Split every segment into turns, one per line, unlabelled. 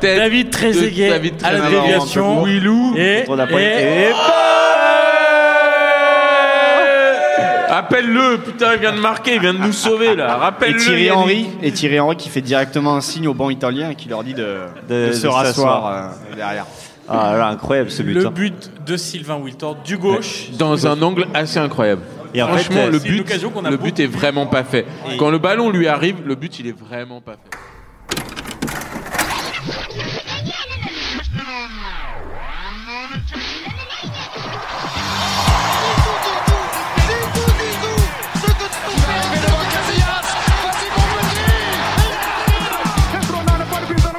tête.
David Trezeguet
de David
à la
Trezeguet.
déviation.
Willou.
Et,
Contre la pointe.
et-
Et-
Appelle-le, putain, il vient de marquer, il vient de nous sauver là.
Et
Rappelle-le.
Thierry
Yannick.
Henry, et Thierry Henry qui fait directement un signe au banc italien et qui leur dit de,
De-
de
de
se
s'asseoir.
rasseoir euh, derrière.
Ah là, incroyable ce but.
le
hein.
but de Sylvain Wiltord du gauche.
Dans un angle assez incroyable.
Et en fait,
Franchement,
euh,
le
c'est une
but,
occasion qu'on a
le
beaucoup-
but est vraiment pas fait. Quand le ballon lui arrive, le but il est vraiment pas fait.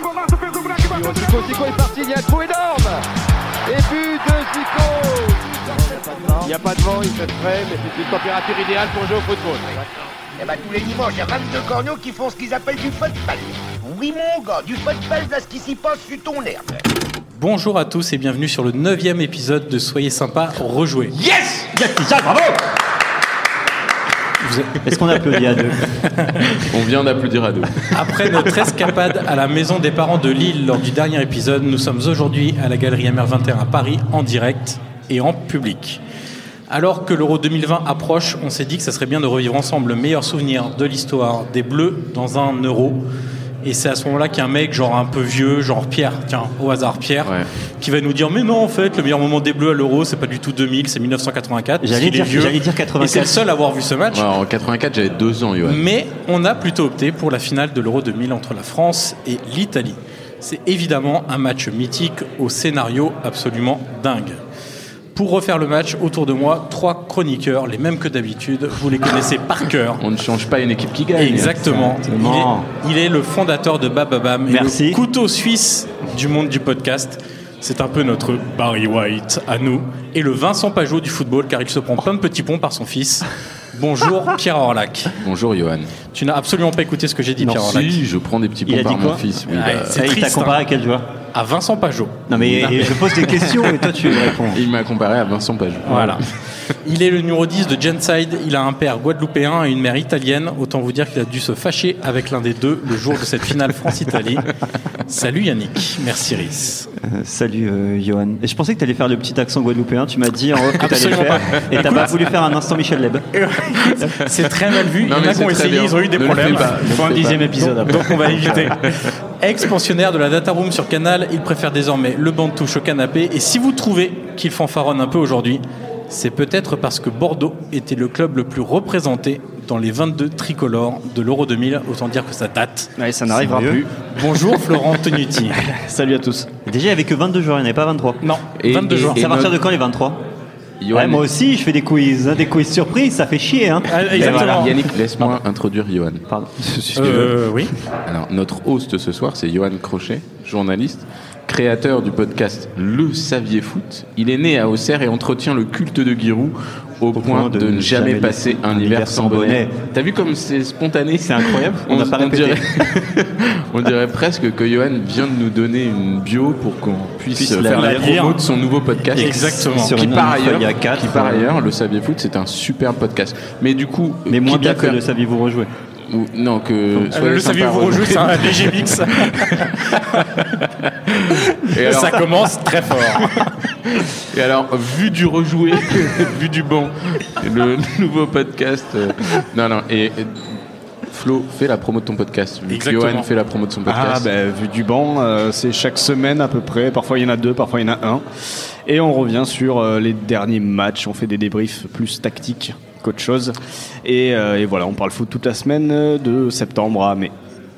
Zico, Zico est parti, il y a un trou énorme Et but de Zico Il n'y a pas de vent, il fait frais, mais c'est une température idéale pour jouer au football.
Eh ben tous les dimanches, il y a 22 corneaux qui font ce qu'ils appellent du football. Oui mon gars, du football, là ce qui s'y passe, sur ton herbe.
Bonjour à tous et bienvenue sur le 9 épisode de Soyez sympa, rejouez.
Yes
Est-ce qu'on applaudit à deux
On vient d'applaudir à deux.
Après notre escapade à la maison des parents de Lille lors du dernier épisode, nous sommes aujourd'hui à la Galerie MR21 à Paris en direct et en public. Alors que l'Euro 2020 approche, on s'est dit que ça serait bien de revivre ensemble le meilleur souvenir de l'histoire des Bleus dans un Euro. Et c'est à ce moment-là qu'un mec, genre un peu vieux, genre Pierre, tiens, au hasard Pierre,
Ouais.
qui va nous dire Mais non, en fait, le meilleur moment des Bleus à l'Euro, c'est pas du tout 2000, c'est 1984. parce qu'il
J'allais
est
dire-
vieux.
j'allais dire 84.
Et c'est le seul à avoir vu ce match.
Ouais, en 84, j'avais deux ans, Johan.
Mais on a plutôt opté pour la finale de l'Euro 2000 entre la France et l'Italie. C'est évidemment un match mythique au scénario absolument dingue. Pour refaire le match, autour de moi, trois chroniqueurs, les mêmes que d'habitude. Vous les connaissez par cœur.
On ne change pas une équipe qui gagne.
Exactement. Il
Exactement.
est, il est le fondateur de Bababam et
Merci.
le couteau suisse du monde du podcast. C'est un peu notre Barry White à nous et le Vincent Pajot du football car il se prend plein de petits ponts par son fils. Bonjour Pierre Orlac.
Bonjour, Johan.
Tu n'as absolument pas écouté ce que j'ai dit, Pierre Orlac.
Si, je prends des petits
Il
ponts
a
par
dit
mon
quoi
fils. oui,
Ouais,
bah,
c'est
Ça y est,
triste,
t'as Eh, comparé
hein.
à quel joueur
À Vincent Pajot.
Non mais et je pose des questions et toi tu me réponds.
Il m'a comparé à Vincent Page.
Voilà. Il est le numéro 10 de Genside. Il a un père guadeloupéen et une mère italienne. Autant vous dire qu'il a dû se fâcher avec l'un des deux le jour de cette finale France-Italie. Salut Yannick. Merci Riz.
Euh, salut euh, Johan. Et je pensais que t'allais faire le petit accent guadeloupéen, tu m'as dit en off que t'allais le
Absolument
faire.
pas.
Et t'as pas voulu faire un instant Michel Leb.
C'est très mal vu.
Non,
Il y en
mais
a
c'est
qui ont
très
essayé,
bien.
ils ont eu des
Ne le
problèmes.
fais pas, ne
Faut un dixième épisode
Donc, donc on va éviter. Ex-pensionnaire de la Data Room sur Canal, il préfère désormais le banc de touche au canapé. Et si vous trouvez qu'il fanfaronne un peu aujourd'hui, c'est peut-être parce que Bordeaux était le club le plus représenté dans les 22 tricolores de l'Euro 2000. Autant dire que ça date.
Ouais, ça n'arrivera
C'est mieux.
plus.
Bonjour Florent Tenuti.
Salut à tous.
Déjà il y avait que 22 joueurs, il n'y en avait pas 23.
Non,
Et-
22
et-
joueurs.
et-
C'est à partir
notre-
de quand les 23
Johan,
Ouais, Moi aussi je fais des quiz, hein, des quiz surprises, ça fait chier. Hein.
Ah,
Et
exactement.
voilà.
Yannick, laisse-moi introduire Johan.
Pardon.
Euh, oui.
Alors, notre host ce soir, c'est Johan Crochet, journaliste, créateur du podcast Le Saviez Foot. Il est né à Auxerre et entretient le culte de Giroud au, point, de, ne jamais, passer un hiver sans bonnet. T'as vu comme c'est spontané
C'est incroyable, on
On,
n'a pas
on
répété.
dirait, on dirait presque que Johan vient de nous donner une bio pour qu'on puisse,
Puisse la
faire la,
lire.
promo de son nouveau podcast.
Exactement.
Sur
Qui
une
par,
feuille
ailleurs,
à quatre,
qui par
euh,
ailleurs, le Saviez Foot, c'est un super podcast. Mais du coup, euh,
Mais moins
quitte
bien
à
que
faire-
le saviez-vous rejouer.
ou- non que soyez
Euh, le
sympa,
saviez-vous rejouer, c'est un léger mix.
Et alors-
Ça commence très fort.
Et alors, vu du rejoué, vu du banc, le nouveau podcast. euh, non, non, et. et Flo, fais la promo de ton podcast. Vu que
Exactement.
Johan fait la promo de son
Ah,
podcast.
ben, vu du banc, euh, c'est chaque semaine à peu près. Parfois, il y en a deux, parfois, il y en a un. Et on revient sur euh, les derniers matchs. On fait des débriefs plus tactiques qu'autre chose. Et, euh, et voilà, on parle foot toute la semaine euh, de septembre à mai.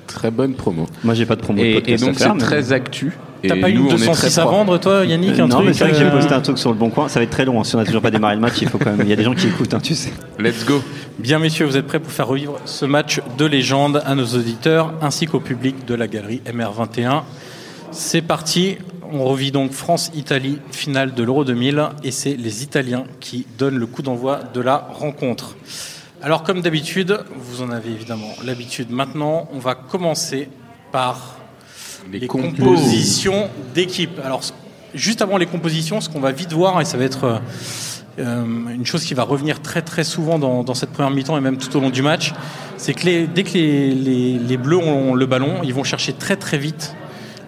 Très bonne promo.
Moi j'ai pas de promo de
Et, et
podcast
donc,
à faire,
c'est
mais-
très actu. Et
T'as pas
nous,
une
on est
206
très
à
propre.
vendre, toi, Yannick un
non,
truc,
mais c'est vrai que j'ai
euh,
posté un truc sur le bon coin. Ça va être très long. hein. Si on n'a toujours pas démarré le match, il faut quand même. Il y a des gens qui écoutent, hein, tu sais.
Let's go.
Bien messieurs, vous êtes prêts pour faire revivre ce match de légende à nos auditeurs ainsi qu'au public de la galerie MR21. C'est parti, on revit donc France-Italie, finale de l'Euro 2000 et c'est les Italiens qui donnent le coup d'envoi de la rencontre. Alors comme d'habitude, vous en avez évidemment l'habitude maintenant, on va commencer par
Les,
les,
compos.
compositions d'équipe. Alors, ce- juste avant les compositions, ce qu'on va vite voir, et ça va être euh, euh, une chose qui va revenir très très souvent dans, dans cette première mi-temps et même tout au long du match, c'est que les- dès que les, les- les Bleus ont le ballon, ils vont chercher très très vite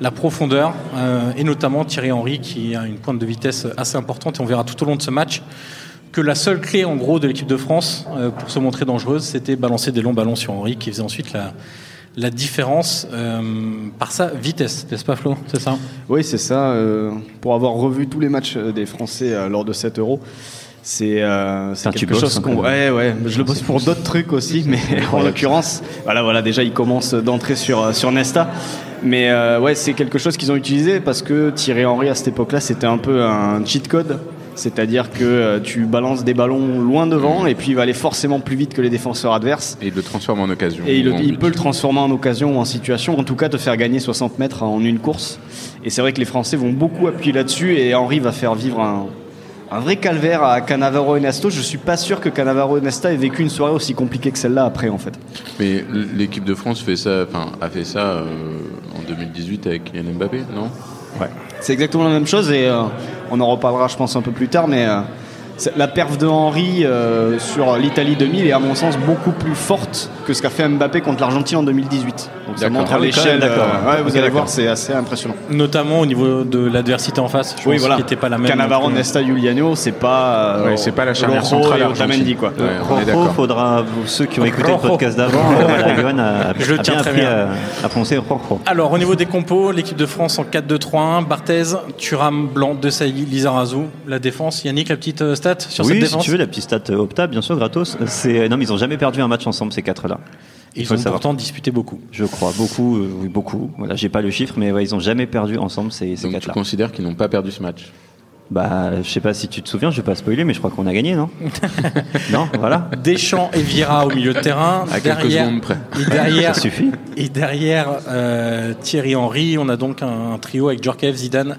la profondeur, euh, et notamment Thierry Henry qui a une pointe de vitesse assez importante, et on verra tout au long de ce match que la seule clé en gros de l'équipe de France euh, pour se montrer dangereuse, c'était balancer des longs ballons sur Henry qui faisait ensuite la, la différence euh, par sa vitesse, n'est-ce pas Flo C'est ça
Oui, c'est ça. euh, pour avoir revu tous les matchs euh, des Français euh, lors de 7 euros, c'est euh, c'est
Putain, tu
quelque
bosses,
chose
hein,
qu'on.
quand
Ouais, ouais. Je le bosse pour d'autres trucs aussi, mais en l'occurrence, voilà, voilà. Déjà, ils commencent d'entrer sur euh, sur Nesta, mais euh, ouais, c'est quelque chose qu'ils ont utilisé parce que Thierry Henry à cette époque-là, c'était un peu un cheat code. C'est-à-dire que euh, tu balances des ballons loin devant et puis il va aller forcément plus vite que les défenseurs adverses.
Et il le transforme en occasion.
Et il,
Ou en
il
but.
peut le transformer en occasion ou en situation, en tout cas te faire gagner 60 mètres en une course. Et c'est vrai que les Français vont beaucoup appuyer là-dessus et Henri va faire vivre un, un vrai calvaire à Canavaro et Nesto. Je suis pas sûr que Canavaro et Nesta aient vécu une soirée aussi compliquée que celle-là après en fait.
Mais l'équipe de France fait ça, enfin, a fait ça euh, en 2018 avec Kylian Mbappé, non
Ouais. C'est exactement la même chose et euh, on en reparlera je pense un peu plus tard mais euh, c'est- la perf de Henri euh, sur l'Italie 2000 est à mon sens beaucoup plus forte que ce qu'a fait Mbappé contre l'Argentine en 2018. Donc ça
D'accord.
montre
Ah
à
oui,
quand
l'échelle.
même, d'accord.
euh, ouais,
Ok,
vous allez
d'accord.
voir, c'est assez impressionnant.
Notamment au niveau de l'adversité en face, je
Oui,
pense
voilà.
qui n'était pas la même.
Cannavaro,
Donc, euh,
Nesta, Giuliano, c'est pas. euh,
Ouais, c'est pas la charnière
Rojo
centrale
et
argentine.
Otamendi, quoi.
Ouais, on est
Rojo,
d'accord.
faudra, vous- ceux qui ont écouté
Rojo.
le podcast d'avant, euh, voilà, Johan a, a
Je le tiens
bien
très
appris
bien. Ah,
à, à prononcer Rojo.
Alors, au niveau des compos, l'équipe de France en 4-2-3-1, Barthez, Thuram, Blanc, De Sailly, Lizarazu, la défense. Yannick, la petite euh, stat sur cette
Oui, si
défense
tu veux, la petite stat euh, Opta, bien sûr, gratos. euh, C'est, non, mais ils ont jamais perdu un match ensemble, ces quatre-là. il
Ils
faut
ont
le savoir.
pourtant disputé beaucoup.
Je crois. Beaucoup, euh, oui, beaucoup. Voilà, j'ai pas le chiffre, mais ouais, ils ont jamais perdu ensemble, ces, ces
Donc tu
quatre-là.
considères qu'ils n'ont pas perdu ce match
Bah, je sais pas si tu te souviens, je vais pas spoiler, mais je crois qu'on a gagné, non Non, voilà.
Deschamps et Vira au milieu de terrain.
À quelques
derrière,
secondes près.
Et derrière,
Ça suffit.
et derrière euh, Thierry Henry, on a donc un, un trio avec Djorkaeff, Zidane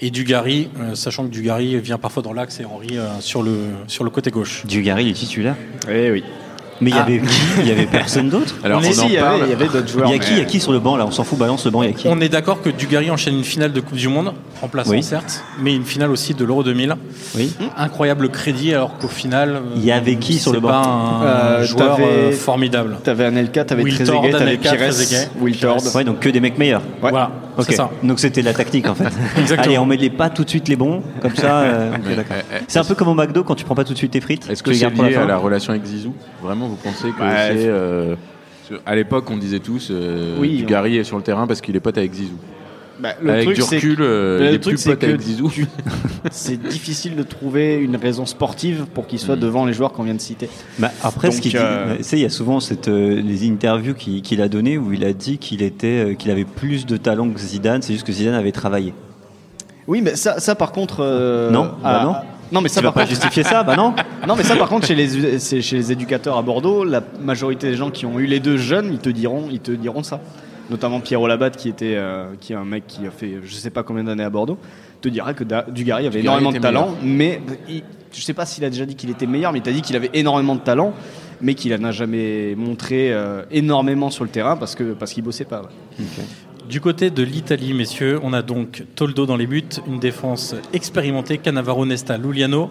et Dugarry, euh, sachant que Dugarry vient parfois dans l'axe et Henry euh, sur, le, sur le côté gauche.
Dugarry, il est titulaire.
Eh oui.
Mais il y
Ah.
avait qui Il y avait personne d'autre
Alors
Mais
on
si,
en
il y
parle.
avait, il y avait d'autres joueurs.
Il y a qui, il y
mais-
a qui sur le banc, là On s'en fout, balance le banc, il y a qui
On est d'accord que Dugarry enchaîne une finale de Coupe du Monde, remplaçant
Oui.
certes, mais une finale aussi de l'Euro 2000.
Oui.
Incroyable crédit, alors qu'au final, euh,
Il y avait qui sur
c'est
le banc
pas un
Euh,
joueur
t'avais-
euh, formidable.
T'avais Anelka, t'avais
Will Tord,
Trezeguet, t'avais
Anelka,
Pires,
Trezeguet,
Wiltord.
Ouais, donc que des mecs meilleurs.
Ouais.
Voilà,
Ok.
c'est ça.
Donc c'était la tactique en fait.
Exactement.
Allez, on met les pas tout de suite les bons, comme ça. euh, ok,
Mais,
d'accord.
eh, eh,
c'est un peu comme au McDo quand tu prends pas tout de suite tes frites.
Est-ce
tu
que
les
c'est
gardes pour la
lié
fin.
à la relation avec Zizou Vraiment, vous pensez que
Ouais,
c'est...
c'est-
euh, sur- à l'époque, on disait tous, euh,
Oui,
Dugarry est sur le terrain parce qu'il est pote avec Zizou.
Bah, le
avec
truc,
du
c'est
recul, euh,
le
il est
truc,
plus
c'est
pote
que
avec Zizou.
c'est difficile de trouver une raison sportive pour qu'il
Mm.
soit devant les joueurs qu'on vient de citer.
Bah, après, ce
Donc,
qu'il dit-
euh,
tu sais, il y a souvent cette, euh, les interviews qu'il qu'il a données où il a dit qu'il était, euh, qu'il avait plus de talent que Zidane. C'est juste que Zidane avait travaillé.
Oui, mais ça, ça par contre. euh,
Non, bah
ah,
non.
ah, Non, mais ça
tu vas
par
pas
contre.
justifier ça, bah non.
Non, mais ça par contre, chez les, c'est chez les éducateurs à Bordeaux, la majorité des gens qui ont eu les deux jeunes, ils te diront, ils te diront ça. Notamment Pierrot Labatte, qui était, euh, qui est un mec qui a fait, je sais pas combien d'années à Bordeaux, te dira que Da- Dugarry avait
Dugarry
énormément de
était
talent, mais il- je sais pas s'il a déjà dit qu'il était meilleur, mais il t'a dit qu'il avait énormément de talent, mais qu'il en a jamais montré euh, énormément sur le terrain parce que parce qu'il bossait pas. ouais.
Du côté de l'Italie, messieurs, on a donc Toldo dans les buts, une défense expérimentée, Cannavaro, Nesta, Luliano.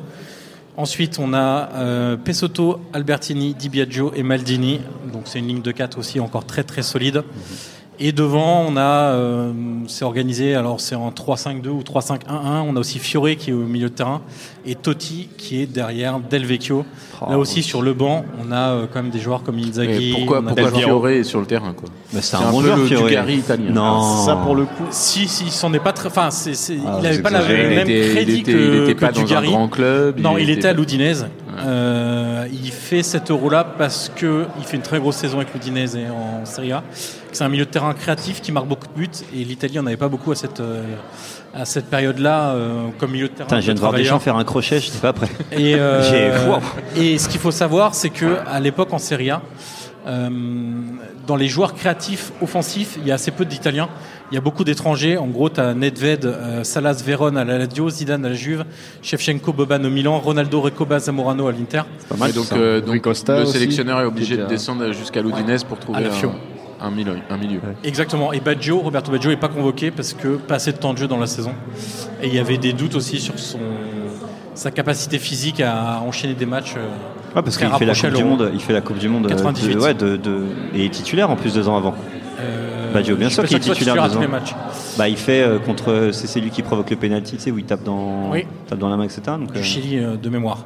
Ensuite, on a euh, Pesotto, Albertini, Di Biagio et Maldini. Donc c'est une ligne de 4 aussi encore très très
Mhm.
solide. Et devant, on a, euh, c'est organisé, alors c'est en 3-5-2 ou 3-5-1-1. On a aussi Fiore qui est au milieu de terrain et Totti qui est derrière Del Vecchio. Là aussi sur le banc, on a euh, quand même des joueurs comme Inzaghi.
Oh, Et pourquoi
on a des
pourquoi
joueurs-
Fiore est sur le terrain quoi
Bah, c'est
C'est un
bon
peu
joueur,
le
Fiore.
Dugarry italien.
Non.
Ça pour le coup,
Si, si, il s'en est pas très. Enfin, c'est, c'est-
Ah,
il n'avait
vous
pas la-
exagérez.
le
Il
même
était, il
crédit
était-
que,
il était pas
que
dans
Dugarry.
un grand club.
non, il était à l'Oudinese.
Ouais.
Euh, il fait cet euro-là parce que il fait une très grosse saison avec l'Oudinese et en Serie A. C'est un milieu de terrain créatif qui marque beaucoup de buts et l'Italie en avait pas beaucoup à cette euh, à cette période-là euh, comme milieu de terrain.
Putain, je viens de voir des gens
travailleur.
faire un crochet, je sais pas après.
Et, euh,
J'ai- Wow.
et ce qu'il faut savoir, c'est que à l'époque en Serie A, euh, dans les joueurs créatifs offensifs, il y a assez peu d'Italiens. Il y a beaucoup d'étrangers. En gros, tu as Nedved, euh, Salas Vérone à la Lazio, Zidane à la Juve, Shevchenko Boban au Milan, Ronaldo Recoba Zamorano à l'Inter.
C'est pas
Et
mal.
donc,
ça.
euh, donc,
Rui Costa
le
aussi,
sélectionneur est
qui
obligé
était
de
à-
descendre jusqu'à l'Oudinez pour
À
trouver
la Fio.
un, un milieu. Un milieu.
Exactement. Et Baggio, Roberto Baggio n'est pas convoqué parce que pas assez de temps de jeu dans la saison. Et il y avait des doutes aussi sur son sa capacité physique à enchaîner des matchs. euh,
Ouais, parce
très
qu'il fait la
rapprochés à
Coupe du
l'Euro.
Monde, il fait la Coupe du Monde euh,
98.
de- ouais, de- de- et est titulaire en plus deux ans avant.
Euh, Euh,
Baggio, bien
je suis
sûr
pas
qu'il est
que ce soit
titulaire
à
deux
tous les
ans.
matchs.
Bah, il fait euh, contre. C'est c'est lui qui provoque le penalty, tu sais, où il tape dans,
Oui.
tape dans la main, etc. Donc, euh,
du Chili euh, de mémoire.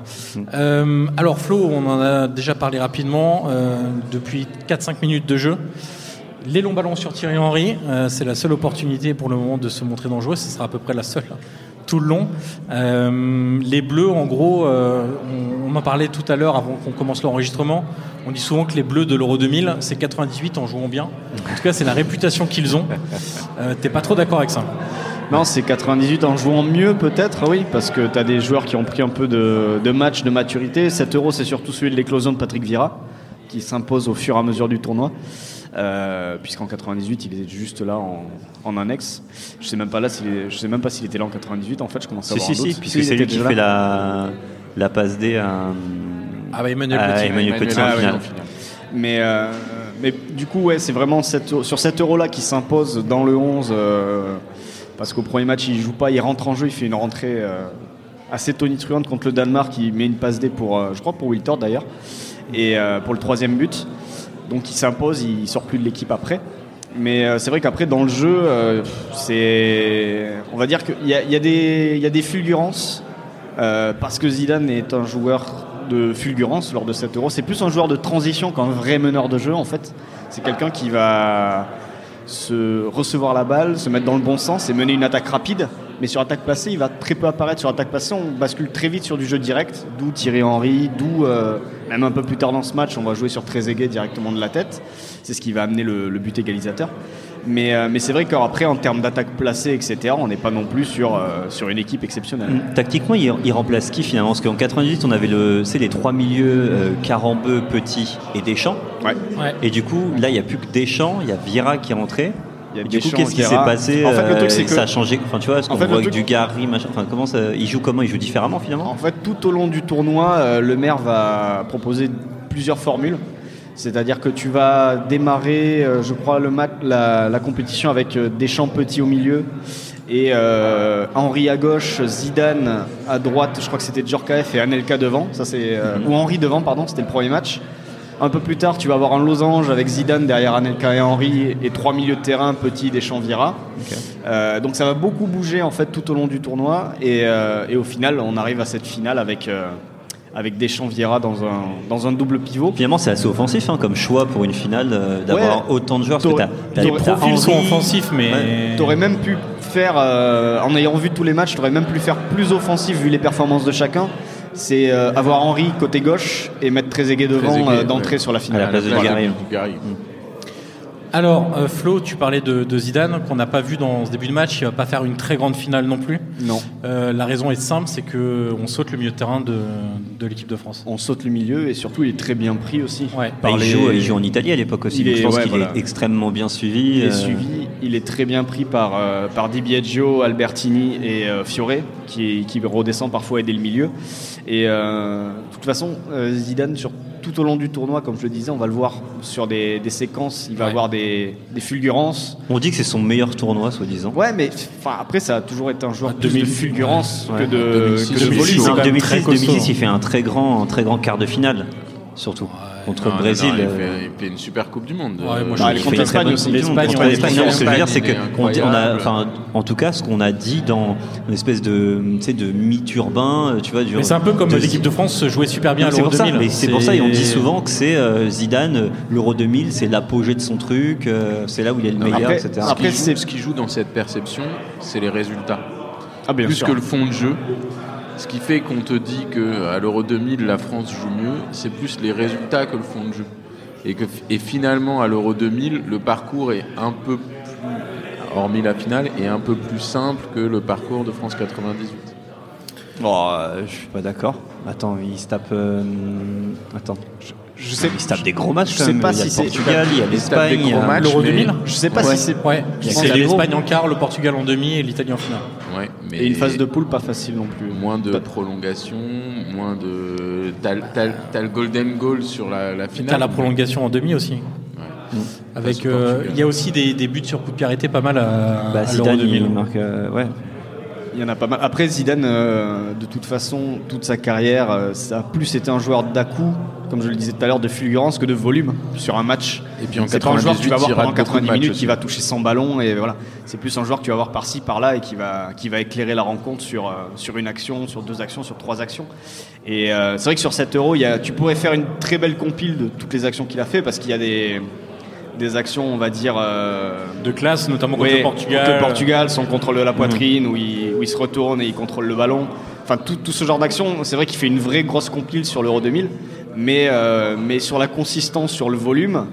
Euh, alors Flo, on en a déjà parlé rapidement euh, depuis 4-5 minutes de jeu. Les longs ballons sur Thierry Henry, euh, c'est la seule opportunité pour le moment de se montrer dangereux. Ce sera à peu près la seule tout le long. Euh, les Bleus, en gros, euh, on, on en parlait tout à l'heure avant qu'on commence l'enregistrement. On dit souvent que les Bleus de l'Euro 2000, c'est 98 en jouant bien. En tout cas, c'est la réputation qu'ils ont. Euh, T'es pas trop d'accord avec ça
Non, c'est 98 en jouant mieux peut-être, ah oui, parce que tu as des joueurs qui ont pris un peu de, de match, de maturité. 7 euros, c'est surtout celui de l'éclosion de Patrick Vieira, qui s'impose au fur et à mesure du tournoi. Euh, puisqu'en 98 il était juste là en, en annexe je sais même pas là s'il est- je sais même pas s'il était là en 98 en fait je commence à
Si,
avoir
si,
un doute.
si, puisque c'est
il était
lui qui
déjà
fait
là.
la, la passe D à,
Ah bah Emmanuel
à
Petit.
Emmanuel Petit en
Ah, ouais,
finale.
en Mais, euh, mais du coup, ouais, c'est vraiment cette- sur 7 euros là qui s'impose dans le 11. euh, parce qu'au premier match, il joue pas, il rentre en jeu, il fait une rentrée euh, assez tonitruante contre le Danemark. Il met une passe D pour, euh, je crois, pour Wiltord d'ailleurs. Et euh, pour le troisième but. Donc il s'impose, il sort plus de l'équipe après. Mais euh, c'est vrai qu'après, dans le jeu, euh, c'est. On va dire qu'il y a, il y a des- il y a des fulgurances. Euh, parce que Zidane est un joueur de fulgurance lors de 7 euros. C'est plus un joueur de transition qu'un vrai meneur de jeu en fait. C'est quelqu'un qui va se recevoir la balle, se mettre dans le bon sens et mener une attaque rapide. Mais sur attaque passée, il va très peu apparaître. Sur attaque passée, on bascule très vite sur du jeu direct, d'où Thierry Henry, d'où euh, même un peu plus tard dans ce match, on va jouer sur Trezeguet directement de la tête. C'est ce qui va amener le, le but égalisateur. Mais, euh, mais c'est vrai qu'après, en termes d'attaque placée, etc., on n'est pas non plus sur, euh, sur une équipe exceptionnelle.
Mm. Tactiquement, il, il remplace qui finalement Parce qu'en 98, on avait le, c'est les trois milieux euh, Carambeu, Petit et Deschamps.
Ouais.
Ouais.
Et du coup, là, il n'y a plus que Deschamps, il y a Vira qui est rentré.
Il y a
Et du coup,
Deschamps,
qu'est-ce qui s'est
Vieira.
passé
En fait, le
euh,
truc, c'est
Ça a
que-
changé. Enfin, tu vois, parce
En
qu'on
fait,
voit
le
avec du
truc-
Gary, machin. Enfin, comment ça Il joue comment Il joue différemment finalement
En fait, tout au long du tournoi, euh, le maire va proposer plusieurs formules. C'est-à-dire que tu vas démarrer, euh, je crois, le mat- la, la compétition avec euh, Deschamps Petit au milieu et euh, Henri à gauche, Zidane à droite, je crois que c'était Djorkaeff et Anelka devant, ça c'est, euh, ou Henri devant, pardon, c'était le premier match. Un peu plus tard, tu vas avoir un losange avec Zidane derrière Anelka et Henri et trois milieux de terrain, Petit, Deschamps, Vira. Euh, donc ça va beaucoup bouger en fait tout au long du tournoi et, euh, et au final on arrive à cette finale avec, euh, avec Deschamps Vieira dans un, dans un double pivot.
Finalement, c'est assez offensif hein, comme choix pour une finale euh, d'avoir
Ouais.
autant de joueurs. Parce que
T'aurais-
t'as- t'as-
t'aurais-
t'as
Profils Euh, sont
Henry,
offensifs, mais
Ouais.
T'aurais même pu faire, euh, en ayant vu tous les matchs, t'aurais même pu faire plus offensif vu les performances de chacun. C'est euh, avoir Henri côté gauche et mettre Trezeguet devant
Trezeguet,
euh, d'entrée
ouais.
sur la finale.
À la place de
Voilà.
Dugarry.
Dugarry. Ah,
Alors, euh, Flo, tu parlais de, de Zidane, qu'on n'a pas vu dans ce début de match. Il va pas faire une très grande finale non plus.
Non,
Euh, la raison est simple, c'est que on saute le milieu de terrain de, de l'équipe de France.
on saute le milieu et surtout il est très bien pris aussi.
Ouais.
Bah,
Par
il,
les-
joue, il joue en Italie à l'époque aussi.
Il
donc je
est-
pense
ouais,
qu'il
voilà.
est extrêmement bien suivi.
Il est
euh,
suivi, il est très bien pris par, euh, par Di Biagio, Albertini et euh, Fiore, qui, qui redescend parfois aider le milieu. Et euh, de toute façon, euh, Zidane, sur, tout au long du tournoi, comme je le disais, on va le voir sur des, des séquences, il va
Ouais.
avoir des, des fulgurances.
On dit que c'est son meilleur tournoi, soi-disant.
Ouais, mais enfin, après, ça a toujours été un joueur
Ah,
plus
2000,
de fulgurances
ouais.
que
Ouais.
de, que
2006,
de volley.
c'est
En
quand même
2013,
très
2010,
costaud.
il fait un très grand, un très grand quart de finale, surtout contre
Non,
le
non,
Brésil.
non, il,
euh,
fait, il fait une super Coupe du Monde.
Ouais, moi, je
Euh,
Ah, les
il
contre
fait une
l'Espagne
très bonne
aussi.
Coupe du Monde.
L'Espagne,
Contre
on
l'Espagne,
l'Espagne,
non, ce que je veux dire, c'est
il est
que, on dit- on a,
incroyable.
enfin, en tout cas, ce qu'on a dit dans une espèce de, tu sais, de mythe urbain, euh, tu vois, du-
Mais c'est un peu comme
de-
l'équipe de France se jouait super bien à
Non, C'est
l'Euro
pour ça,
2000.
mais c'est pour ça, et on dit souvent que c'est euh, Zidane, euh, l'Euro 2000, c'est l'apogée de son truc, euh, c'est là où il est le meilleur,
après-
etc.
Ce qui
Après,
joue-
c'est-
ce qui joue dans cette perception, c'est les résultats.
Ah, bien
plus
sûr.
que le fond de jeu. Ce qui fait qu'on te dit que à l'Euro 2000 la France joue mieux, c'est plus les résultats que le fond de jeu. Et que et finalement à l'Euro 2000 le parcours est un peu plus, hormis la finale, est un peu plus simple que le parcours de France 98.
Bon, euh, je suis pas d'accord. Attends, il se tape. euh, attends, je,
Je sais,
il se tape des gros matchs.
je
quand
sais
même.
pas
il y a
si c'est-
le Portugal, il y a
Il se tape des
l'Espagne, il y
hein,
gros
a
matchs,
L'Euro
mais-
2000
je sais pas
Ouais.
si c'est
Ouais.
Il y a
C'est
Cameroun.
l'Espagne en quart, le Portugal en demi et l'Italie en finale.
Ouais, mais
Et une phase de poule pas facile non plus.
moins de
Pas-
prolongation, moins de t'as le- t'as le- t'as le golden goal sur la, la
Puis
finale.
t'as la prolongation en demi aussi.
Ouais.
Avec,
Face au
euh,
Portugal.
il y a aussi des, des buts sur coup de pied arrêté pas mal à, à
Bah,
l'Euro
Zidane, il
2000.
marque, euh, ouais.
Il y en a pas mal. Après, Zidane, euh, de toute façon, toute sa carrière, euh, ça a plus été un joueur d'à-coup, comme je le disais tout à l'heure, de fulgurance que de volume sur un match.
Et puis en
C'est pas un joueur que tu
98, il
vas voir pendant
rate beaucoup de
90 minutes
matchs
qui va
aussi.
toucher 100 ballons. et voilà. C'est plus un joueur que tu vas voir par-ci, par-là et qui va, qui va éclairer la rencontre sur, euh, sur une action, sur deux actions, sur trois actions. Et euh, c'est vrai que sur 7 euros, il y a- tu pourrais faire une très belle compile de toutes les actions qu'il a fait parce qu'il y a des, des actions, on va dire. euh,
De classe, notamment contre
oui,
le Portugal.
contre le Portugal, son contrôle de la poitrine, où, il, où il se retourne et il contrôle le ballon. Enfin, tout, tout ce genre d'action, c'est vrai qu'il fait une vraie grosse compile sur l'Euro 2000, mais, euh, mais sur la consistance, sur le volume,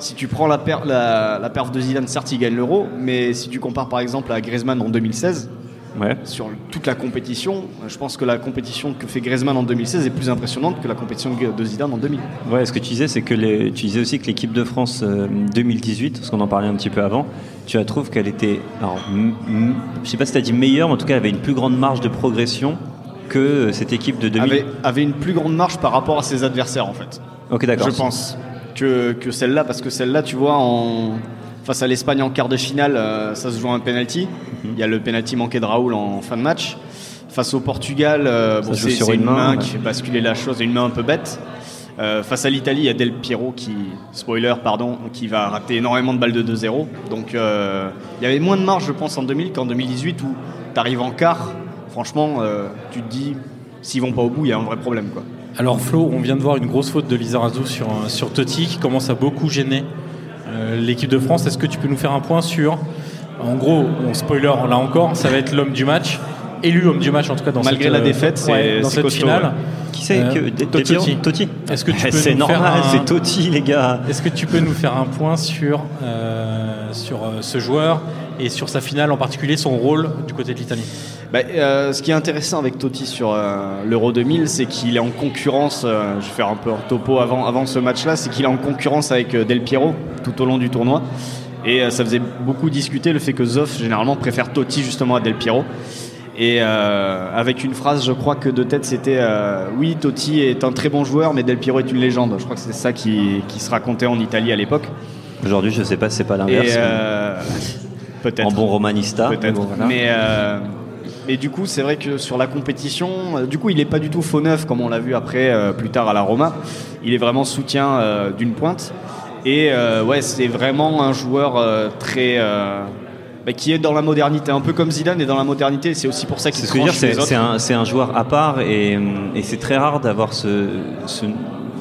si tu prends la, per- la, la perf de Zidane, certes, il gagne l'Euro, mais si tu compares par exemple à Griezmann en 2016,
Ouais.
sur le- toute la compétition, je pense que la compétition que fait Griezmann en 2016 est plus impressionnante que la compétition de de Zidane en 2000.
Ouais, ce que tu disais, c'est que les, tu disais aussi que l'équipe de France euh, 2018, parce qu'on en parlait un petit peu avant, tu la trouves qu'elle était, alors, m- m- je sais pas si tu as dit meilleure, mais en tout cas, elle avait une plus grande marge de progression que euh, cette équipe de 2000.
Avait, avait une plus grande marche par rapport à ses adversaires en fait.
Ok, d'accord.
Je pense que, que celle-là, parce que celle-là, tu vois, en, face à l'Espagne en quart de finale, euh, ça se joue à un penalty.
Mhm.
Il y a le penalty manqué de Raoul en fin de match. Face au Portugal, euh,
Ça
bon,
se joue
c'est
sur
c'est
une
une,
main,
main
ouais.
qui fait basculer la chose, et une main un peu bête. Euh, face à l'Italie, il y a Del Piero qui, spoiler, pardon, qui va rater énormément de balles de 2-0. Donc euh, il y avait moins de marge, je pense, en 2000 qu'en 2018 où tu arrives en quart. Franchement, euh, tu te dis, s'ils vont pas au bout, il y a un vrai problème. quoi.
Alors Flo, on vient de voir une grosse faute de Lizarazu sur, euh, sur Totti qui commence à beaucoup gêner euh, l'équipe de France. Est-ce que tu peux nous faire un point sur... En gros, on spoiler là encore, ça va être l'homme du match, élu homme du match en tout cas dans
Malgré
cette,
la
euh,
défaite, c'est-
ouais, dans
c'est
cette
costaud,
finale.
Qui c'est
Euh,
que Del Piero
Totti.
Totti. Eh,
Est-ce que tu peux
C'est
nous faire
normal,
un-
c'est Totti, les gars.
Est-ce que tu peux nous faire un point sur, euh, sur euh, ce joueur et sur sa finale en particulier, son rôle du côté de l'Italie
Bah, euh, ce qui est intéressant avec Totti sur euh, l'Euro 2000, c'est qu'il est en concurrence, euh, je vais faire un peu un topo avant, avant ce match-là, c'est qu'il est en concurrence avec euh, Del Piero tout au long du tournoi. Et euh, ça faisait beaucoup discuter le fait que Zoff, généralement, préfère Totti justement à Del Piero. Et euh, avec une phrase, je crois que de tête, c'était euh, Oui, Totti est un très bon joueur, mais Del Piero est une légende. Je crois que c'est ça qui, qui se racontait en Italie à l'époque.
Aujourd'hui, je sais pas si c'est pas
Et
l'inverse.
euh,
mais
peut-être.
En bon romanista. mais
Peut-être.
Ah, bon, voilà.
Mais, euh, mais du coup, c'est vrai que sur la compétition, euh, du coup, il n'est pas du tout faux neuf comme on l'a vu après, euh, plus tard à la Roma. Il est vraiment soutien euh, d'une pointe. Et euh, ouais, c'est vraiment un joueur euh, très. euh, bah, qui est dans la modernité, un peu comme Zidane est dans la modernité. C'est aussi pour ça qu'il
C'est ce que je veux
tranche
dire, c'est
les autres.
c'est un, c'est un joueur à part et, hum, et c'est très rare d'avoir ce, ce,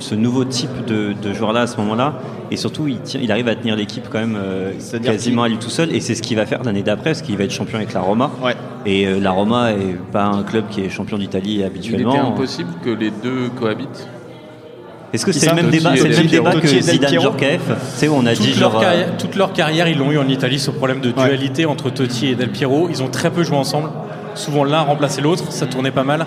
ce nouveau type de, de joueur-là à ce moment-là. Et surtout, il, tient- il arrive à tenir l'équipe quand même euh,
C'est-à-dire
quasiment à lui tout seul. Et c'est ce qu'il va faire l'année d'après, parce qu'il va être champion avec la Roma.
Ouais.
Et euh, la Roma est pas un club qui est champion d'Italie
Il était
habituellement.
impossible que les deux cohabitent.
Est-ce que
Qui
c'est le
ça,
même
Totti
débat,
et
c'est le
Del
même
Piero.
débat que
Totti et Del
Zidane
Piero.
Jorkaeff Tu sais, on a dit
toute,
genre.
leur
euh,
carrière, toute leur carrière, ils l'ont eu en Italie, ce problème de
Ouais.
dualité entre Totti et Del Piero. Ils ont très peu joué ensemble. Souvent l'un remplaçait l'autre, ça tournait pas mal.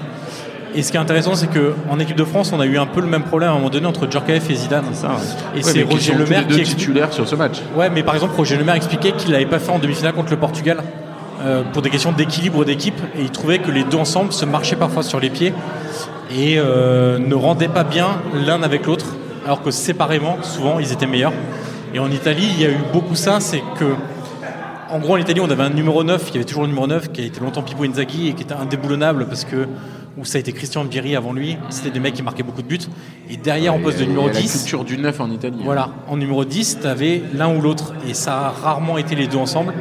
Et ce qui est intéressant, c'est qu'en équipe de France, on a eu un peu le même problème à un moment donné entre Djorkaeff et Zidane.
ça, ouais.
Et
Ouais,
c'est
mais qui sont
Roger Le
tous les
Maire
deux
qui explique.
titulaires sur ce match.
Ouais, mais par exemple, Roger Le Maire expliquait qu'il l'avait pas fait en demi-finale contre le Portugal euh, pour des questions d'équilibre d'équipe. Et il trouvait que les deux ensemble se marchaient parfois sur les pieds et euh, ne rendaient pas bien l'un avec l'autre, alors que séparément, souvent, ils étaient meilleurs. Et en Italie, il y a eu beaucoup ça, c'est que. En gros, en Italie, on avait un numéro 9, il y avait toujours le numéro 9, qui a été longtemps Pipo Inzaghi et qui était indéboulonnable parce que. Où ça a été Christian Bieri avant lui, c'était des mecs qui marquaient beaucoup de buts. Et derrière, on poste de
Il y a
numéro
La
10.
culture du 9 en Italie.
Voilà, en numéro 10, tu avais l'un ou l'autre, et ça a rarement été les deux ensemble,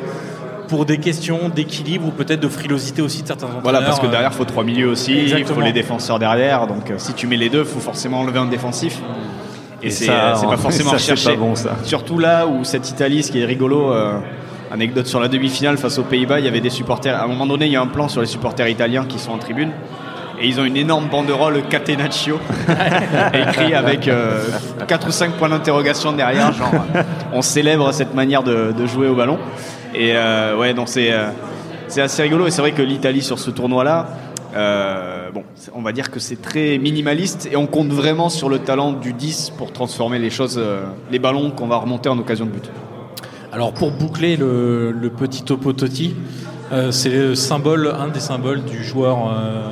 pour des questions d'équilibre ou peut-être de frilosité aussi de certains entraîneurs.
Voilà, parce que
euh,
derrière, faut trois milieux aussi, il faut
Exactement.
les défenseurs derrière. Donc, euh, si tu mets les deux, faut forcément enlever un défensif. Et,
Et
c'est
ça,
euh, c'est
en-
pas forcément
ça, c'est
recherché.
pas bon, ça.
Surtout là où cette Italie, ce qui est rigolo, euh, anecdote sur la demi-finale face aux Pays-Bas, il y avait des supporters. À un moment donné, il y a un plan sur les supporters italiens qui sont en tribune. Et ils ont une énorme banderole Catenaccio écrit avec 4 ou 5 points d'interrogation derrière, genre euh, on célèbre cette manière de, de jouer au ballon. Et euh, ouais, donc c'est euh, c'est assez rigolo. Et c'est vrai que l'Italie sur ce tournoi-là, euh, bon, c'est- on va dire que c'est très minimaliste et on compte vraiment sur le talent du 10 pour transformer les choses, euh, les ballons qu'on va remonter en occasion de but.
euh, Alors pour boucler le, le petit topo Totti, euh, c'est le symbole, un des symboles du joueur euh,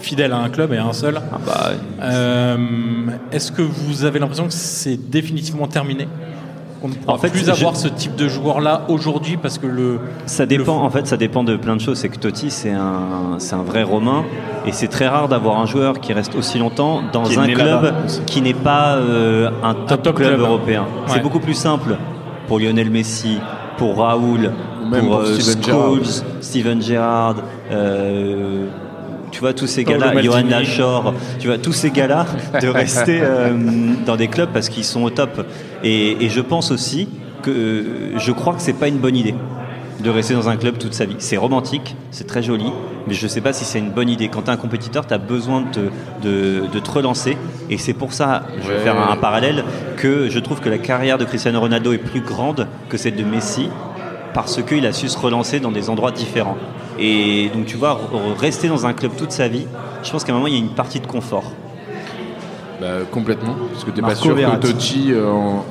fidèle à un club et à un seul.
ah bah,
Euh, Est-ce que vous avez l'impression que c'est définitivement terminé On ne pourra
En fait,
plus
je-
avoir ce type de joueur-là aujourd'hui parce que le.
Ça dépend, en fait, ça dépend de plein de choses. C'est que Totti, c'est un, c'est un vrai Romain, et c'est très rare d'avoir un joueur qui reste aussi longtemps dans
Qui est
un
né
club
là-bas aussi.
qui n'est pas euh, un top,
top
club,
club.
européen.
Ouais.
C'est beaucoup plus simple pour Lionel Messi, pour Raoul,
Ou même pour
euh,
Steven
Scholes, Steven Gerrard. euh, tu vois tous ces
Paolo
gars-là,
Maldini.
Johan Lachor, tu vois tous ces gars-là de rester euh, dans des clubs parce qu'ils sont au top. Et, et je pense aussi que euh, je crois que c'est pas une bonne idée de rester dans un club toute sa vie. C'est romantique, c'est très joli, mais je sais pas si c'est une bonne idée. Quand t'es un compétiteur, t'as besoin de te, de, de te relancer. Et c'est pour ça, je vais
Ouais.
faire un, un parallèle, que je trouve que la carrière de Cristiano Ronaldo est plus grande que celle de Messi parce qu'il a su se relancer dans des endroits différents. Et donc tu vois, re- rester dans un club toute sa vie, je pense qu'à un moment il y a une partie de confort.
Bah, complètement, parce que t'es pas
Marco
sûr que
Verratti.
Totti, euh, en,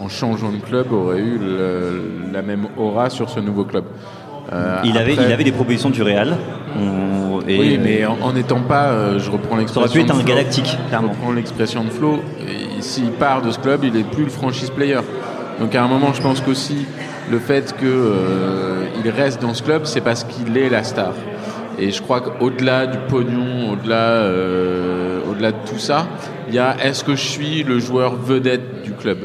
en- en changeant de club, aurait eu le- la même aura sur ce nouveau club. Euh,
Il avait,
après-
il avait des propositions du Real. On- et-
Oui, mais en en n'étant pas, euh, je reprends
ça aurait pu
l'expression.
être
de
un
Flo.
galactique,
Je
clairement.
reprends l'expression de Flo. et S'il part de ce club, il est plus le franchise player. Donc à un moment, je pense qu'aussi le fait qu'il reste dans ce club, c'est parce qu'il est la star. Et je crois qu'au-delà du pognon, au-delà, euh, au-delà de tout ça, il y a est-ce que je suis le joueur vedette du club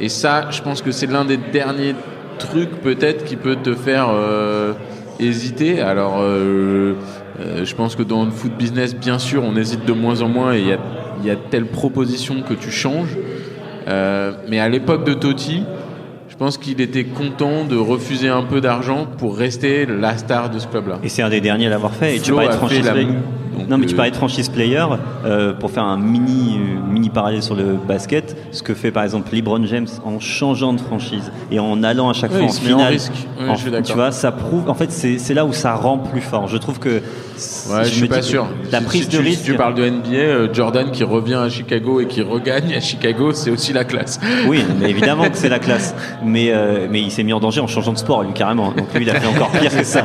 Et ça, je pense que c'est l'un des derniers trucs peut-être qui peut te faire euh, hésiter. Alors, euh, euh, je pense que dans le foot business, bien sûr, on hésite de moins en moins et il y a, il y a telle proposition que tu changes. Euh, mais à l'époque de Totti, je pense qu'il était content de refuser un peu d'argent pour rester la star de ce club-là.
Et c'est un des derniers à l'avoir fait. Et tu
Flo
parlais de
a fait
franchise
la
player.
moue, donc,
non, mais tu
euh,
parlais de franchise player. euh, pour faire un mini, euh, mini parallèle sur le basket, ce que fait par exemple LeBron James en changeant de franchise et en allant à chaque
Oui,
fois en
il se met en
finale.
risque. Oui,
En-
je suis d'accord.
tu vois, ça prouve. En fait, c'est c'est là où ça rend plus fort. Je trouve que. si
Ouais, je,
me
suis pas
dis-
sûr.
La
Si-
prise
si tu,
de
si
risque.
tu parles de NBA, euh, Jordan qui revient à Chicago et qui regagne à Chicago, c'est aussi la classe.
Oui, mais évidemment que c'est la classe. Mais, euh, mais il s'est mis en danger en changeant de sport, lui, carrément. Donc lui, il a fait encore pire que ça.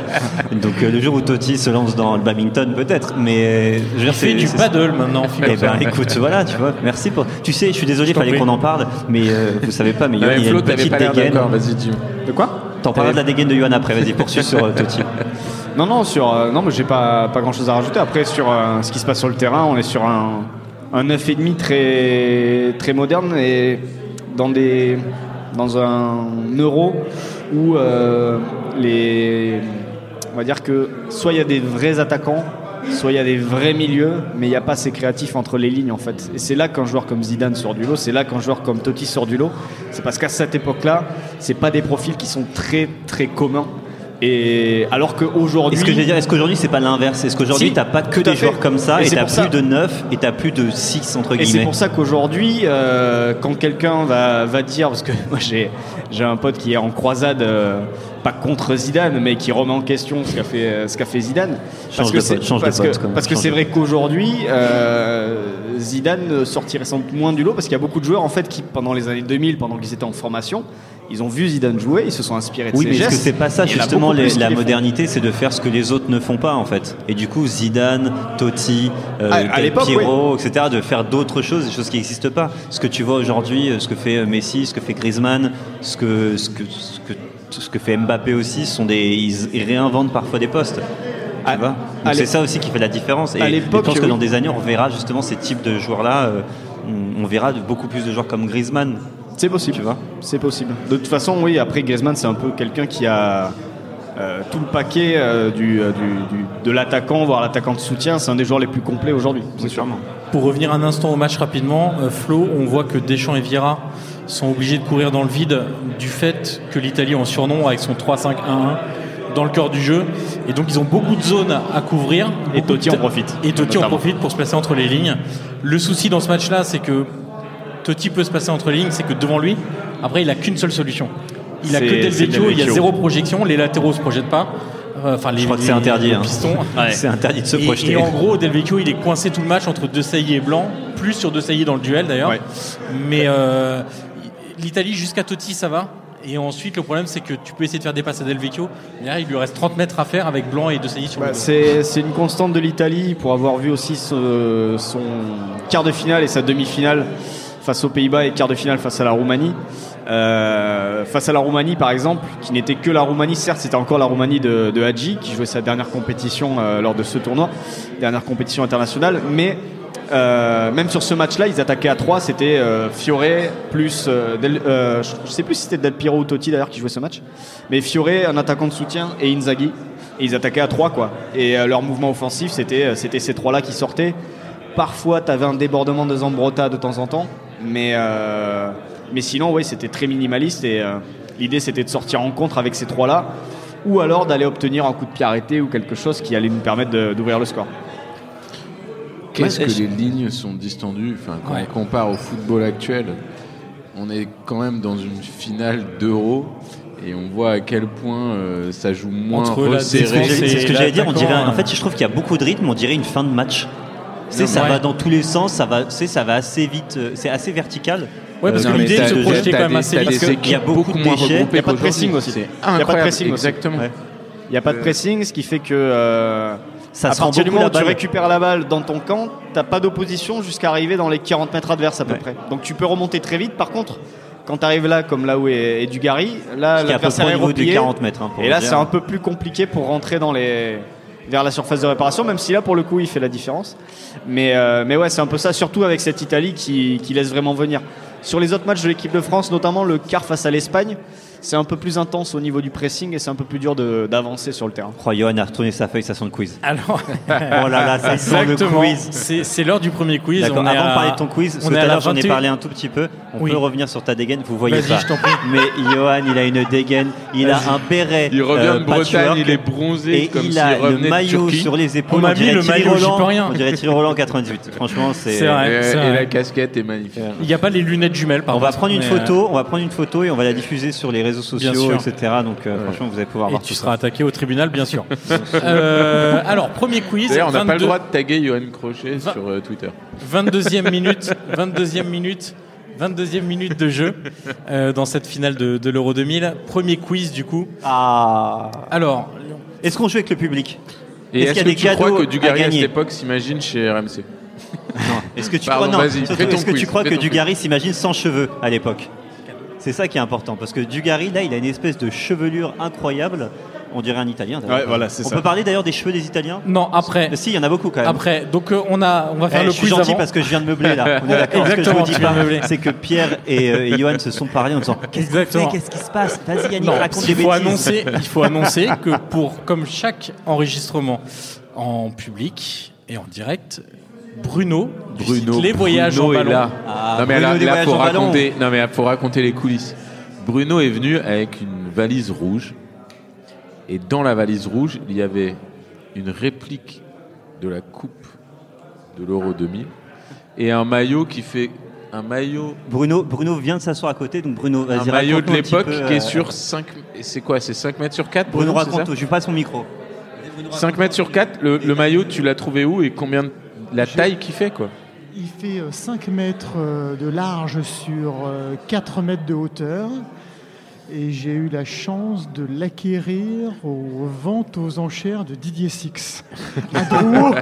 Donc euh, le jour où Totti se lance dans le badminton, peut-être. Mais euh, je veux
Il
dire,
fait du
c'est-
paddle maintenant.
Eh
figure-toi.
ben écoute, voilà, tu vois, merci pour. Tu sais, je suis désolé,
t'en
fallait
prie.
qu'on en parle, mais euh, vous savez pas, mais
Non,
Johan,
mais
il a
Flo,
une
t'avais
petite
pas l'air d'accord.
dégaine.
Vas-y, dis
De quoi
T'en parleras de la dégaine de Johan après, vas-y, poursuis sur euh, Totti.
Non, non, sur, euh, non, mais j'ai pas, pas grand chose à rajouter. Après, sur euh, ce qui se passe sur le terrain, on est sur un, un 9,5 très, très moderne et dans, des, dans un euro où euh, les. On va dire que soit il y a des vrais attaquants, soit il y a des vrais milieux, mais il n'y a pas ces créatifs entre les lignes en fait. Et c'est là qu'un joueur comme Zidane sort du lot, c'est là qu'un joueur comme Totti sort du lot. C'est parce qu'à cette époque-là, c'est pas des profils qui sont très très communs. Et alors qu'aujourd'hui,
Est-ce que je veux dire, est-ce qu'aujourd'hui c'est pas l'inverse Est-ce qu'aujourd'hui
Si,
t'as pas que
tout à
des
fait.
joueurs comme ça
Et
et
c'est
t'as
pour
plus
ça.
de 9 et t'as plus de 6 entre
Et c'est
guillemets
pour ça qu'aujourd'hui, euh, quand quelqu'un va, va dire, parce que moi j'ai, j'ai un pote qui est en croisade, euh, pas contre Zidane, mais qui remet en question ce qu'a fait, euh, ce qu'a fait Zidane.
Change de
que
pote,
c'est,
change de
parce
pote,
que,
quand même,
parce que
change
c'est
de
vrai qu'aujourd'hui, euh, Zidane sortirait sans doute moins du lot, parce qu'il y a beaucoup de joueurs en fait qui, pendant les années 2000, pendant qu'ils étaient en formation, ils ont vu Zidane jouer, ils se sont inspirés de
Oui,
ses
mais est-ce
gestes.
que c'est pas ça
Il y en a
justement
beaucoup
les-
plus qui
la
les font.
modernité, c'est de faire ce que les autres ne font pas en fait. Et du coup, Zidane, Totti, euh,
À- Ah, à
Del
l'époque,
Piero, etc., de faire d'autres choses, des choses qui n'existent pas. Ce que tu vois aujourd'hui, euh, ce que fait euh, Messi, ce que fait Griezmann, ce que ce que ce que, ce que fait Mbappé aussi, ce sont des ils, ils réinventent parfois des postes. Tu
À-
vois
Ah, à
Donc c'est
l'é-
ça aussi qui fait la différence. Et
à
je
l'époque,
pense que
oui.
dans des années, on verra justement ces types de joueurs-là. euh, on on verra de- beaucoup plus de joueurs comme Griezmann.
C'est possible,
Tu vois.
C'est possible. De toute façon, oui, après Griezmann, c'est un peu quelqu'un qui a euh, tout le paquet euh, du, euh, du- du- de l'attaquant, voire l'attaquant de soutien. C'est un des joueurs les plus complets aujourd'hui. C'est sûrement.
Pour revenir un instant au match rapidement, euh, Flo, on voit que Deschamps et Vieira sont obligés de courir dans le vide du fait que l'Italie en surnom avec son 3-5-1-1 dans le cœur du jeu. Et donc ils ont beaucoup de zones à couvrir. Beaucoup
Et
de
Totti
ta-
en profite,
Et Totti en
notamment.
profite pour se placer entre les lignes. Le souci dans ce match-là, c'est que Totti peut se passer entre les lignes, c'est que devant lui, après, il a qu'une seule solution. Il a que
C'est-
Del
c'est
Vecchio,
Del
il y a
Vecchio.
zéro projection, les latéraux se projettent pas. Euh, Enfin, les,
Je crois que
les-
c'est interdit,
les
hein.
pistons. Ouais.
C'est interdit de se
Et-
projeter.
Et en gros, Del Vecchio, il est coincé tout le match entre De Sailly et Blanc, plus sur De Sailly dans le duel d'ailleurs.
Ouais.
Mais euh, l'Italie jusqu'à Totti, ça va. Et ensuite, le problème, c'est que tu peux essayer de faire dépasser Del Vecchio. Mais là, il lui reste 30 mètres à faire avec Blanc et De Sailly
Bah,
sur le dos.
Bah, c'est c'est une constante de l'Italie pour avoir vu aussi ce- son quart de finale et sa demi-finale face aux Pays-Bas et quart de finale face à la Roumanie. Euh, face à la Roumanie, par exemple, qui n'était que la Roumanie, certes, c'était encore la Roumanie de, de Hadji, qui jouait sa dernière compétition euh, lors de ce tournoi, dernière compétition internationale, mais euh, même sur ce match-là, ils attaquaient à 3, c'était euh, Fiore plus. euh, Del- euh, je je sais plus si c'était Del Piero ou Totti d'ailleurs qui jouait ce match, mais Fiore, un attaquant de soutien, et Inzaghi. Et ils attaquaient à 3 quoi. Et euh, leur mouvement offensif, c'était euh, c'était ces trois-là qui sortaient. Parfois, tu avais un débordement de Zambrotta de temps en temps, mais, euh, mais sinon, ouais, c'était très minimaliste. Et euh, l'idée, c'était de sortir en contre avec ces trois-là, ou alors d'aller obtenir un coup de pied arrêté ou quelque chose qui allait nous permettre de- d'ouvrir le score.
Qu'est-ce que
Est-ce-
les lignes sont distendues enfin, Quand
Ouais.
on compare au football actuel, on est quand même dans une finale d'Euro et on voit à quel point euh, ça joue moins
Entre la
resserré.
C'est
défense
c'est ce que
et
j'allais dire. On dirait,
l'attaquant,
en fait, je trouve qu'il y a beaucoup de rythme. On dirait une fin de match. C'est
Non,
ça
ouais.
va dans tous les sens. Ça va, c'est ça va assez vite. euh, C'est assez vertical.
Ouais, parce
Euh,
que
mais
l'idée
t'as-
de se
t'as-
projeter
t'as-
quand même assez
t'as
vite,
des
parce qu'il y a
équipes
beaucoup
beaucoup
de
moins
déchets,
regroupées
y a pas de
qu'aujourd'hui.
pressing aussi.
C'est
a pas de
incroyable,
pressing aussi.
exactement.
Ouais.
Il n'y a pas de pressing, ce qui fait que euh,
Ça
à
se rend
partir du
beaucoup
moment où
la
tu
balle.
récupères la balle dans ton camp, t'as pas d'opposition jusqu'à arriver dans les 40 mètres adverses à peu
Ouais.
près. Donc tu peux remonter très vite. Par contre, quand tu arrives là, comme là où est, est Dugarry, là
Ah,
Parce qu'il y a à peu près
l'adversaire
au
est
niveau de
replié.
40 mètres. hein, pour
et là,
le dire.
c'est un peu plus compliqué pour rentrer dans les vers la surface de réparation, même si là, pour le coup, il fait la différence. Mais, euh, mais ouais, c'est un peu ça, surtout avec cette Italie qui, qui laisse vraiment venir. Sur les autres matchs de l'équipe de France, notamment le quart face à l'Espagne, c'est un peu plus intense au niveau du pressing et c'est un peu plus dur de- d'avancer sur le terrain.
Oh, Johan a retourné sa feuille, ça sent le quiz.
Alors,
Oh là là, ça sent le
Ah, exactement.
quiz.
C'est c'est l'heure du premier quiz.
D'accord,
On
Avant
est
de
à-
parler de ton quiz, parce
on
que
est
tout
à
à
la
l'heure j'en ai
21.
parlé un tout petit peu. On
Oui.
peut revenir sur ta dégaine, vous voyez
Vas-y,
pas.
je t'en prie.
Mais Johan, il a une dégaine, il a un béret.
Il revient
euh,
de Bretagne,
patchwork,
il est bronzé
Et
comme
il
s'il
a le
revenait de
maillot
Turquie.
sur les épaules.
On m'a mis
dirait
le
Thierry
maillot, j'y
Roland.
peux rien.
On dirait Thierry Roland 98. Franchement,
C'est
c'est.
Et,
vrai, c'est
et
vrai.
la casquette est magnifique.
Il n'y a pas les lunettes jumelles, par
On va
contre,
prendre une
mais,
euh,
photo, on va prendre une photo et on va la diffuser sur les réseaux sociaux,
sûr.
etc. Donc euh, franchement, vous allez pouvoir
euh, Et
voir.
tu
tout ça.
seras attaqué au tribunal, bien sûr. Euh, alors, premier quiz.
D'ailleurs, on n'a pas le
22
droit de taguer Johan Crochet
Va-
sur euh, Twitter.
22e minute, 22e minute, 22e minute de jeu euh, dans cette finale de, de l'Euro 2000. Premier quiz du coup.
Ah.
Alors,
Est-ce qu'on joue avec le public
Et
Est-ce
est-ce
qu'il
que
y a des
tu crois
cadeaux
que
à
Dugarry à
gagner
cette époque s'imagine chez RMC
Est-ce que tu
Pardon,
crois, non,
vas-y,
surtout,
fais ton
est-ce que
quiz,
tu crois
fais
que
ton quiz.
Dugarry s'imagine sans cheveux à l'époque C'est ça qui est important parce que Dugarry là, il a une espèce de chevelure incroyable. On dirait un Italien. d'ailleurs.
Ouais, voilà, c'est
on
ça.
peut parler d'ailleurs des cheveux des Italiens.
non, après,
Mais Si, il y en a beaucoup quand même.
après, donc euh, on a, on va faire
Eh,
le
je suis
quiz
gentil
avant.
parce que je viens de meubler là. On est d'accord. Ce que je
Exactement,
vous dis
tu viens
pas,
de meubler.
c'est que Pierre et, euh, et Johan se sont parlé en disant Qu'est-ce qu'on fait
Exactement.
Qu'est-ce qui se passe Vas-y, Yannick,
Non,
raconte des
il faut
bêtises.
annoncer, il faut annoncer que pour comme chaque enregistrement en public et en direct, Bruno, du site les voyages
Bruno
en ballon.
est là.
Ah,
non mais
Bruno
là,
des
là,
voyages
faut
en ballon.
raconter. Non mais là, faut raconter les coulisses. Bruno est venu avec une valise rouge et dans la valise rouge il y avait une réplique de la coupe de l'Euro 2000 et un maillot qui fait un maillot
Bruno, Bruno vient de s'asseoir à côté, donc Bruno,
un
vas-y,
maillot de
raconte-nous un petit
l'époque
peu,
qui
euh,
est sur 5 c'est quoi c'est 5 mètres sur 4
Bruno,
c'est ça
raconte, je lui passe son micro.
5 mètres sur 4 le, le maillot tu l'as trouvé où et combien de- la taille qu'il fait quoi
Il fait euh, 5 mètres euh, de large sur euh, 4 mètres de hauteur. Et j'ai eu la chance de l'acquérir aux ventes aux enchères de Didier Six. À Drouot.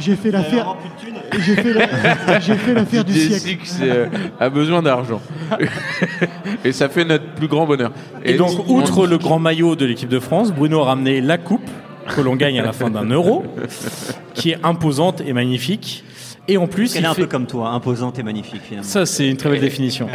J'ai fait l'affaire. J'ai fait la- j'ai fait l'affaire du
Didier
siècle.
Six, euh, a besoin d'argent. et ça fait notre plus grand bonheur.
Et donc,
on-
outre le grand maillot de l'équipe de France, Bruno a ramené la coupe que l'on gagne à la fin d'un euro, qui est imposante et magnifique. Et en plus,
Elle est
il
un peu
fait...
comme toi, imposante et magnifique finalement.
ça c'est une très belle définition.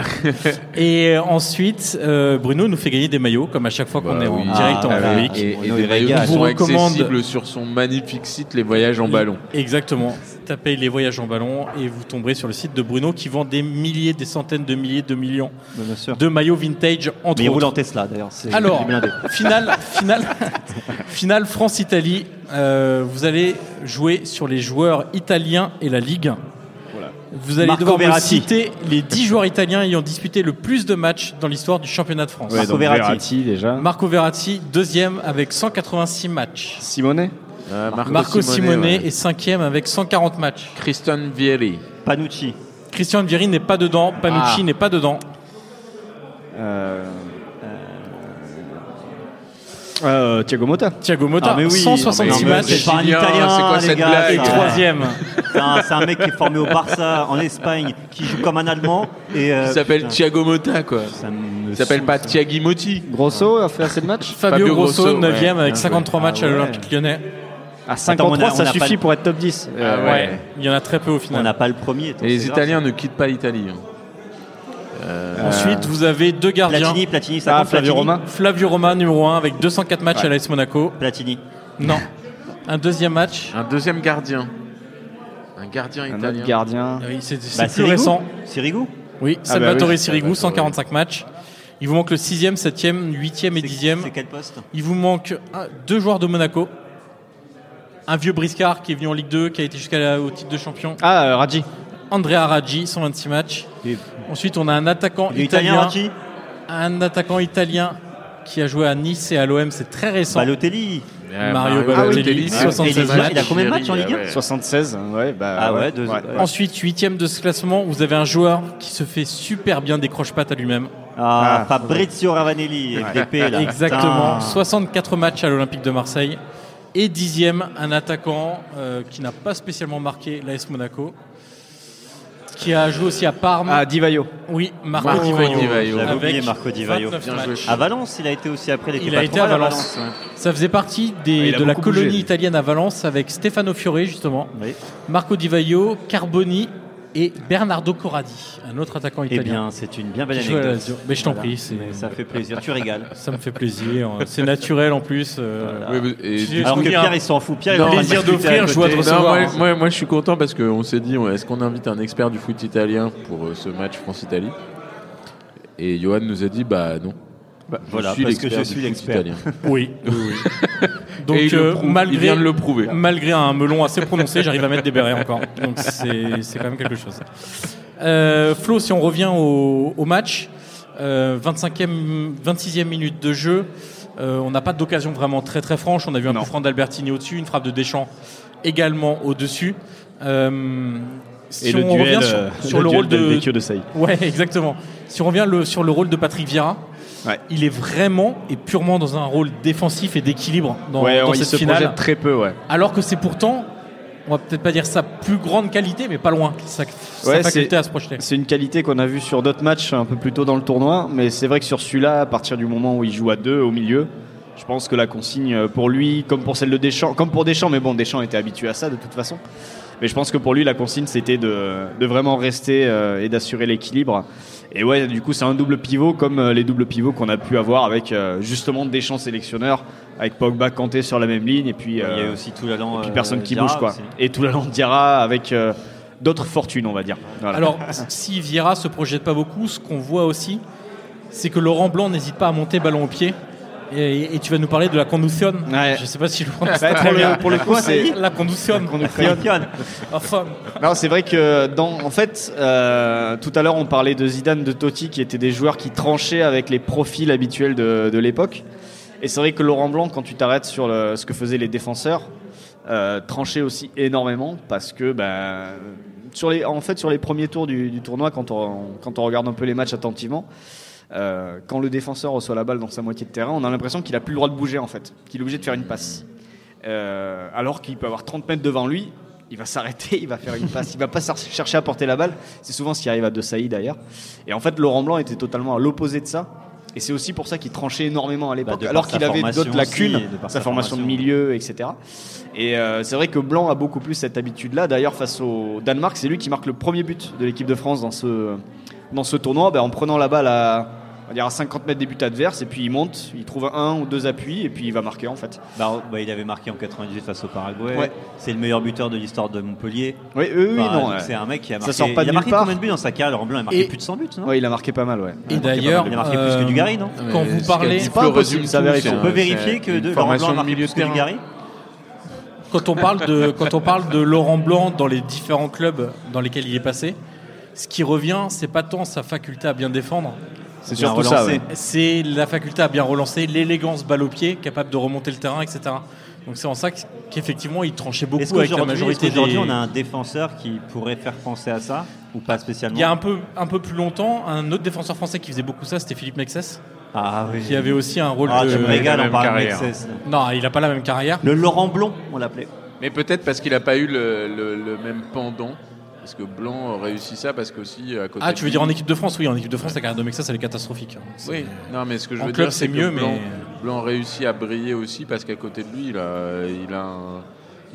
Et euh, ensuite, euh, Bruno nous fait gagner des maillots, comme à chaque fois qu'on
Bah
est
oui.
en direct en
Ah, voilà.
public.
Et, et
Bruno,
des
il
maillots
régale.
qui sont
Je vous recommande-
accessibles sur son magnifique site Les Voyages en Ballon.
Exactement. Tapez les voyages en ballon et vous tomberez sur le site de Bruno qui vend des milliers, des centaines de milliers, de millions
Bien sûr.
de maillots vintage entre
Mais il roule en
autres.
Tesla d'ailleurs. c'est- il
Alors,
est blindé.
finale, finale, finale France-Italie. Euh, vous allez jouer sur les joueurs italiens et la Ligue. Vous allez
Marco
devoir me
Verratti.
citer les 10 joueurs italiens ayant disputé le plus de matchs dans l'histoire du championnat de France.
Ouais,
Marco
donc
Verratti.
déjà.
Marco Verratti, deuxième avec 186 matchs.
Simonet
Euh, Marco,
Marco Simone
ouais.
est cinquième avec 140 matchs.
Christian Vieri.
Panucci.
Christian Vieri n'est pas dedans, Panucci
Ah.
n'est pas dedans.
euh, euh, Thiago Motta.
Thiago Motta,
Ah, mais oui.
166
Non, mais
matchs.
c'est pas un
Ah,
Brésilien,
Italien,
c'est quoi
les
cette
gars,
blague
Et
ça.
troisième,
C'est un, c'est un mec qui est formé au Barça, en Espagne, qui joue comme un Allemand. Et,
Ah,
euh,
Il s'appelle
putain,
Thiago Motta, quoi.
ça me
Il s'appelle
saoule,
pas
ça.
Thiagi Motti.
Grosso a fait assez de matchs
Fabio,
Fabio
Grosso,
Grosso,
9 e
ouais.
avec 53
Ah
matchs à
ouais.
l'Olympique lyonnais.
À
Attends,
53,
on a- on
ça
a pas
suffit
le-
pour être top 10. Euh,
Ah ouais.
Ouais, il y en a très peu au
On
final.
n'a pas le premier.
Et les Italiens ne quittent pas l'Italie. hein.
Ensuite, vous avez deux gardiens.
Platini, Platini, ça
Ah,
compte,
Flavio
Platini.
Romain.
Flavio Roma, numéro 1, avec 204 matchs à l'AS Monaco.
Platini.
Non. Un deuxième match.
Un deuxième gardien. Un gardien
Un
italien.
autre gardien.
Ah oui, C'est c'est
Bah,
plus récent.
C'est Rigou.
Oui,
Ah bah
Salvatore
oui,
Sirigu,
Salvatore.
145 matchs. Il vous manque le 6e, 7e, 8e et 10e.
C'est quel poste
Il vous manque un- deux joueurs de Monaco. Un vieux briscard qui est venu en Ligue 2, qui a été jusqu'au titre de champion.
Ah, euh, Radji.
Andrea Raggi, 126 matchs.
Il est-
Ensuite, on a un attaquant
Il est italien,
italien.
Raggi
Un attaquant italien qui a joué à Nice et à l'OM, c'est très récent.
Balotelli.
Euh,
Mario Balotelli,
Ah, oui.
76
Ah, oui.
matchs.
Il a combien de matchs en Ligue 1
Ah ouais.
76, ouais, bah.
Ah ouais, deux- ouais.
Ensuite, huitième de ce classement, vous avez un joueur qui se fait super bien décroche-patte à lui-même.
Ah,
Ah.
Fabrizio Ravanelli, FDP, là.
Exactement.
Putain.
64 matchs à l'Olympique de Marseille. Et dixième, un attaquant euh, qui n'a pas spécialement marqué l'AS Monaco, qui a joué aussi à Parme.
Ah, Divayo.
oui, Marco,
Marco Di Vaio.
J'avais
Avec
oublié Marco Di Vaio.
29
Bien
matchs.
joué.
À Valence, il a été aussi après. était
Il
pas
a
trop
été à
mal
Valence.
ouais.
Ça faisait partie des-
il a
de la
beaucoup
colonie
bougé, lui.
italienne à Valence avec Stefano Fiore, justement,
Oui.
Marco Di Vaio, Carboni et Bernardo Corradi, un autre attaquant
Eh
italien.
bien, c'est une bien belle
Qui joue à la
anecdote.
Lazio. Mais je t'en prie, c'est-
Mais ça fait plaisir. Tu régales.
Ça me fait plaisir, c'est naturel en plus. euh,
Oui, mais- et
Tu-
du-
Alors
Alors
que
que
Pierre,
Pierre, il s'en fout. Pierre,
il est en train de
plaisir hein d'offrir, je vois de
Non,
recevoir.
moi, moi, moi, je suis content parce qu'on s'est dit on- est-ce qu'on invite un expert du foot italien pour euh, ce match France-Italie Et Johan nous a dit bah non.
voilà,
suis
parce que
l'expert
je
du
suis
foot
l'expert.
italien.
Oui. Donc
Et il, le
euh,
prouve, il
malgré,
vient de le prouver.
malgré un melon assez prononcé, j'arrive à mettre des bérets encore. Donc c'est c'est quand même quelque chose. Euh, Flo, si on revient au, au match, euh, 25e, 26e minute de jeu, euh, on n'a pas d'occasion vraiment très très franche. On a vu un coup franc d'Albertini au-dessus, une frappe de Deschamps également au-dessus. Euh, si
Et le
on
duel
revient sur,
euh,
sur le, rôle
duel
de,
d'Elvecchio de Saï.
Ouais, exactement. Si on revient le- sur le rôle de Patrick Vieira,
Ouais.
il est vraiment et purement dans un rôle défensif et d'équilibre dans,
ouais,
dans
il
cette
se
finale.
projette très peu, ouais.
Alors que c'est pourtant, on va peut-être pas dire sa plus grande qualité, mais pas loin, sa, sa
Ouais,
faculté
c'est-
à se projeter.
C'est une qualité qu'on a vue sur d'autres matchs un peu plus tôt dans le tournoi, mais c'est vrai que sur celui-là, à partir du moment où il joue à deux au milieu, je pense que la consigne euh, pour lui, comme pour celle de Deschamps, comme pour Deschamps, mais bon, Deschamps était habitué à ça de toute façon. Mais je pense que pour lui, la consigne, c'était de, de vraiment rester euh, et d'assurer l'équilibre. Et ouais, du coup, c'est un double pivot comme euh, les doubles pivots qu'on a pu avoir avec euh, justement Deschamps sélectionneur, avec Pogba Kanté sur la même ligne, et puis,
Il y a eu
euh,
aussi tout l'allant.
et puis
euh,
personne qui
Diarra
bouge quoi.
aussi.
Et tout l'allant Diarra avec euh, d'autres fortunes, on va dire. Voilà.
Alors, si Vieira se projette pas beaucoup, ce qu'on voit aussi, c'est que Laurent Blanc n'hésite pas à monter ballon au pied. Et, et tu vas nous parler de la conduction.
Ouais.
Je sais pas si je prononce
Bah,
très
pour,
bien.
le, pour le coup, c'est.
La conduction.
Fionne.
Enfin,
Non, c'est vrai que dans, en fait, euh, tout à l'heure, on parlait de Zidane, de Totti, qui étaient des joueurs qui tranchaient avec les profils habituels de, de l'époque. Et c'est vrai que Laurent Blanc, quand tu t'arrêtes sur le- ce que faisaient les défenseurs, euh, tranchait aussi énormément parce que, ben, sur les, en fait, sur les premiers tours du, du tournoi, quand on, quand on regarde un peu les matchs attentivement, euh, quand le défenseur reçoit la balle dans sa moitié de terrain, on a l'impression qu'il a plus le droit de bouger en fait, qu'il est obligé de faire une passe. Euh, alors qu'il peut avoir 30 mètres devant lui, il va s'arrêter, il va faire une passe, il va pas cer- chercher à porter la balle. C'est souvent ce qui arrive à De Sailly d'ailleurs. Et en fait, Laurent Blanc était totalement à l'opposé de ça. Et c'est aussi pour ça qu'il tranchait énormément à l'époque,
Bah, de par
alors
sa
qu'il avait
formation
d'autres lacunes,
aussi, et de par
sa
sa
formation de
formation.
milieu, etc. Et euh, c'est vrai que Blanc a beaucoup plus cette habitude-là. D'ailleurs, face au Danemark, c'est lui qui marque le premier but de l'équipe de France dans ce, dans ce tournoi, ben, en prenant la balle à, on va dire à 50 mètres des buts adverses, et puis il monte, il trouve un ou deux appuis, et puis il va marquer en fait.
Bah, bah, il avait marqué en 98 face au Paraguay.
Ouais.
C'est le meilleur buteur de l'histoire de Montpellier.
Oui, oui, oui,
Enfin,
non.
donc
ouais.
Bah, C'est un mec qui a
Ça
marqué.
sort pas
il
de
a
nulle
marqué
part.
combien de buts dans sa carrière Laurent Blanc Il a marqué
Et-
plus de 100 buts, non
Ouais, il a marqué pas mal, ouais.
et d'ailleurs,
Il a marqué plus que Dugarry, non
euh, quand vous parlez,
pas impossible, ça vérifie.
On peut vérifier que de, Laurent Blanc a marqué plus que Dugarry
Quand on parle de quand on parle de Laurent Blanc dans les différents clubs dans lesquels il est passé, ce qui revient, c'est pas tant sa faculté à bien défendre,
C'est
Il a
surtout ça.
relancé.
ouais.
c'est la faculté à bien relancer, l'élégance balle au pied, capable de remonter le terrain, etc. Donc c'est en ça que- qu'effectivement il tranchait
Est-ce
beaucoup avec la
qu'aujourd'hui, est-ce
majorité
qu'aujourd'hui,
des.
on a un défenseur qui pourrait faire penser à ça Ou pas spécialement
Il y a un peu un peu plus longtemps, un autre défenseur français qui faisait beaucoup ça, c'était Philippe Mexès,
Ah oui.
qui avait aussi un rôle
Ah,
de.
tu me régales
la
en
même
parlant de
carrière.
Mexès.
Non, il a pas la même carrière.
Le Laurent Blond, on l'appelait.
Mais peut-être parce qu'il n'a pas eu le, le- le même pendant. Parce que Blanc réussit ça parce qu'aussi à côté.
Ah,
de
tu veux
lui-
dire en équipe de France Oui, en équipe de France, la carrière de Mexa, ça elle est catastrophique. hein. C'est-
Oui, non, mais ce que je
En
veux
club,
dire,
c'est
c'est que
mieux,
Blanc,
mais- euh,
Blanc réussit à briller aussi parce qu'à côté de lui, il a, il a, un-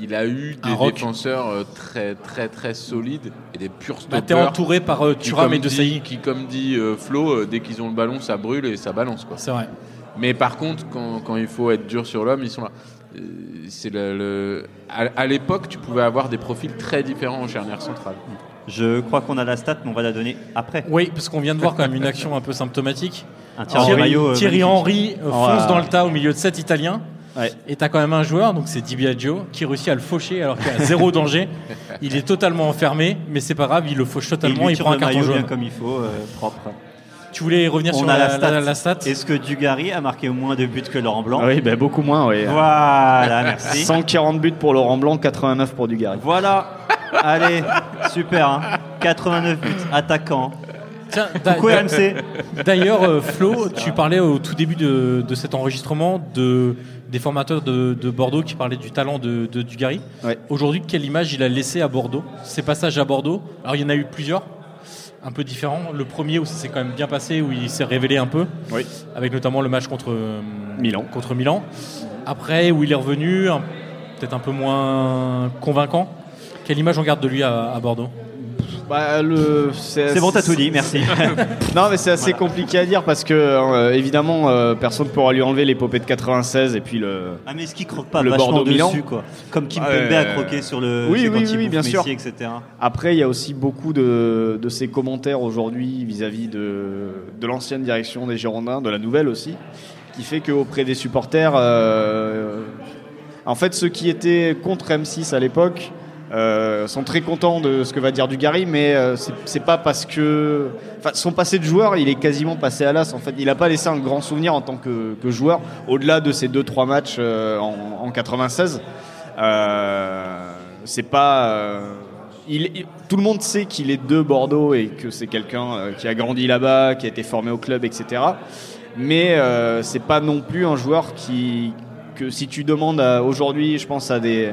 il a eu
Un
des
rock.
défenseurs euh, très, très, très solides et des purs
Bah,
stoppers.
t'es entouré par euh,
qui,
Thuram
comme
et De
dit-
Sailly.
Qui, comme dit euh, Flo, euh, dès qu'ils ont le ballon, ça brûle et ça balance. Quoi.
C'est vrai.
Mais par contre, quand, quand il faut être dur sur l'homme, ils sont là. Euh, C'est le, le- À, à l'époque, tu pouvais avoir des profils très différents en charnière centrale.
Je crois qu'on a la stat, mais on va la donner après.
Oui, parce qu'on vient de voir quand même une action un peu symptomatique.
Un tir en
Thierry-
maillot, euh,
Thierry Henry
magnifique.
euh,
Oh là
fonce
là.
dans le tas au milieu de 7 Italiens.
Ouais.
Et t'as quand même un joueur, donc c'est Di Biagio, qui réussit à le faucher alors qu'il a zéro danger. Il est totalement enfermé, mais c'est pas grave, il le fauche
Et il
totalement,
lui
il
tire
prend un
le
carton
maillot bien
jaune.
comme il faut, euh, propre.
Tu voulais revenir sur
on a la, stat.
stat
Est-ce que Dugarry a marqué moins de buts que Laurent Blanc
Oui, ben beaucoup moins, oui.
Voilà, merci.
140 buts pour Laurent Blanc, 89 pour Dugarry.
Voilà. Allez, super. hein. 89 buts, attaquant.
Tiens, d'a-
Coucou
d'a-
RMC.
D'ailleurs, euh, Flo, tu parlais au tout début de, de cet enregistrement de, des formateurs de, de Bordeaux qui parlaient du talent de, de Dugarry.
Ouais.
Aujourd'hui, quelle image il a laissé à Bordeaux Ses passages à Bordeaux Alors, il y en a eu plusieurs, un peu différents. Le premier où ça s'est quand même bien passé, où il s'est révélé un peu,
Oui.
avec notamment le match contre euh,
Milan.
Contre Milan. Après, où il est revenu, un- peut-être un peu moins convaincant. Quelle image on garde de lui à, à Bordeaux
Bah, le...
C'est bon, t'as tout dit, merci.
Non, mais c'est assez compliqué à dire parce que, euh, évidemment, euh, personne ne pourra lui enlever l'épopée de 96 et puis le.
Ah, mais ce qui croque pas
Le
vachement
Bordeaux-Milan.
dessus, quoi. Comme Kim
Ouais.
a croqué sur le.
Oui,
c'est quand
oui,
il
oui,
bouffe
bien
Messi,
sûr.
etc.
Après, il y a aussi beaucoup de, de ces commentaires aujourd'hui vis-à-vis de, de l'ancienne direction des Girondins, de la nouvelle aussi, qui fait qu'auprès des supporters, euh, en fait, ceux qui étaient contre M6 à l'époque euh, sont très contents de ce que va dire Dugarry, mais euh, c'est- c'est pas parce que. Enfin, son passé de joueur, il est quasiment passé à l'as. En fait, il n'a pas laissé un grand souvenir en tant que, que joueur, au-delà de ces 2-3 matchs euh, en, en 96. Euh, c'est pas. euh, il- il- tout le monde sait qu'il est de Bordeaux et que c'est quelqu'un euh, qui a grandi là-bas, qui a été formé au club, etc. Mais euh, c'est pas non plus un joueur qui que si tu demandes à- aujourd'hui, je pense à des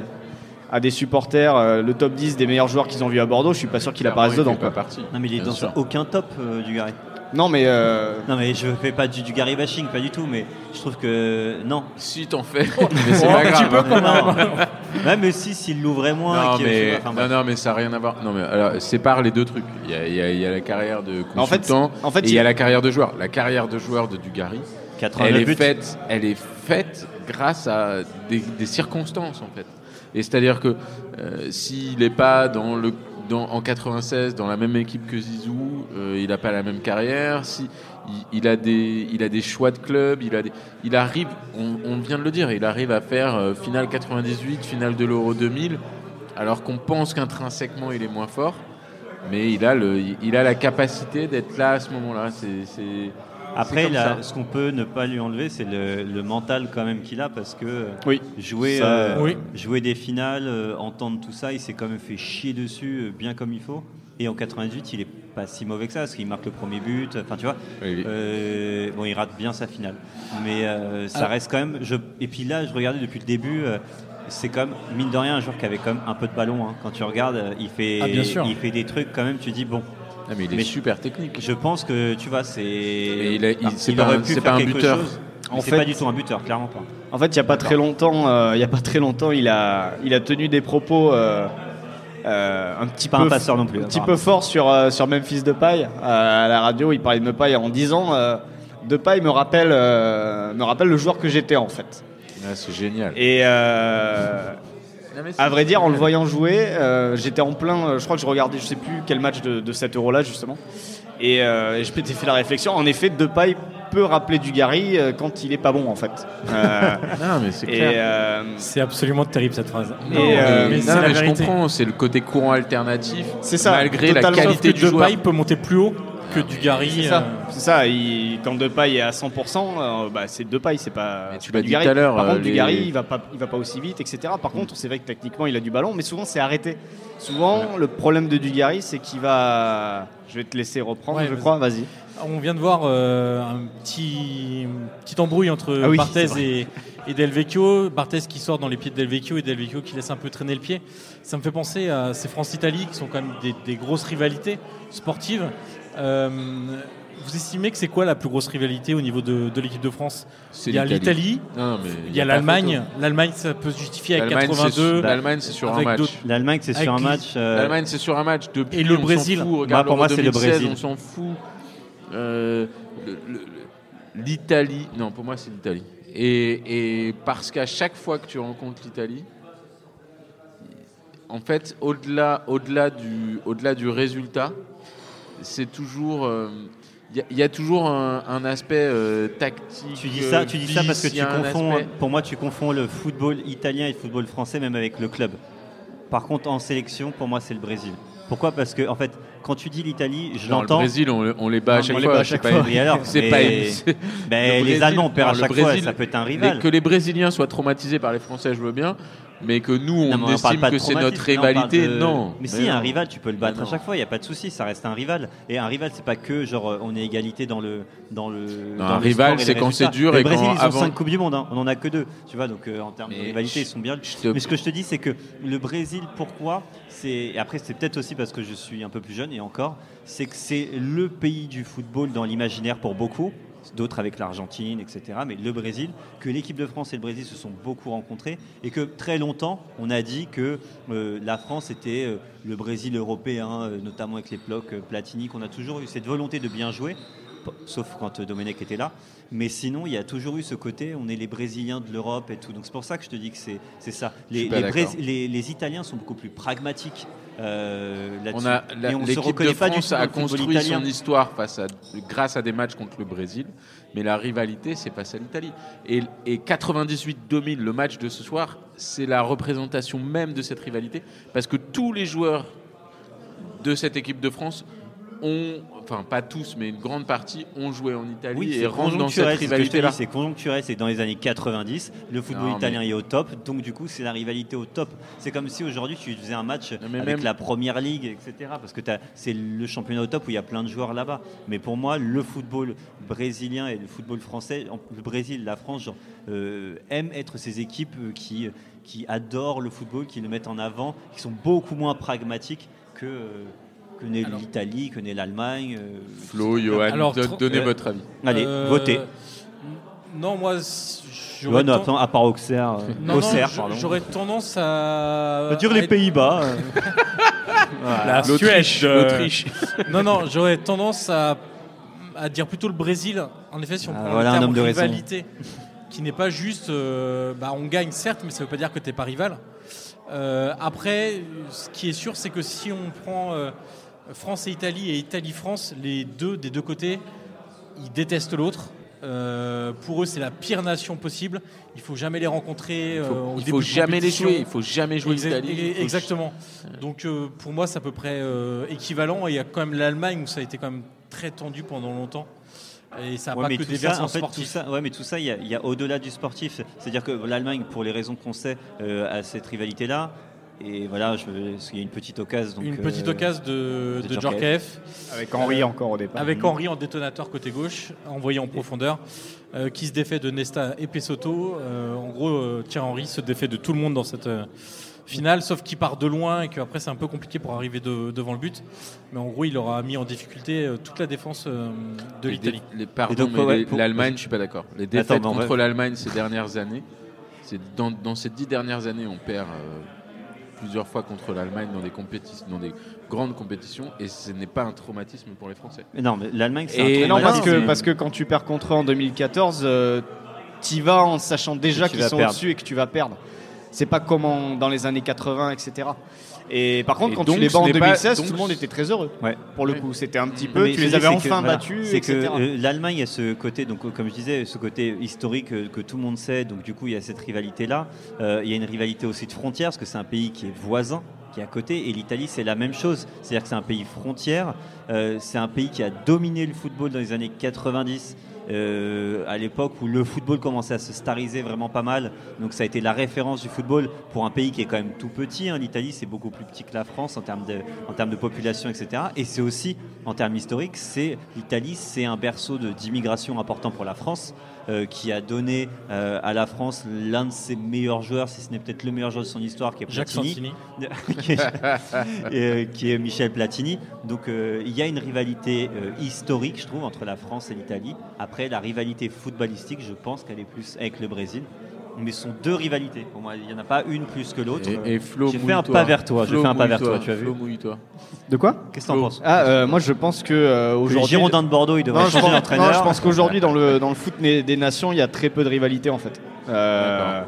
à des supporters euh, le top 10 des meilleurs joueurs qu'ils ont vu à Bordeaux, je suis pas sûr qu'il apparaisse dedans.
pas
quoi.
parti.
Non, mais il est
Bien
dans
sûr.
aucun top, euh, Dugarry.
Non mais euh,
Non, mais je fais pas du Dugarry bashing, pas du tout, mais je trouve que. Non.
Si t'en fais,
Oh,
mais c'est pas grave. hein.
Non. Même si, s'il l'ouvrait moins.
Non
qu'il- je sais
mais,
pas, enfin,
non,
bref.
non, mais ça n'a rien à voir. Non, mais alors, sépare les deux trucs. Il y a, il y a- il y a la carrière de
En fait,
consultant
en fait,
et il y
il-
a la carrière de joueur. La carrière de joueur de Dugarry, elle
89
est,
buts.
faite, elle est faite grâce à des, des circonstances, en fait. Et c'est-à-dire que euh, s'il n'est pas dans le, dans, en 96 dans la même équipe que Zizou, euh, il n'a pas la même carrière. Si, il, il a des, il a des choix de club, il, a des- il arrive, on, on vient de le dire, il arrive à faire euh, finale 98, finale de l'Euro 2000, alors qu'on pense qu'intrinsèquement il est moins fort, mais il a, le, il, il a la capacité d'être là à ce moment-là. C'est, c'est- c'est
Après,
comme
là,
ça.
ce qu'on peut ne pas lui enlever, c'est le, le mental quand même qu'il a, parce que euh,
Oui.
jouer,
Ça,
euh,
oui.
jouer des finales, euh, entendre tout ça, il s'est quand même fait chier dessus, euh, bien comme il faut. Et en 98, il est pas si mauvais que ça, parce qu'il marque le premier but. Enfin, tu vois,
Oui, oui.
euh, bon, il rate bien sa finale, mais euh, ça
Ah.
reste quand même. Je, et puis là, je regardais depuis le début. euh, c'est comme mine de rien un joueur qui avait quand même un peu de ballon. hein. Quand tu regardes, euh, il fait,
Ah, bien sûr.
il fait des trucs quand même. Tu dis bon,
Ah, mais il est
mais-
super technique.
je pense que tu vois, c'est.
Mais il a- il-
Ah,
c'est pas
aurait
un-
pu
c'est
faire
pas un
quelque
buteur.
chose, mais
En
c'est
fait-
pas du tout un buteur, clairement pas.
En fait, il n'y a pas très longtemps, euh, il y a pas très longtemps, il a, il a tenu des propos euh, euh, un petit
Pas
peu,
un passeur non plus,
un petit peu
apparemment.
fort sur euh, sur Memphis Depay euh, à la radio. Il parlait de Depay en disant euh, Depay me rappelle euh, me rappelle le joueur que j'étais en fait.
Ah, c'est génial.
Et euh, à vrai dire, en le voyant jouer, euh, j'étais en plein. euh, je crois que je regardais, je sais plus quel match de, de cet euro-là justement. Et, euh, et je m'étais fait la réflexion. En effet, Depay peut rappeler Dugarry euh, quand il est pas bon en fait. Euh,
Non, mais c'est
et
clair.
euh,
C'est absolument terrible cette phrase.
Et, euh,
mais
mais
non,
c'est la
mais je
vérité.
comprends, c'est le côté courant alternatif.
C'est ça,
Malgré la
totalement.
qualité
Sauf que
du joueur.
Depay peut monter plus haut que euh. Dugarry.
C'est ça, c'est ça. Il, quand Depay est à 100%, euh, bah, c'est Depay, c'est pas,
Mais
c'est
tu
pas
l'as dit
Dugarry.
tout à l'heure,
Par
euh,
contre,
les-
Dugarry, il va pas, il va pas aussi vite, etc. Par contre, c'est vrai que techniquement, il a du ballon, mais souvent c'est arrêté. Souvent, le problème de Dugarry, c'est qu'il va. Je vais te laisser reprendre,
Ouais,
je
vas-y.
crois. Vas-y.
On vient de voir euh, un petit, une petite embrouille entre
Ah oui,
Barthez
c'est vrai.
et, et Del Vecchio. Barthez qui sort dans les pieds de Del Vecchio et Del Vecchio qui laisse un peu traîner le pied. Ça me fait penser à ces France-Italie qui sont quand même des, des grosses rivalités sportives. Euh, vous estimez que c'est quoi la plus grosse rivalité au niveau de, de l'équipe de France
C'est
Il y a l'Italie,
Non, mais
il y a
pas
l'Allemagne. L'Allemagne, ça peut se justifier
photo.
avec
L'Allemagne, c'est sur- L'Allemagne, c'est sur
82.
un
avec
match.
d'autres-
L'Allemagne, c'est
Avec
sur un
les-
match. euh,
Ah, L'Allemagne, c'est sur un match. Depuis,
Et le
on s'en
Brésil.
fout. Regarde,
Moi, Bah, pour moi,
l'Euro
c'est le
2016,
Brésil.
On s'en fout. Euh, le- le- L'Italie. Non, pour moi, c'est l'Italie. Et, et parce qu'à chaque fois que tu rencontres l'Italie, en fait, au-delà au -delà du, au -delà du résultat, c'est toujours. euh, il y a- il y, a toujours un, un aspect euh, tactique.
Tu dis ça,
euh,
tu dis ça parce que
bis, il y
tu
a un
confonds. hein.
aspect-
Pour moi, tu confonds le football italien et le football français, même avec le club. Par contre, en sélection, pour moi, c'est le Brésil. Pourquoi Parce que, en fait, quand tu dis l'Italie, je
Non, le
l'entends.
Brésil, on, le- on les bat à
Non,
chaque
on les
fois.
bat à
c'est
chaque
pas
fois.
une-
Et alors
c'est
Mais-
pas une-
Ben,
Le
les
Brésil,
Allemands perdent à
non, le
chaque
Brésil,
fois, ça peut être un
Mais
rival.
que les Brésiliens soient traumatisés par les Français, je veux bien, mais que nous, on
Non, mais parle
estime
pas de
que c'est notre
traumatisme, là, on parle
rivalité,
de-
non.
Mais si,
non.
un rival, tu peux le battre
Mais
à
non.
chaque fois, il n'y a pas de souci, ça reste un rival. Et un rival, c'est pas que genre euh, on est égalité dans le. Dans le dans
un
le
rival,
sport et
c'est
les
quand
résultats.
c'est dur
Le
et
Brésil,
quand
ils ont
avant-
5 Coupes du Monde, hein, on en a que deux. Tu vois, donc euh, en termes de
Mais
rivalité,
je-
ils sont bien.
je te-
Mais ce que je te dis, c'est que le Brésil, pourquoi c'est et Après, c'est peut-être aussi parce que je suis un peu plus jeune et encore, c'est que c'est le pays du football dans l'imaginaire pour beaucoup. D'autres avec l'Argentine, etc. Mais le Brésil, que l'équipe de France et le Brésil se sont beaucoup rencontrés et que très longtemps, on a dit que euh, la France était euh, le Brésil européen, euh, notamment avec les blocs euh, Platini, qu'on a toujours eu cette volonté de bien jouer, p- sauf quand euh, Domenech était là. Mais sinon, il y a toujours eu ce côté, on est les Brésiliens de l'Europe et tout. Donc c'est pour ça que je te dis que c'est c'est ça.
Je
Les,
suis pas
les Brés-
d'accord.
les- les Italiens sont beaucoup plus pragmatiques euh, là-dessus.
On a la-
Et on se
l'équipe
reconnaît
de
pas du
France
tout dans
a
le football
construit
italien.
son histoire face à, grâce à des matchs contre le Brésil, mais la rivalité c'est face à l'Italie. Et, et 98-2000, le match de ce soir, c'est la représentation même de cette rivalité, parce que tous les joueurs de cette équipe de France ont, enfin pas tous, mais une grande partie ont joué en Italie
Oui,
et
c'est
rentrent dans cette
conjoncturel, c'est ce que je te dis,
rivalité-là.
C'est conjoncturel, c'est dans les années 90, le football
Non,
italien est au top, donc du coup c'est la rivalité au top. C'est comme si aujourd'hui tu faisais un match
mais
avec
même-
la première ligue, etc. Parce que t'as- c'est le championnat au top où il y a plein de joueurs là-bas. Mais pour moi, le football brésilien et le football français, en- le Brésil, la France, genre, euh, aiment être ces équipes euh, qui, qui adorent le football, qui le mettent en avant, qui sont beaucoup moins pragmatiques que... euh, que n'est
Alors-
l'Italie, que n'est l'Allemagne. euh,
Flo, Johan,
Alors,
don-
tro-
donnez
euh,
votre avis.
Allez,
Euh,
votez.
Non, moi, c-
Ouais,
j'aurais
non,
ten-
attends, à part Auxerre, euh,
non, non,
Auxerre,
j-
pardon.
j'aurais tendance à.
On va dire
à
les
être-
Pays-Bas. euh.
La Suède. euh,
l'Autriche.
non, non, j'aurais tendance à, à dire plutôt le Brésil. En effet, si on
Ah,
prend
voilà un
le terme
homme de raison.
rivalité, qui n'est pas juste, euh, bah, on gagne certes, mais ça ne veut pas dire que tu n'es pas rival. Euh, après, ce qui est sûr, c'est que si on prend euh, France et Italie et Italie-France, les deux des deux côtés, ils détestent l'autre. Euh, pour eux, c'est la pire nation possible. Il faut jamais les rencontrer.
Il
euh,
faut,
au
il
début
faut
de
jamais les
compétition.
jouer, il faut jamais jouer
Exa-
l'Italie. il
e-
faut-
Exactement. Donc euh, pour moi, c'est à peu près euh, équivalent. Et il y a quand même l'Allemagne où ça a été quand même très tendu pendant longtemps. Et ça n'a
Ouais,
pas
mais
que
tout
des
ça,
versants
en fait, tout
sportifs.
ça, ouais, mais tout ça, il y a, il y a au-delà du sportif. C'est-à-dire que l'Allemagne, pour les raisons qu'on sait, euh, a cette rivalité-là. Et voilà, je, parce qu'il y a une petite occasion. donc,
Une
euh,
petite occasion de,
de
de
Djorkaeff.
Djorkaeff,
Avec Henri encore au départ.
avec Henri en détonateur côté gauche, envoyé en profondeur, euh, qui se défait de Nesta et Pesotto. Euh, en gros, euh, Thierry Henry se défait de tout le monde dans cette euh, finale, sauf qu'il part de loin et qu'après c'est un peu compliqué pour arriver de- devant le but. Mais en gros, il aura mis en difficulté euh, toute la défense euh, de
Les dé-
l'Italie.
les- Pardon,
Et donc,
mais
ouais,
les-
pour-
l'Allemagne, je suis pas d'accord. Les défaites
mais on va-
contre l'Allemagne ces dernières années, c'est dans, dans ces dix dernières années, on perd euh, plusieurs fois contre l'Allemagne dans des compétitions, dans des grandes compétitions, et ce n'est pas un traumatisme pour les Français.
Mais Non, mais l'Allemagne, c'est
Et
un
Mais non,
Malin,
parce que,
c'est-
parce que quand tu perds contre eux en 2014, euh, t'y vas en sachant déjà
Que tu
qu'ils
vas
sont
perdre.
au-dessus et que tu vas perdre. C'est pas comme en- dans les années 80, etc. Et par contre,
Et
quand
donc,
tu les bats en
ce n'est pas-
2016,
donc-
tout le monde était très heureux.
Ouais.
Pour le
Ouais.
coup, c'était un petit
Non,
peu.
mais
Tu
je
les
dis,
avais
c'est
enfin
que, voilà,
battus,
C'est que
etc.
euh, l'Allemagne a ce côté, donc euh, comme je disais, ce côté historique euh, que tout le monde Euh, sait. Donc du coup, il y a cette rivalité là. il y a une rivalité aussi de frontières parce que c'est un pays qui est voisin. qui est à côté. Et l'Italie, c'est la même chose. C'est-à-dire que c'est un pays frontière. euh, c'est un pays qui a dominé le football dans les années 90. euh, à l'époque où le football commençait à se stariser vraiment pas mal. Donc ça a été la référence du football pour un pays qui est quand même tout petit. hein. L'Italie, c'est beaucoup plus petit que la France en termes de, en termes de population, etc. Et c'est aussi, en termes historiques, c'est l'Italie, c'est un berceau de- d'immigration important pour la France, euh, qui a donné euh, à la France l'un de ses meilleurs joueurs, si ce n'est peut-être le meilleur joueur de son histoire, qui est
Jacques Santini.
Platini. qui, est, euh, qui est Michel Platini. Donc euh, il y a une rivalité euh, historique, je trouve, entre la France et l'Italie. Après, la rivalité footballistique, je pense qu'elle est plus avec le Brésil. Mais ce sont deux rivalités. Pour moi, il n'y en a pas une plus que l'autre.
Et, et Flo,
J'ai fait
mouille-toi.
un pas vers toi. J'ai
Flo,
fait un pas vers toi.
mouille-toi.
Tu as vu
Flo, mouille-toi.
De quoi
Qu'est-ce que t'en
Flo.
penses
Ah, euh, moi je pense que euh,
Les
aujourd'hui.
Girondins de Bordeaux, ils devraient
Non, je
changer
pense,
d'entraîneur.
non, je pense qu'aujourd'hui, dans le, dans le foot né- des nations, il y a très peu de rivalité en fait. Euh,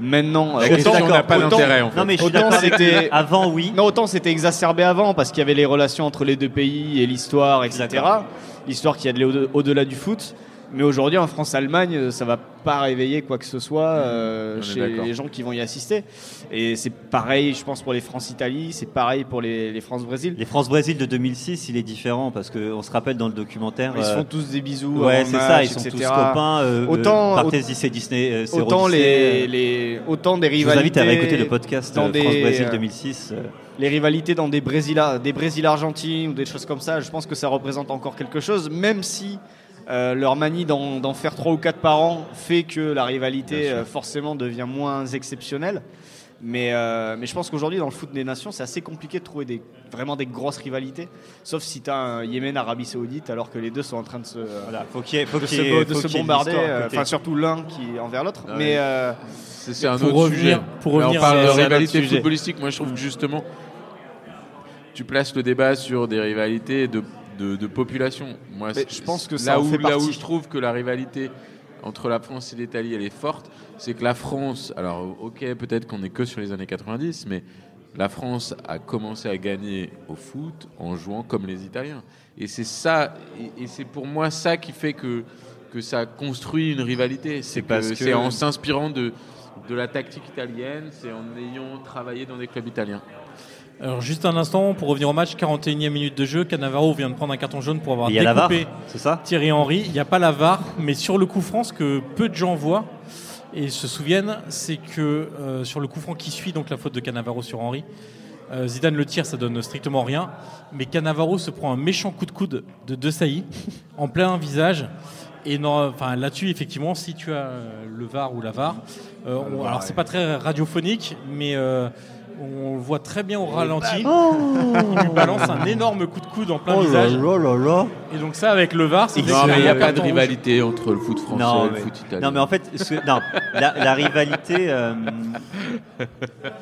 maintenant,
La
euh,
question
autant-
n'a pas
autant-
d'intérêt en fait.
Non, mais je suis
Autant
d'accord avec
c'était-
lui. Avant, oui.
Non, autant c'était exacerbé avant parce qu'il y avait les relations entre les deux pays et l'histoire, etc.
D'accord.
L'histoire qui allait au- au-delà du foot. Mais aujourd'hui, en France-Allemagne, euh, ça va pas réveiller quoi que ce soit euh,
On est
chez
d'accord.
les gens qui vont y assister. Et c'est pareil, je pense, pour les France-Italie, c'est pareil pour les, les France-Brésil.
Les France-Brésil de 2006, il est différent parce qu'on se rappelle dans le documentaire.
Ils se
euh,
font tous des bisous.
Ouais,
avant le
c'est ça,
match,
ils sont tous
etc..
copains. Euh,
Autant-
euh, Barthez, c'est Disney, euh, c'est
Autant,
Odyssey,
les,
euh,
les- autant des
Je vous
rivalités.
invite à réécouter le podcast
dans
euh,
des-
France-Brésil
euh,
2006. euh,
les rivalités dans des Brésil, des Brésil argentines ou des choses comme ça, je pense que ça représente encore quelque chose, même si euh, leur manie d'en d'en faire trois ou quatre par an fait que la rivalité euh, forcément devient moins exceptionnelle. Mais, euh, mais je pense qu'aujourd'hui, dans le foot des nations, c'est assez compliqué de trouver des, vraiment des grosses rivalités, sauf si tu as un Yémen-Arabie Saoudite, alors que les deux sont en train de se,
Voilà, faut qu'il y ait, faut
de
qu'il
se,
y ait-
bo- de
faut
se
qu'il y ait de
bombarder,
l'histoire à
euh,
côté. Ah
enfin surtout l'un qui envers l'autre.
Ouais.
Mais euh,
C'est c'est un
Pour
autre
revenir-
sujet.
pour
Là,
revenir,
on parle
c'est-
de
c'est un autre
rivalité
sujet.
footballistique. Moi, je trouve que justement, tu places le débat sur des rivalités de, de, de population. Moi,
Mais
c'est-
je pense que ça
là
en
où,
fait
là où
partie.
je trouve que la rivalité entre la France et l'Italie, elle est forte, c'est que la France. Alors, ok, peut-être qu'on est que sur les années 90, mais la France a commencé à gagner au foot en jouant comme les Italiens. Et c'est ça, et, et c'est pour moi ça qui fait que, que ça construit une rivalité. C'est
parce
que
que-
c'est en s'inspirant de, de la tactique italienne, c'est en ayant travaillé dans des clubs italiens.
Alors juste un instant, pour revenir au match, 41e minute de jeu, Cannavaro vient de prendre un carton jaune pour avoir
Et Il y a la VAR,
découpé
c'est ça
Thierry Henry. Il n'y a pas la VAR, mais sur le coup franc, ce que peu de gens voient et se souviennent, c'est que euh, sur le coup franc qui suit donc la faute de Cannavaro sur Henry, euh, Zidane le tire, ça donne strictement rien, mais Cannavaro se prend un méchant coup de coude de De Sailly en plein visage. Et non, enfin là-dessus, effectivement, si tu as euh, le VAR ou la VAR, euh, on- alors c'est pas très radiophonique, mais euh, on le voit très bien au ralenti. On lui balance un énorme coup de coude en plein
Oh
Oh
visage. Et donc ça, avec le VAR, c'est
Non,
vrai
mais
que-
il n'y a pas de
carton rouge.
rivalité entre le foot français
Non,
et le
mais-
foot italien.
Non, mais en fait, ce- non, la, la rivalité. euh,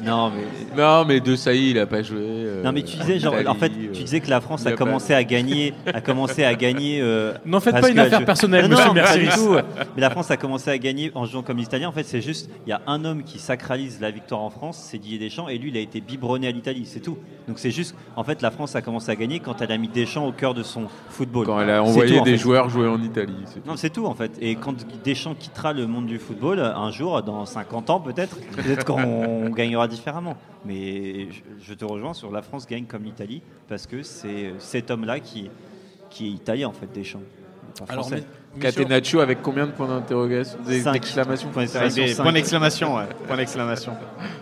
non, mais.
Non, mais De Sailly, il n'a pas joué. euh,
Non mais tu disais genre en
Italie,
fait
euh,
tu disais que la France
il y
a
a pas-
commencé à gagner a commencé à gagner euh,
N'en faites
parce
pas une
que
affaire
je-
personnelle,
Non, non,
monsieur
pas du
Mercedes.
tout. Mais la France a commencé à gagner en jouant comme les Italiens. En fait, c'est juste, il y a un homme qui sacralise la victoire en France, c'est Didier Deschamps, et lui, il a été biberonné à l'Italie, c'est tout. Donc c'est juste, en fait, la France a commencé à gagner quand elle a mis Deschamps au cœur de son football.
Quand elle a
C'est
envoyé
tout, en
des
fait.
joueurs jouer en Italie. c'est tout.
Non, c'est tout en fait. Et quand Deschamps quittera le monde du football, un jour, dans 50 ans peut-être, peut-être qu'on gagnera différemment. Mais je, je te rejoins sur la France gagne comme l'Italie parce que c'est cet homme-là qui, qui est italien en fait, Deschamps. Il est pas
Alors,
français.
mais- messieurs,
Catenaccio avec combien de points d'interrogation des-
Cinq.
d'exclamation
Point
c'est des
d'exclamation, cinq.
points d'exclamation. ouais, points d'exclamation.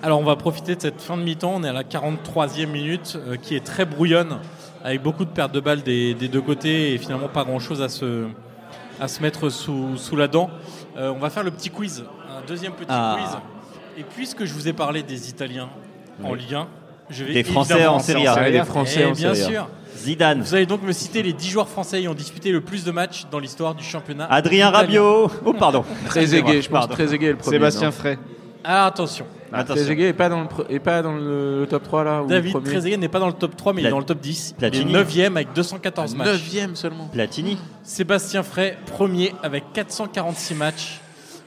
alors on va profiter de cette fin de mi-temps. On est à la 43e minute euh, qui est très brouillonne avec beaucoup de pertes de balles des, des deux côtés et finalement pas grand-chose à se, à se mettre sous, sous la dent. Euh, on va faire le petit quiz, un deuxième petit
Ah.
quiz. Et puisque je vous ai parlé des Italiens en lien, je vais
Des Français
évidemment-
en Serie A.
Ouais,
Serie
les
A.
Français
Eh
en
bien
Serie A.
sûr.
Zidane,
Vous allez donc me citer les 10 joueurs français ayant disputé le plus de matchs dans l'histoire du championnat.
Adrien
italien.
Rabiot. Oh pardon.
Très aigué, je pense.
Pardon.
Très aigué le premier.
Sébastien
non
Frey.
Ah, attention.
Attention.
Trezeguet est pas dans le pre- est pas dans le, le top 3 là ou le
David
premier
Trezeguet n'est pas dans le top 3, mais il est
Plat-
dans le top 10.
Platini.
Il est 9e avec 214 matchs.
9e seulement.
Platini,
Sébastien Frey, premier avec 446 matchs.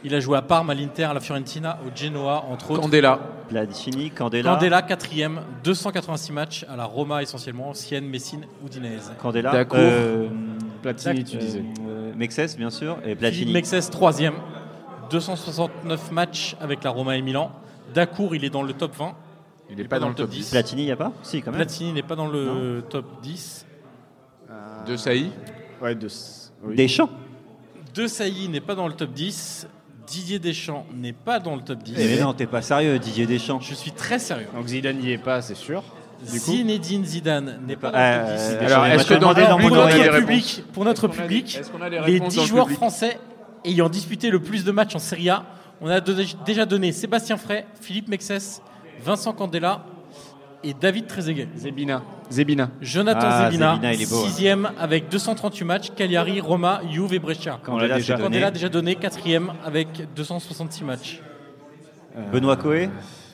Il a joué à Parme, à l'Inter, à la Fiorentina, au Genoa, entre autres.
Candela.
Platini, Candela,
Candela, quatrième, 286 matchs à la Roma essentiellement, Sienne, Messine, Udinese.
Candela,
Dacour.
euh,
Platini, tu
euh,
disais.
euh, Mexès bien sûr et
Philippe
Platini.
Mexès, troisième, 269 matchs avec la Roma et Milan. Dacour, il est dans le top 20.
Il n'est pas dans le top 10.
Platini, y a pas Si, quand même.
Platini n'est pas dans le top 10.
De Saï
Ouais, de... s- oui.
Deschamps
De Sailly n'est pas dans le top 10. Didier Deschamps n'est pas dans le top 10.
Eh, Mais non, t'es pas sérieux, Didier Deschamps.
Je suis très sérieux.
Donc Zidane n'y est pas, c'est sûr. Du coup
Zinedine Zidane n'est pas dans
Euh,
le top 10.
Alors,
il
est-ce
m'a
que dans
demandé
le
dans
pour
mon
public, on a
oreille.
des
notre
réponses
public, pour notre
qu'on a des-
public,
est-ce qu'on a des
les
réponses
10
dans le
joueurs
public
français ayant disputé le plus de matchs en Serie A, on a donné- déjà donné Sébastien Frey, Philippe Mexès, Vincent Candela et David Trezeguet.
Zebina. Zebina.
Jonathan
Ah,
Zebina,
Zebina, il est beau, hein.
sixième avec 238 matchs, Cagliari, Roma, Juve et Brescia.
On l'a déjà
Candela
donné.
déjà donné quatrième avec 266 matchs.
Benoît Coé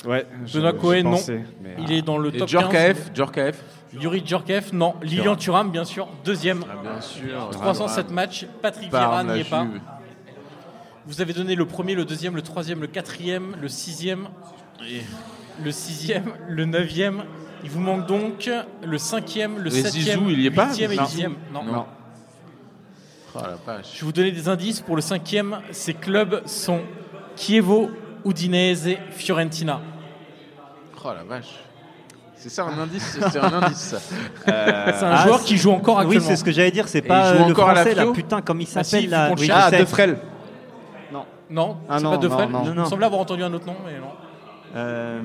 Ouais. je-
Benoît
j'y
Cohen, non.
pensais, mais-
Il est dans le
Et
top
Djorkaeff Djorkaeff
15. Yuri Djorkaeff, non. Lilian Thuram, bien sûr, deuxième.
Ah, Bien sûr.
307 matchs. Patrick Vieira
Parme, la
n'y est pas.
Juve.
Vous avez donné le premier, le deuxième, le troisième, le quatrième, le sixième, le sixième, le neuvième. Il vous manque donc le cinquième, le
Et
septième,
Zizou, il y est pas
huitième et
Non.
dixième. Non.
Non. Oh la vache.
Je vais vous donner des indices pour le cinquième. Ces clubs sont Chievo, Udinese, Fiorentina.
Oh la vache. C'est ça un indice C'est un indice ça.
c'est un
ah,
joueur
c'est-
qui joue encore
Oui,
actuellement.
c'est ce que j'allais dire, c'est
il
pas
joue
euh, le
encore à la
français là,
Fio
putain, comme il
Ah, si,
s'appelle
il
là.
faut qu'on
Oui,
le
je
Ah,
sais.
Defrel.
Non,
Ah
c'est
non,
pas De
non,
Frel.
non,
Il
non.
me semble avoir entendu un autre nom, mais non.
Euh,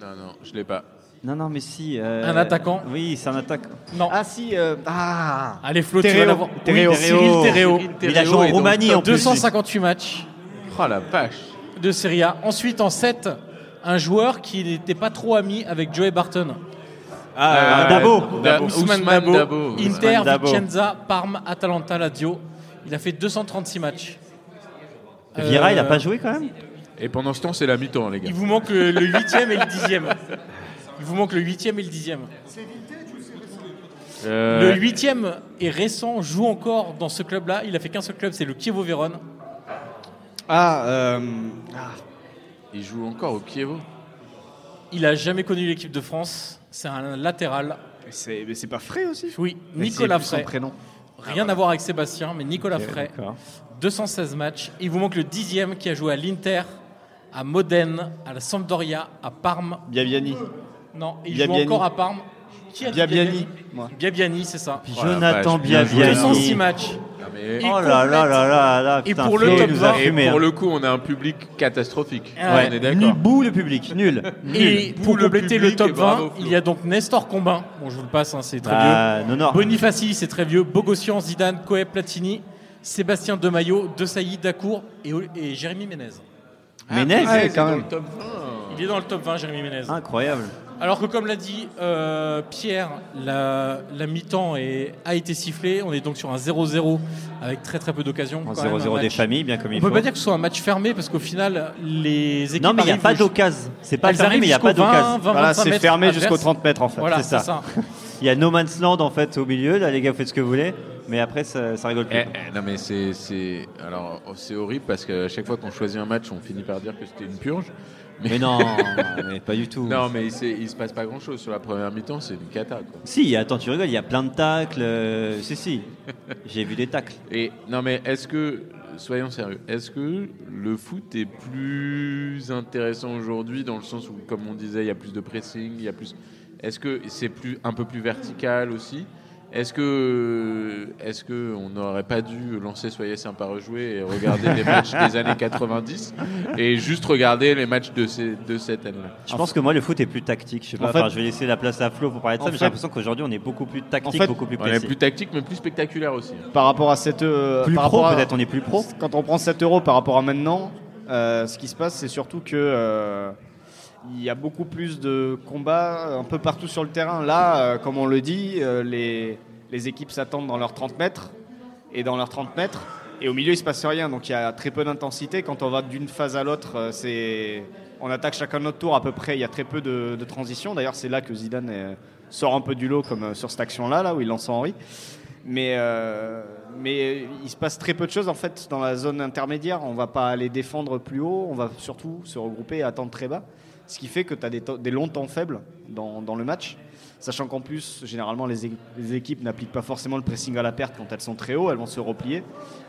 Non, non, je l'ai pas.
Non, non, mais si. euh,
Un attaquant.
Oui, c'est un attaquant.
Non.
Ah si. euh, Ah.
Allez Flo, tu vas
Terreo.
l'avoir.
Terreo.
Oui, Cyril Terreo.
Mais Il a joué en
est dans le
Roumanie en plus.
258 matchs
Oh la vache.
de Serie A. Ensuite, en 7, un joueur qui n'était pas trop ami avec Joey Barton.
Ah,
Euh,
Dabo.
Da-
Ousmane
Ousmane Dabo.
Inter,
Ousmane Dabo.
Vicenza, Parme, Atalanta, Lazio. Il a fait 236 matchs.
Vieira, il a
Euh,
pas joué quand même
Et pendant ce temps, c'est la mi-temps, les gars.
Il vous manque le, le huitième et le dixième. Il vous manque le huitième et le dixième.
Euh,
Le huitième est récent, joue encore dans ce club-là. Il a fait qu'un seul club, c'est le Chievo Vérone.
Ah. euh, ah,
Il joue encore au Kievo.
Il a jamais connu l'équipe de France. C'est un latéral.
mais c'est- mais c'est pas Frey aussi
Oui,
Mais
Nicolas
c'est plus son
Frey.
prénom.
Rien à voir avec Sébastien, mais Nicolas Frey.
D'accord.
216 matchs. Il vous manque le dixième qui a joué à l'Inter, à Modène, à la Sampdoria, à Parme.
Biaviani.
Non, il joue
Biabiani.
encore à Parme. Qui a dit
Biabiani. Moi.
Biabiani, c'est ça.
Jonathan
Oh vache, bien joué.
Biaviani.
206 matchs.
Et,
Il
Oh là là
complète.
là là là.
Et
putain,
pour le Ah,
Flo,
top
il nous a
20.
et
fumé,
pour
hein.
le coup, on a un public catastrophique.
Ouais.
On est
Nul
d'accord.
bout le public, nul.
Et
Nul.
pour
Boule au
compléter le
public
top
et bravo,
20,
Flo.
il y a donc Nestor Combin. Bon, je vous le passe, hein, c'est très
Ah, non, non.
vieux. Bonifaci, c'est très vieux. Bogossian, Zidane, Coé, Platini, Sébastien Demaillot, De Sailly, Dacour et, et Jérémy Ménez.
Ménez
Ouais, quand
Dans
même.
le top 20.
Il est dans le top 20, Jérémy Ménez.
Incroyable.
Alors que comme l'a dit euh, Pierre, la, la mi-temps est- a été sifflée. On est donc sur un 0-0 avec très très peu d'occasions.
En
quand même, un
0-0 des
match.
familles, bien comme
On
il
peut
faut.
pas dire que ce soit un match fermé parce qu'au final, les équipes
Non, mais il n'y a
arrivent
pas
jusqu'au-
d'occasion. C'est pas
Elles
fermé,
arrivent
mais il n'y a pas
jusqu'au 20,
d'occasion.
20,
Voilà,
25
c'est
mètres
fermé jusqu'aux
adverses.
30 mètres en fait.
Voilà,
c'est ça.
c'est ça.
Il y a No Man's Land en fait au milieu. Là, les gars, vous faites ce que vous voulez. Mais après, ça, ça rigole plus.
Eh, eh, non mais c'est c'est alors oh, c'est horrible parce qu'à chaque fois qu'on choisit un match, on finit par dire que c'était une purge.
Mais non, mais pas du tout.
Non mais c'est- il se passe pas grand chose sur la première mi-temps, c'est une cata quoi.
Si, attends, tu rigoles, il y a plein de tacles. euh, si, si. J'ai vu des tacles.
Et non mais est-ce que soyons sérieux, est-ce que le foot est plus intéressant aujourd'hui dans le sens où comme on disait, il y a plus de pressing, il y a plus est-ce que c'est plus un peu plus vertical aussi est-ce que est-ce que on n'aurait pas dû lancer Soyez sympa rejouer et regarder les matchs des années 90 et juste regarder les matchs de ces, de cette année-là
Je pense que moi, le foot est plus tactique. Je sais
En
pas.
fait-
enfin, je vais laisser la place à Flo pour parler de
En
ça, mais
fait-
j'ai l'impression qu'aujourd'hui, on est beaucoup plus tactique,
En fait,
beaucoup plus
On est
précis.
plus tactique mais plus spectaculaire aussi. hein.
Par rapport à cette. euh,
Plus
par
pro,
rapport à-
peut-être, on est plus pro.
Quand on prend 7 euros par rapport à maintenant, euh, ce qui se passe, c'est surtout que euh, il y a beaucoup plus de combats euh, un peu partout sur le terrain. Là, euh, comme on le dit, euh, les, les équipes s'attendent dans leurs 30 mètres et dans leurs 30 mètres. Et au milieu, il se passe rien, donc il y a très peu d'intensité. Quand on va d'une phase à l'autre, euh, c'est on attaque chacun notre tour à peu près. Il y a très peu de, de transition. D'ailleurs, c'est là que Zidane euh, sort un peu du lot, comme euh, sur cette action-là, là où il lance Henri. Mais, euh, mais il se passe très peu de choses en fait dans la zone intermédiaire. On va pas aller défendre plus haut, on va surtout se regrouper et attendre très bas. Ce qui fait que tu as des, to- des longs temps faibles dans, dans le match. Sachant qu'en plus, généralement, les, é- les équipes n'appliquent pas forcément le pressing à la perte quand elles sont très haut, elles vont se replier.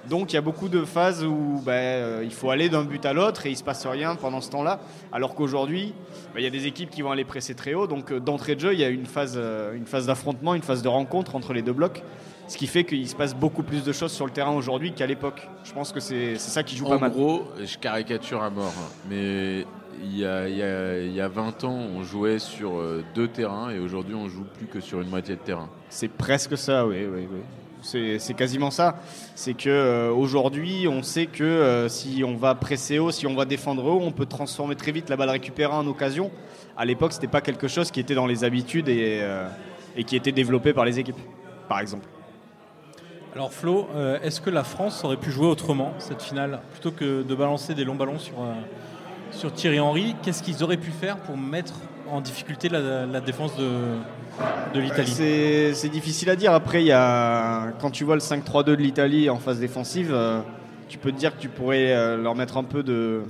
Donc il y a beaucoup de phases où bah, euh, il faut aller d'un but à l'autre et il se passe rien pendant ce temps-là. Alors qu'aujourd'hui, bah, il y a des équipes qui vont aller presser très haut. Donc euh, d'entrée de jeu, il y a une phase, euh, une phase d'affrontement, une phase de rencontre entre les deux blocs. Ce qui fait qu'il se passe beaucoup plus de choses sur le terrain aujourd'hui qu'à l'époque. Je pense que c'est c'est ça qui joue
En
pas mal.
gros, je caricature à mort, hein, mais il y, a, il y a- il y a 20 ans, on jouait sur euh, deux terrains et aujourd'hui, on joue plus que sur une moitié de terrain.
C'est presque ça, oui, oui, oui. C'est c'est quasiment ça. C'est que euh, aujourd'hui, on sait que euh, si on va presser haut, si on va défendre haut, on peut transformer très vite la balle récupérée en occasion. À l'époque, c'était pas quelque chose qui était dans les habitudes et, euh, et qui était développé par les équipes, par exemple.
Alors Flo, euh, est-ce que la France aurait pu jouer autrement cette finale Plutôt que de balancer des longs ballons sur, euh, sur Thierry Henry, qu'est-ce qu'ils auraient pu faire pour mettre en difficulté la, la défense de, de l'Italie
C'est c'est difficile à dire. Après, il y a, quand tu vois le 5-3-2 de l'Italie en phase défensive, euh, tu peux te dire que tu pourrais euh, leur mettre un peu de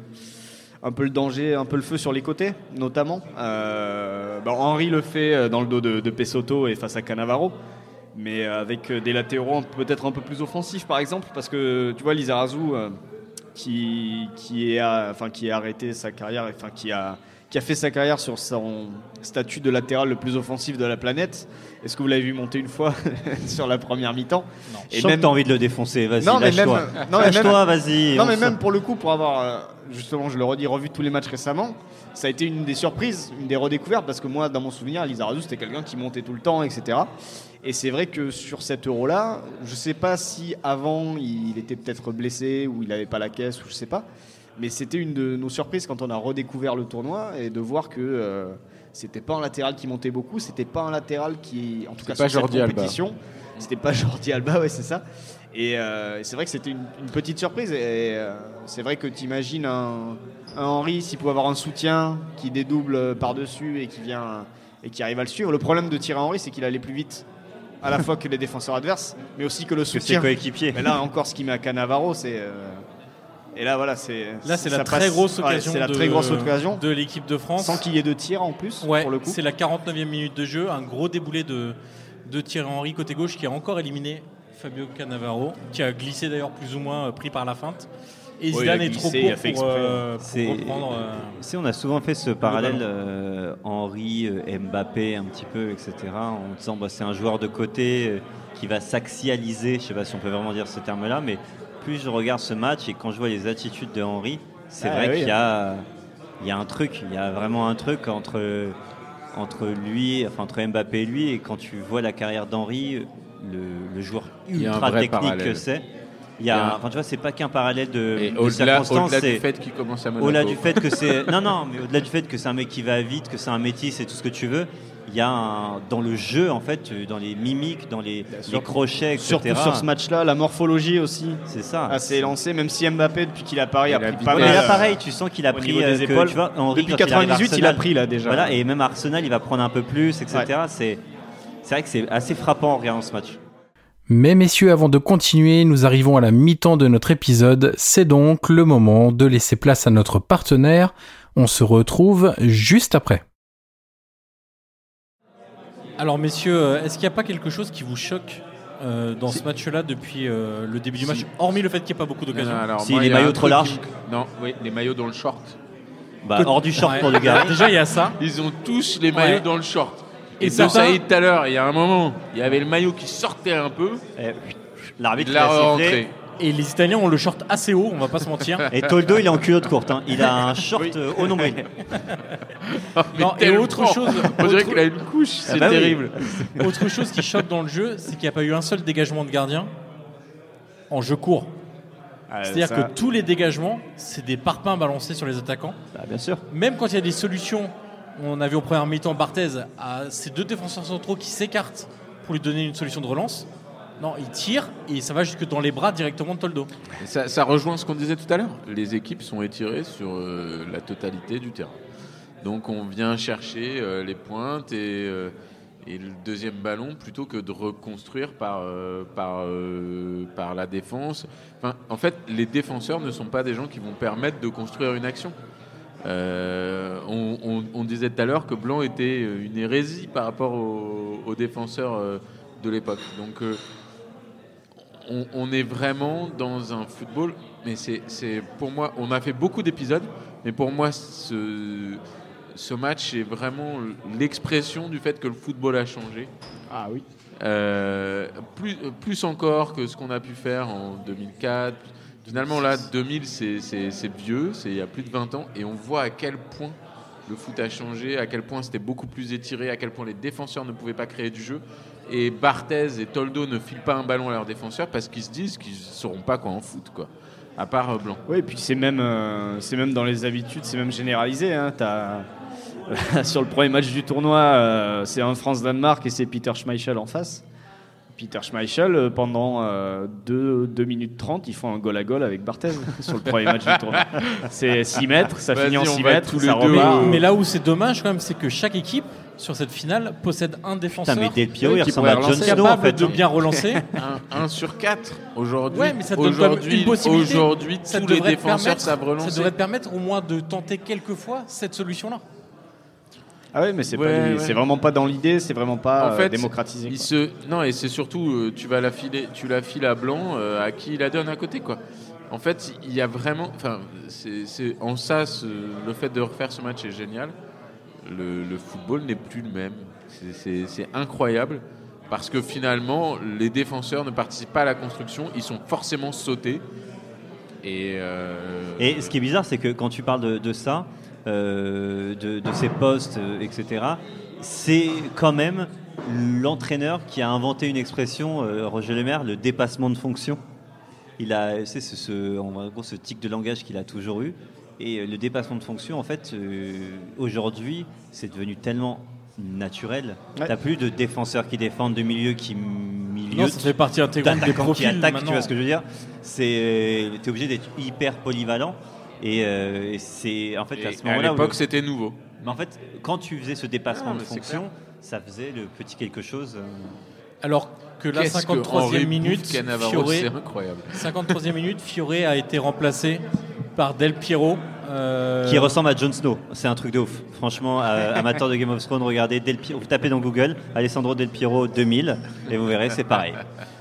un peu le danger, un peu le feu sur les côtés, notamment. Euh, bon, Henry le fait euh, dans le dos de, de Pesotto et face à Canavaro, mais avec euh, des latéraux peut-être un peu plus offensifs, par exemple, parce que tu vois Lizarazu euh, qui qui est à- enfin qui a arrêté sa carrière, enfin qui a qui a fait sa carrière sur son statut de latéral le plus offensif de la planète. Est-ce que vous l'avez vu monter une fois sur la première mi-temps
Non.
Et même t'as envie de le défoncer, vas-y,
Non, mais même-
lâche-toi.
non, mais même-
Lâche-toi, vas-y.
non
on
mais
se-
même pour le coup, pour avoir euh, justement, je le redis, revu tous les matchs récemment, ça a été une des surprises, une des redécouvertes, parce que moi, dans mon souvenir, Lizarazu, c'était quelqu'un qui montait tout le temps, etc. Et c'est vrai que sur cet euro-là, je sais pas si avant il était peut-être blessé ou il n'avait pas la caisse ou je sais pas, mais c'était une de nos surprises quand on a redécouvert le tournoi et de voir que euh, c'était pas un latéral qui montait beaucoup, c'était pas un latéral qui, en tout cas
pas
sur
Jordi
cette
Alba.
compétition, c'était pas Jordi Alba, ouais c'est ça. Et euh, et c'est vrai que c'était une, une petite surprise. Et euh, c'est vrai que tu imagines un, un Henry s'il pouvait avoir un soutien qui dédouble euh, par-dessus et qui vient euh, et qui arrive à le suivre. Le problème de tirer Henry, c'est qu'il allait plus vite à la fois que les défenseurs adverses, mais aussi que le
que ses
soutien.
coéquipiers.
Mais là encore, ce qui met à Canavaro, c'est euh, et là voilà, c'est
Là, c'est
ça
la
passe-
très grosse
ouais,
occasion,
c'est la
de,
très grosse occasion
de l'équipe de France.
sans qu'il y ait de tir en plus
Ouais,
pour le coup.
c'est la 49e minute de jeu, un gros déboulé de, de Thierry Henry côté gauche qui a encore éliminé Fabio Cannavaro, qui a glissé d'ailleurs plus ou moins euh, pris par la feinte. Et
Oui, il a
Zidane est
glissé,
trop
il a
court
fait
pour, euh, pour
C'est-
reprendre. euh,
Tu sais, on a souvent fait ce parallèle
ballon.
euh, Henri, euh, Mbappé, un petit peu, etc. En disant bah, c'est un joueur de côté euh, qui va s'axialiser. Je sais pas si on peut vraiment dire ce terme-là, mais plus je regarde ce match et quand je vois les attitudes de Henri, c'est
Ah,
vrai
oui.
qu'il y a, il y a un truc. Il y a vraiment un truc entre entre lui, enfin entre Mbappé et lui. Et quand tu vois la carrière d'Henri, le, le joueur
Il y a un
ultra
vrai
technique que
parallèle.
c'est. Il y a,
Il y a
un-
un-
enfin, tu vois, c'est pas qu'un parallèle de,
Et
de
au-delà
circonstances,
au-delà du
c'est-
fait qu'il commence à Monaco.
au-delà du fait que c'est non non mais au-delà du fait que c'est un mec qui va vite que c'est un métis et tout ce que tu veux il y a un- dans le jeu en fait euh, dans les mimiques dans les,
sûr.
les crochets etc
Surtout sur ce match-là, la morphologie aussi
c'est ça
assez élancée. Ah, Même si Mbappé depuis qu'il a Paris a
Ah, Il a
pris
vite-
pas
Ouais,
mal.
mais là pareil tu sens qu'il a
Euh, Au
pris
niveau des
euh, que,
épaules.
tu vois, Henri,
Depuis
quand il arrive à
98, il
Arsenal,
a pris, là, déjà.
voilà et même Arsenal il va prendre un peu plus etc c'est c'est vrai que c'est assez frappant en regardant ce match
Mais messieurs, avant de continuer, nous arrivons à la mi-temps de notre épisode. C'est donc le moment de laisser place à notre partenaire. On se retrouve juste après.
Alors messieurs, euh, est-ce qu'il n'y a pas quelque chose qui vous choque euh, dans ce match-là depuis euh, le début du match, hormis le fait qu'il n'y ait pas beaucoup
Non, non,
d'occasions
alors,
Si,
moi,
les
il y a
maillots
un
trop
truc
larges.
qui me- Non, oui, les maillots dans le short.
bah, hors du short
Ouais.
pour le gars
Déjà, il y a ça.
Ils ont tous les maillots
Ouais.
dans le short.
Et
Et, ça,
certains-
ça y est, tout à l'heure, il y a un moment, il y avait le maillot qui sortait un peu,
Eh,
il
l'arbitre il
l'a
a sifflé
rentré.
Et les Italiens ont le short assez haut, on va pas se mentir.
et Toldo il est en culotte courte hein. il a un short euh, au nombril
Oh, Mais
Non, et
tellement.
autre chose,
On dirait
autre-
qu'il a une couche, c'est
bah oui.
terrible.
Autre chose qui choque dans le jeu, c'est qu'il n'y a pas eu un seul dégagement de gardien en jeu court.
Ah, Euh,
C'est-à-dire que tous les dégagements, c'est des parpaings balancés sur les attaquants.
Bah, bien sûr
Même quand il y a des solutions, on a vu au premier mi-temps Barthez à ces deux défenseurs centraux qui s'écartent pour lui donner une solution de relance. Non, il tire et ça va jusque dans les bras directement de Toldo.
Euh,
Ça, ça rejoint ce qu'on disait tout à l'heure. Les équipes sont étirées sur euh, la totalité du terrain. Donc on vient chercher euh, les pointes et, euh, et le deuxième ballon plutôt que de reconstruire par, euh, par, euh, par la défense. Enfin, en fait, les défenseurs ne sont pas des gens qui vont permettre de construire une action. Euh, on, on- on disait tout à l'heure que Blanc était une hérésie par rapport aux, aux défenseurs euh, de l'époque. Donc euh, on, on est vraiment dans un football, mais c'est c'est- pour moi, on a fait beaucoup d'épisodes, mais pour moi, ce, ce match est vraiment l'expression du fait que le football a changé.
Ah oui.
Euh, plus, plus encore que ce qu'on a pu faire en 2004. Finalement, là, 2000, c'est- c'est c'est vieux, c'est il y a plus de 20 ans, et on voit à quel point le foot a changé, à quel point c'était beaucoup plus étiré, à quel point les défenseurs ne pouvaient pas créer du jeu. Et Barthez et Toldo ne filent pas un ballon à leurs défenseurs parce qu'ils se disent qu'ils ne sauront pas quoi en foot, quoi. À part euh, Blanc.
Oui, et puis c'est même, euh, c'est même dans les habitudes, c'est même généralisé. hein. T'as- sur le premier match du tournoi, euh, c'est un France-Danemark et c'est Peter Schmeichel en face. Peter Schmeichel, euh, pendant 2, minutes 30, ils font un goal à goal avec Barthez sur le premier match du tournoi. C'est 6 mètres, ça
Vas-y,
finit en
on
6
va
mètres,
tous
ça
les deux
euh.
repart.
au-
Mais là où c'est dommage quand même, c'est que chaque équipe sur cette finale possède un défenseur
Putain,
hein.
mais Del Piero, il
qui
ressemble
pourrait
à John
relancer.
Snow en
capable
fait. hein.
de bien relancer.
1 sur 4 aujourd'hui.
Ouais, mais ça te donne quand même
aujourd'hui,
une possibilité.
aujourd'hui,
ça
tous les
devrait te
défenseurs
permettre-
savent relancer.
Ça devrait te permettre au moins de tenter quelques fois cette solution-là.
Ah oui, mais c'est pas
Ouais,
du-
ouais.
c'est vraiment pas dans l'idée, c'est vraiment pas
En
euh,
fait,
démocratisé.
Il
quoi.
se... Non, et c'est surtout, euh, tu vas la filer, tu la files à Blanc, euh, à qui il la donne à côté, quoi. En fait, il y a vraiment, enfin, c'est c'est- en ça, ce- le fait de refaire ce match est génial. Le, le football n'est plus le même. C'est- C'est c'est incroyable parce que finalement, les défenseurs ne participent pas à la construction. Ils sont forcément sautés. Et, euh,
Et ce qui est bizarre, c'est que quand tu parles de, de ça, euh, de, de ces postes, euh, etc., c'est quand même l'entraîneur qui a inventé une expression, euh, Roger Lemaire, le dépassement de fonction. Il a, c'est ce, ce- en gros, ce tic de langage qu'il a toujours eu. Et euh, le dépassement de fonction, en fait, euh, aujourd'hui, c'est devenu tellement naturel.
Ouais.
T'as plus de défenseurs qui défendent, de milieux qui milieu
Non, ça fait partie intégrante des
d'attaquant qui
profils.
attaque, tu
maintenant.
vois ce que je veux dire C'est t'es obligé d'être hyper polyvalent et, euh, et c'est en fait
et
à ce
à
moment-là où
l'époque,
le-
c'était nouveau.
mais en fait quand tu faisais ce dépassement
Ah,
de
mais c'est
fonction, ça faisait le petit quelque chose. euh,
Alors que la
Qu'est-ce que Henri
53e
Pouf,
minute,
Cannavaro,
Fioré,
c'est incroyable.
53e minute, Fioré a été remplacé par Del Piero. euh,
qui ressemble à Jon Snow. C'est un truc de ouf. Franchement, euh, amateur de Game of Thrones, regardez Del Pi- vous tapez dans Google Alessandro Del Piero 2000 et vous verrez, c'est pareil.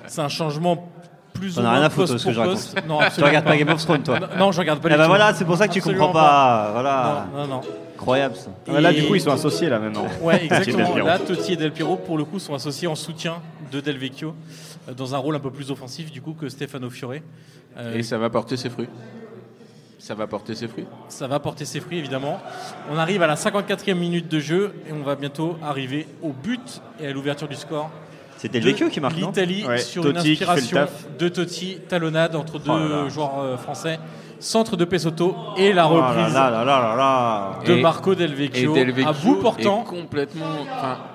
C'est un changement plus ou
T'en as
moins
rien à
poste
foutre de ce que
pour
je
poste.
raconte.
Non,
Tu
absolument
regardes pas
pas.
Game of Thrones, toi.
Non, non, je regarde pas
Eh
du
ben
tout.
voilà, c'est pour ça que tu
Absolument
comprends pas. Voilà,
Non, non, non.
incroyable. ça.
Ah, là,
Et- Ah,
du coup, ils sont associés là maintenant.
Ouais,
Del
exactement.
Piero.
Là, Totti et Del Piero, pour le coup, sont associés en soutien de Del Vecchio, euh, dans un rôle un peu plus offensif, du coup, que Stefano Fiore. Euh,
Et ça va porter ses fruits. Ça va porter ses fruits.
ça va porter ses fruits, évidemment. On arrive à la 54e minute de jeu, et on va bientôt arriver au but et à l'ouverture du score.
C'est Del
de
Vecchio qui marque, non
L'Italie
Ouais,
sur une
Totti qui fait le
inspiration
taf. Oh
de Totti, talonnade entre deux
là là.
joueurs euh, français, centre de Pesotto et la
Oh là
reprise
là là là là là.
de
Et-
Marco Del
Et
Vecchio,
Del Vecchio
à bout
est
portant.
complètement. enfin, euh,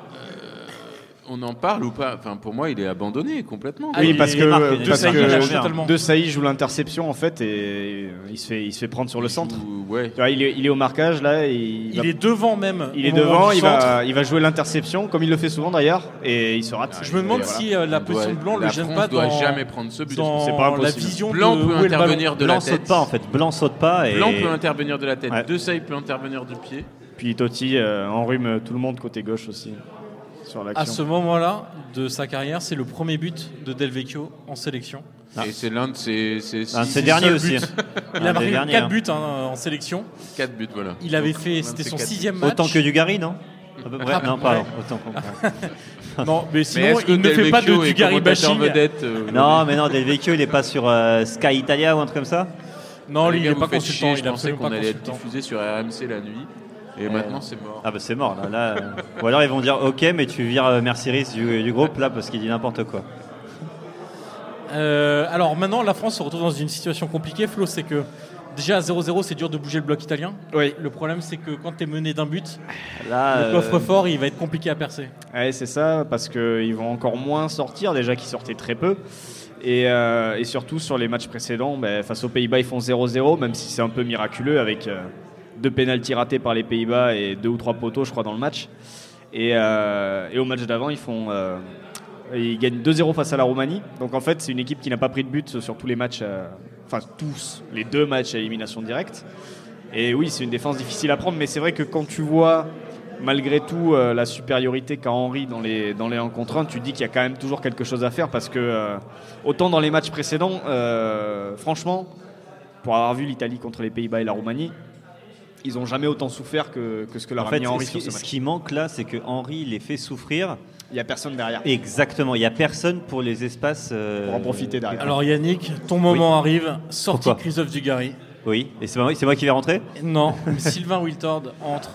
on en parle ou pas Enfin, pour moi, il est abandonné complètement.
Ah,
Oui, bah,
il
parce
est
que,
marqué,
De
il est
parce
marqué.
Sailly
De
lâche
Sailly,
que
totalement.
De Sailly joue l'interception en fait et il se fait, il se fait prendre sur le centre.
Ou- ouais.
Tu vois, il, est, il est au marquage là, et il, va-
Il est devant même.
il est
au moment
devant,
du
il
centre.
va, il va jouer l'interception comme il le fait souvent d'ailleurs et il se rate.
Je me demande
Et voilà.
si euh, la
On
position
doit-
de Blanc
la
le gêne
France
pas
doit
dans,
jamais prendre ce but.
dans
c'est pas
la
impossible.
vision
Blanc
de
peut
où est le ballon.
intervenir de
Blanc
la tête.
saute pas en fait, Blanc saute pas et
Blanc peut intervenir de la tête.
Ouais.
De ça, il peut intervenir du pied.
Puis Totti euh, enrhume tout le monde côté gauche aussi sur
À
l'action.
ce moment-là de sa carrière, c'est le premier but de Del Vecchio en sélection.
Ah.
Et c'est l'un de ses, ses,
Ah,
six-
c'est dernier
seul
aussi.
but.
Un
Il a
des
marqué
derniers,
4
hein.
buts hein, en sélection.
quatre buts, voilà.
Il avait
Donc,
fait,
l'un de
c'était
ses
son
quatre buts.
sixième match.
Autant que Dugarry, non À peu près.
Ah,
non, pardon. Autant qu'on-
Non, mais
Mais
sinon,
est-ce que
il ne
Del
fait pas de
Vecchio est
Dugarry
commentateur
bashing.
vedette, euh,
non, mais non, Del Vecchio, il est pas sur euh, Sky Italia ou un truc comme ça
Non,
les
lui, il
gars,
n'est
vous
pas
faites
consultant.
chier,
il
Je
est
pensais
absolument
qu'on
pas
allait être
consultant. Euh.
diffusé sur RMC la nuit. Et maintenant, c'est mort.
Ah bah c'est mort, là. là, euh. Ou alors ils vont dire, ok, mais tu vires euh, Merceris du, du groupe, là, parce qu'il dit n'importe quoi.
Euh, alors maintenant, la France se retrouve dans une situation compliquée, Flo, c'est que déjà à 0-0, c'est dur de bouger le bloc italien.
Oui.
Le problème, c'est que quand tu es mené d'un but,
Là,
le
euh,
coffre-fort, il va être compliqué à percer.
Ouais, c'est ça, parce qu'ils vont encore moins sortir, déjà qu'ils sortaient très peu. Et, euh, et surtout sur les matchs précédents, ben, face aux Pays-Bas, ils font 0-0, même si c'est un peu miraculeux avec euh, deux pénalties ratés par les Pays-Bas et deux ou trois poteaux, je crois, dans le match. Et, euh, et au match d'avant, ils font. euh, ils gagnent 2-0 face à la Roumanie. Donc en fait, c'est une équipe qui n'a pas pris de but sur tous les matchs, euh, enfin tous les deux matchs à élimination directe. Et oui, c'est une défense difficile à prendre, mais c'est vrai que quand tu vois malgré tout euh, la supériorité qu'a Henry dans les, dans les 1 contre 1, tu dis qu'il y a quand même toujours quelque chose à faire parce que euh, autant dans les matchs précédents, euh, franchement, pour avoir vu l'Italie contre les Pays-Bas et la Roumanie, ils n'ont jamais autant souffert que, que ce que leur
En
a
fait,
mis Henry
ce
sur ce
qui, ce
match.
qui manque là, c'est que Henry les fait souffrir.
Il n'y a personne derrière.
Exactement, il n'y a personne pour les espaces. euh,
Pour en profiter derrière.
Alors Yannick, ton moment arrive. Sortie
Pourquoi
Christophe Dugarry.
Oui, et c'est moi, c'est moi qui vais rentrer
Non, Sylvain Wiltord entre.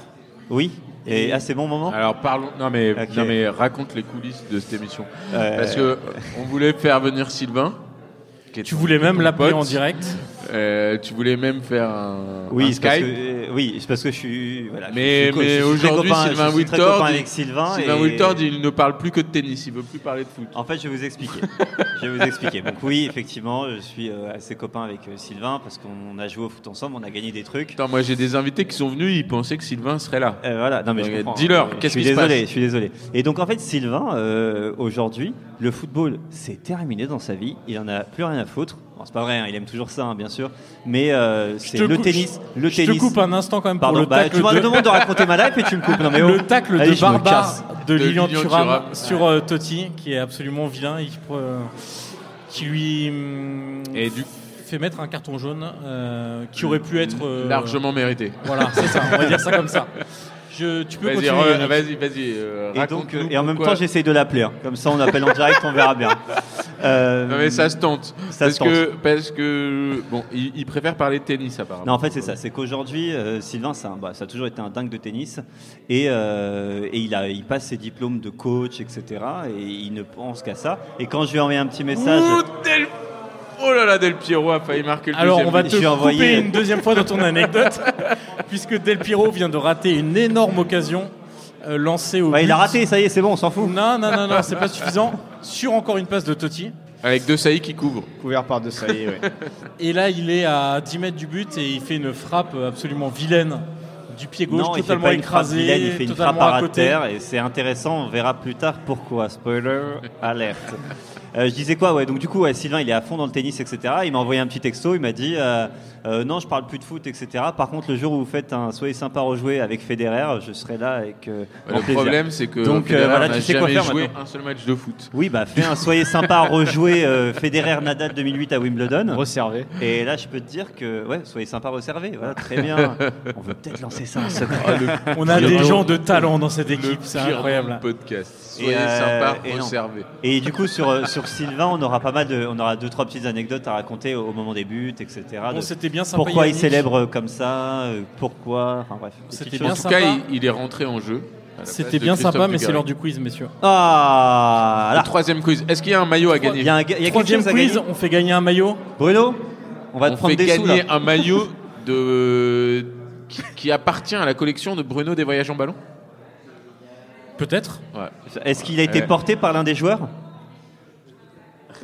Oui. Et ah, c'est bon moment
Alors parlons. Non mais,
Ok.
non, mais raconte les coulisses de cette émission.
Euh,
Parce que euh, on voulait faire venir Sylvain. qui est
Tu
ton-
voulais même
ton
l'appeler
pote.
en direct.
Euh, tu voulais même faire un, un
Oui, c'est parce que,
Skype.
euh, oui, c'est parce que je suis. Voilà,
Mais-
je suis-
mais
je suis très
aujourd'hui,
copain-
Sylvain
je suis très
Wiltord,
copain
il-
avec Sylvain.
Sylvain
Ah, et-
Wiltord, il ne parle plus que de tennis. Il veut plus parler de foot.
En fait, je vais vous expliquer. je vais vous expliquer. Donc oui, effectivement, je suis euh, assez copain avec euh, Sylvain parce qu'on a joué au foot ensemble, on a gagné des trucs.
Attends, moi j'ai des invités qui sont venus. Ils pensaient que Sylvain serait là.
Euh, voilà, non mais
Donc,
je comprends.
dis-leur,
Euh, je
qu'est-ce
suis
qui se
désolé,
passe
Je suis désolé. Et donc en fait, Sylvain, euh, aujourd'hui, le football, c'est terminé dans sa vie. Il en a plus rien à foutre. Bon, c'est pas vrai, hein, il aime toujours ça, hein, bien sûr. Mais euh, c'est
te
le
cou-
tennis, le
Je te
tennis.
coupe un instant quand même
Pardon,
pour le
bah,
tacle
tu m'as
de...
demandé de raconter ma life et tu me coupes. Non mais oh.
Le tacle
Allez,
de
je me
barbare
casse.
de
De
Lilian
Lilian
Thuram
Thuram.
sur euh, Totti, qui est absolument vilain, il pre- euh, qui lui hum,
Et du
fait mettre un carton jaune euh, qui aurait pu être euh,
largement mérité.
Voilà, c'est ça. On va dire ça comme ça. Je, tu peux
Vas-y,
continuer.
re-
Yannick.
vas-y, vas-y. euh,
Et, donc,
raconte-nous
euh, et en même
pourquoi-
temps, j'essaye de l'appeler. hein. Comme ça, on appelle en direct, on verra bien. Euh,
Non mais ça se tente.
ça
parce
se tente.
que parce que bon, il, il préfère parler de tennis apparemment.
Non, en fait, c'est ça. C'est qu'aujourd'hui, euh, Sylvain, c'est un- bah, ça a toujours été un dingue de tennis. Et, euh, et il, a, il passe ses diplômes de coach, etc. Et il ne pense qu'à ça. Et quand je lui ai envoyé un petit message.
Ouh, Del- Oh là là, Del Piero a failli marquer le
Alors,
deuxième
on va
but.
te
J'ai
couper
envoyé-
une deuxième fois dans ton anecdote, puisque Del Piro vient de rater une énorme occasion euh, lancée au.
Ouais, Bah, il
but.
a raté, ça y est, c'est bon, on s'en fout.
Non, non, non, non, c'est pas suffisant. Sur encore une passe de Totti.
Avec deux saillies qui couvrent.
Couvert par De Sailly, ouais.
Et là, il est à 10 mètres du but et il fait une frappe absolument vilaine du pied gauche,
non, il fait
totalement
pas une frappe
écrasé,
vilaine, il fait une
totalement
frappe à
à
ras de
côté.
terre et c'est intéressant, on verra plus tard pourquoi. Spoiler alerte. Euh, je disais quoi ouais, donc du coup ouais, Sylvain il est à fond dans le tennis etc. Il m'a envoyé un petit texto, il m'a dit euh, euh, non je parle plus de foot etc. Par contre le jour où vous faites un soyez sympa rejouer avec Federer, je serai là avec euh,
Le
grand plaisir.
problème, c'est que
Donc, euh,
Federer
voilà,
n'a
tu sais quoi
jamais
faire
joué
maintenant.
un seul match de foot.
Oui bah fais un soyez sympa rejouer euh, Federer Nadal 2008 à Wimbledon.
Resservé.
Et là je peux te dire que ouais soyez sympa reservé, voilà très bien. On veut peut-être lancer ça en secret.
On a
Ah, Le
des
pire-
gens de talent dans cette
Le
équipe, c'est
pire
incroyable.
podcast. Soyez
Et, euh,
sympa,
et non.
observez.
Et du coup, sur, euh, sur Sylvain, on aura pas mal de, on aura deux trois petites anecdotes à raconter au, au moment des buts, etc.
Bon,
de
c'était bien sympa.
pourquoi il
Yannick.
célèbre comme ça euh, Pourquoi Enfin bref. des
C'était
petites
bien
en
choses.
tout
sympa.
cas, il, il est rentré en jeu. à la place
C'était
de
bien
Christophe
sympa, mais c'est
Dugarry.
l'heure du quiz, messieurs.
Ah
Le
là
troisième quiz. Est-ce qu'il y a un maillot à
Il
gagner
y a, un, ga- il y a quelque
Troisième
chose à
quiz,
gagner.
on fait gagner un maillot.
Bruno, on va te
On
prendre
fait
des sous là.
gagner un maillot de qui, qui appartient à la collection de Bruno des voyages en ballon.
Peut-être.
Ouais.
Est-ce qu'il a été
Ouais.
porté par l'un des joueurs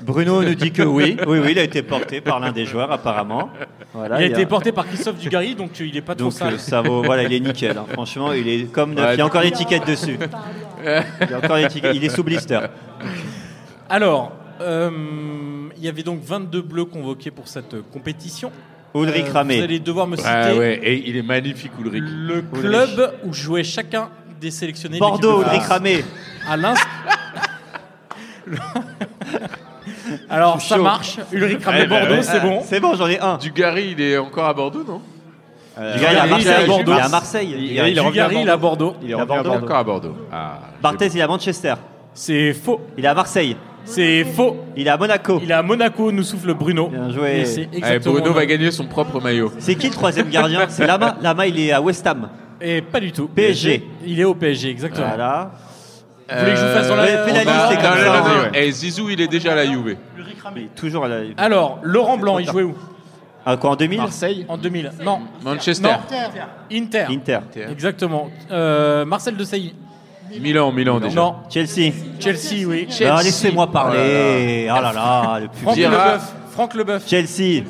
Bruno nous dit que oui. Oui, oui, il a été porté par l'un des joueurs apparemment. Voilà,
il a
y
été porté par Christophe Dugarry, donc euh, il est pas trop
Donc euh,
sale.
ça vaut, voilà, il est nickel. hein. Franchement, il est comme neuf.
Ouais.
Il y a encore l'étiquette dessus. Il y a encore l'étiquette. Il est sous blister.
Alors, euh, il y avait donc 22 bleus convoqués pour cette euh, compétition.
Ulrich
Euh, Vous
Ramé.
allez devoir me citer
Ah ouais, et il est magnifique, Ulrich.
Mm.
le club où jouait chacun des sélectionnés. de l'équipe
Bordeaux,
de
Ulrich
France.
Ramé.
À l'inst- Le- Alors ça
chaud.
marche. Ulrich Ramé
Eh
bah
ben
Bordeaux,
ouais.
c'est bon.
C'est bon, j'en ai un.
Dugarry, il est encore à Bordeaux, non
Du gars, il est à
Dugarry, il est à Bordeaux.
Marseille. Il est à Marseille.
Dugarry, Il est à Bordeaux.
Il est
à
revenu à
Bordeaux.
Bordeaux.
Encore à Bordeaux. Ah, j'ai-
Barthez, il est à Manchester.
C'est faux.
Il est à Marseille.
C'est faux.
Il est à Monaco.
Il est à Monaco, nous souffle Bruno.
Bien joué.
Et c'est
Eh,
exactement
Bruno
non.
va gagner son propre maillot.
C'est qui le troisième gardien C'est Lama. Lama, il est à West Ham.
Et pas du tout.
PSG.
Il est au PSG, exactement.
Voilà.
Vous
voulez que je vous fasse dans la-
Euh,
Ouais, fais la liste, c'est comme ça, hein.
Et Eh, Zizou, il est déjà à la Juve.
Mais toujours à la.
Alors, Laurent Blanc, il jouait où
À quoi en 2000
Marseille.
En 2000 Non.
Manchester.
Inter.
Inter.
Exactement. Euh, Marcel de Sailly.
Milan, Milan déjà.
Non.
Chelsea.
Chelsea, oui.
Chelsea.
Non, Laissez-moi parler. Oh là là, le
Franck
public.
Dira-
Leboeuf. Franck Leboeuf.
Chelsea,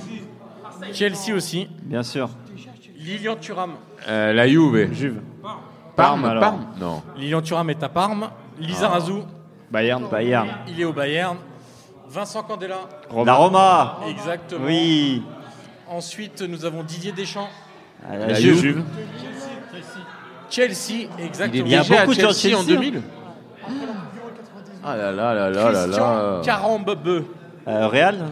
Chelsea aussi.
bien sûr.
Lilian Thuram.
Euh, la Juve.
Juve.
Parme,
Parme,
Parme.
alors.
Non.
Lilian Thuram est à Parme. Lizarazu,
Bayern.
Bayern.
il est au Bayern. Vincent Candela.
La Roma.
Exactement.
Oui.
Ensuite, nous avons Didier Deschamps.
À la
La
Juve.
Juve.
Chelsea, exactement.
Il y a
Déjà
beaucoup de
à
gens de
Chelsea en
Chelsea, hein.
2000. Ah là là là là là là.
Carambeu.
Euh, Real non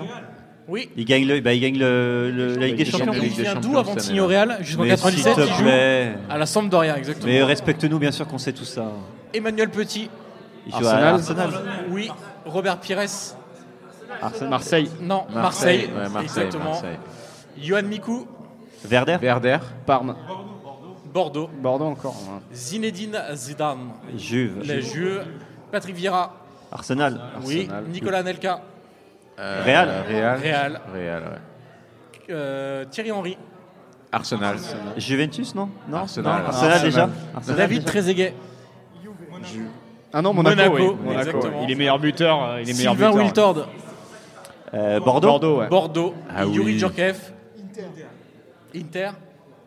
Oui.
Il gagne, le, bah, il gagne le, le- la Ligue des Champions.
Champions.
Il
Ligue des
vient d'où
Champions,
avant de
ça,
signer au
mais-
Real Jusqu'en
Mais s'il
97, il
te
joue
plaît.
à la Sampdoria, exactement.
Mais respecte-nous, bien sûr qu'on sait tout ça.
Emmanuel Petit,
Il joue à Arsenal.
oui. Robert Pires,
Marseille.
non. Marseille,
ouais, Marseille,
exactement.
Marseille.
Johan Mikou,
Verder
Verder.
Parme.
Bordeaux.
Bordeaux encore. hein.
Zinedine Zidane,
Juve.
la Juve. Patrick Vieira,
Arsenal.
oui. Nicolas Nelka,
euh,
Real.
Real.
Real.
Real, ouais.
euh, Thierry Henry,
Arsenal.
Juventus, non Non,
Ah, Arsenal.
non, Arsenal déjà. Arsenal
David
déjà.
Trezeguet,
Ah non, Monaco.
Monaco,
oui. Monaco,
exactement.
oui. Il est meilleur buteur. euh, Il est meilleur
Sylvain
buteur.
Wiltord,
Euh, Bordeaux.
Bordeaux, ouais.
Bordeaux,
Ah
et Yuri
oui.
Djorkaeff, Inter.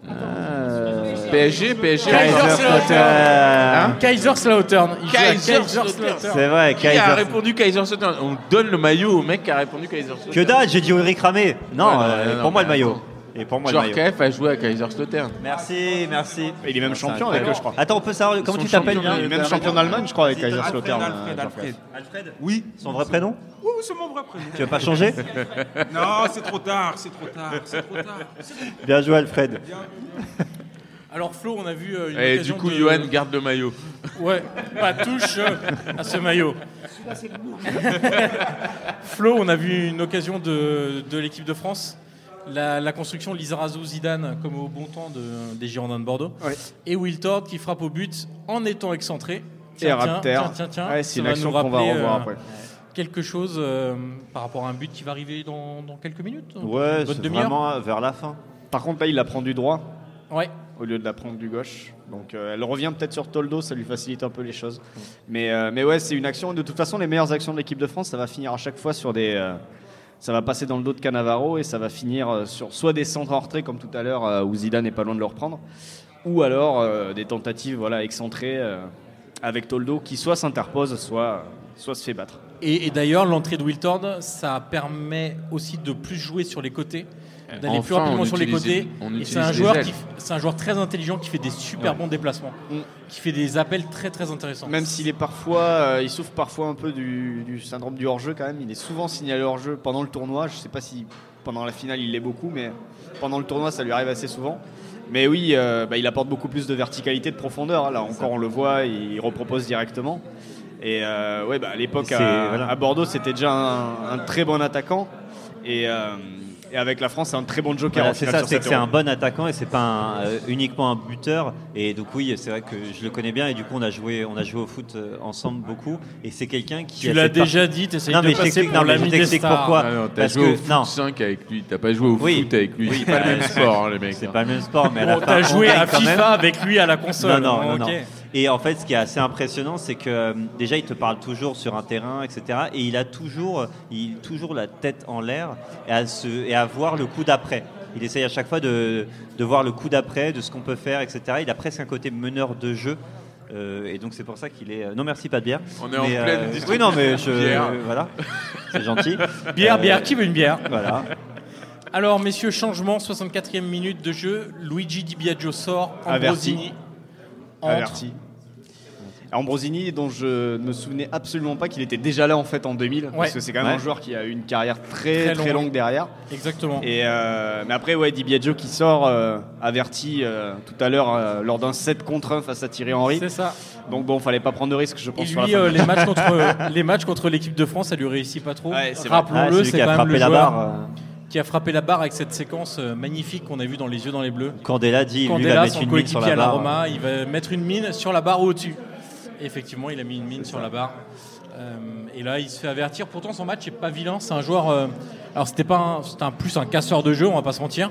Euh,
PSG, PSG.
Kaiserslautern.
Kaiserslautern.
Kaiserslautern. Il joue à Kaiserslautern.
C'est vrai,
Qui a
Kaiser.
répondu Kaiserslautern On donne le maillot au mec qui a répondu Kaiserslautern.
Que dalle, j'ai dit Eric Ramé. Non,
Ouais, non,
euh,
non, non,
pour moi
mais
le maillot.
attends.
Et pour moi le maillot.
Jorkaeff a joué à Kaiserslautern.
Merci, merci.
Il est même champion avec eux, je crois.
Attends, on peut savoir comment
Ils
tu
sont
t'appelles
champions- Il est même champion d'Allemagne, je crois, avec Kaiserslautern. euh, Jean-Pierre.
Alfred Oui, son vrai prénom
Ouh, c'est mon vrai prénom.
Tu veux pas changer
Non, c'est trop tard, c'est trop tard, c'est trop tard.
Bien joué Alfred.
Alors Flo, on a vu euh, une
Et
occasion
du coup,
de-
Johan garde le maillot.
Ouais, pas touche euh, à ce maillot. Flo, on a vu une occasion de, de l'équipe de France. La, la construction Lizarazu Zidane, comme au bon temps de- des Girondins de Bordeaux. Et Wiltord qui frappe au but en étant excentré.
Et
Tiens, tiens,
Rapter.
tiens, tiens, tiens.
Ouais, c'est
Ça
une
va
action
nous
qu'on va
rappeler,
revoir
euh,
après.
Quelque chose euh, par rapport à un but qui va arriver dans, dans quelques minutes.
Ouais,
une bonne
c'est
demi-heure.
vraiment vers la fin.
Par contre, là, il la prend du droit
Ouais.
au lieu de la prendre du gauche. Donc, euh, elle revient peut-être sur Toldo, ça lui facilite un peu les choses. Mais, euh, mais ouais, c'est une action. De toute façon, les meilleures actions de l'équipe de France, ça va finir à chaque fois sur des. euh, ça va passer dans le dos de Canavaro et ça va finir euh, sur soit des centres en retrait, comme tout à l'heure, euh, où Zidane n'est pas loin de le reprendre, ou alors euh, des tentatives voilà, excentrées euh, avec Toldo qui soit s'interpose, soit, soit se fait battre.
Et, et d'ailleurs, l'entrée de Wiltord, ça permet aussi de plus jouer sur les côtés, d'aller plus
Enfin,
rapidement
on
sur les
utilise-
côtés.
on
Et
utilise
c'est un
les
joueur
ailes.
qui, f- c'est un joueur très intelligent qui fait des super bons déplacements,
Mm.
qui fait des appels très très intéressants.
Même s'il est parfois, euh, il souffre parfois un peu du, du syndrome du hors-jeu quand même. Il est souvent signalé hors-jeu pendant le tournoi. Je sais pas si pendant la finale il l'est beaucoup, mais pendant le tournoi ça lui arrive assez souvent. Mais oui, euh, bah, il apporte beaucoup plus de verticalité, de profondeur. hein. Là encore, on le voit, il repropose directement. Et euh, ouais, bah, à l'époque
C'est-
à,
voilà.
à Bordeaux, c'était déjà un, un très bon attaquant. Et, euh, et avec la France, c'est un très bon joker.
Voilà,
au
c'est
final
ça,
sur
c'est
cet
que c'est
Euro.
un bon attaquant et c'est pas un- euh, uniquement un buteur. Et donc oui, c'est vrai que je le connais bien et du coup on a joué, on a joué au foot euh, ensemble beaucoup. Et c'est quelqu'un qui.
tu
a
l'as
cette par-
déjà dit, t'essayes
Non
de
mais je
passer
t'explique non,
pour
mais je
l'ami des
t'explique
stars.
pourquoi.
Ah non, t'as
Parce
joué au
que
foot
non,
5 avec lui, t'as pas joué au
Oui.
foot avec lui.
Oui,
c'est pas
euh,
le même sport, hein, les mecs.
c'est
hein.
pas le même sport. Mais à la
Bon,
fin,
t'as
on
joué à
gagne quand
FIFA
même.
avec lui à la console.
Non, non,
hein,
non,
ok.
non. Et en fait, ce qui est assez impressionnant, c'est que euh, déjà, il te parle toujours sur un terrain, etc. Et il a toujours, il, toujours la tête en l'air et, à se- et à voir le coup d'après. Il essaye à chaque fois de, de voir le coup d'après, de ce qu'on peut faire, etc. Il a presque un côté meneur de jeu. Euh, et donc c'est pour ça qu'il est. euh, Non merci pas de bière.
On est en pleine distribution
Oui non mais je.
de bière.
euh, voilà. C'est gentil.
Bière,
Euh,
bière, qui veut une bière
Voilà.
Alors, messieurs, changement, 64e minute de jeu. Luigi Di Biagio sort,
Averti.
Ambrosini entre.
Averti. Ambrosini, dont je ne me souvenais absolument pas qu'il était déjà là en fait en 2000, parce que c'est quand même
Ouais.
un joueur qui a eu une carrière très
Très
très,
longue.
longue. derrière.
Exactement.
Et euh, mais après, ouais, Di Biagio qui sort euh, averti euh, tout à l'heure euh, lors d'un 7 contre 1 face à Thierry Henry.
C'est ça.
Donc bon, fallait pas prendre de risque, je
Et
pense. sur la
lui,
fin.
euh,
Ah,
les matchs contre les matchs contre l'équipe de France, ça lui réussit pas trop.
Ouais, c'est vrai.
Ah,
Rappelons-le,
celui
c'est
qui a
quand même
frappé
le
la
joueur
barre. euh,
qui a frappé la barre avec cette séquence euh, magnifique qu'on a vue dans les yeux dans les bleus.
Candela dit lui va
Candela,
mettre
son
une mine sur
coéquipier
la
à la
barre.
Roma, il va mettre une mine sur la barre ou au-dessus. Et effectivement, il a mis une mine sur la barre. Euh, et là, il se fait avertir. Pourtant, son match est pas vilain. C'est un joueur. euh, alors, c'était pas un, c'était un plus un casseur de jeu, on va pas se mentir.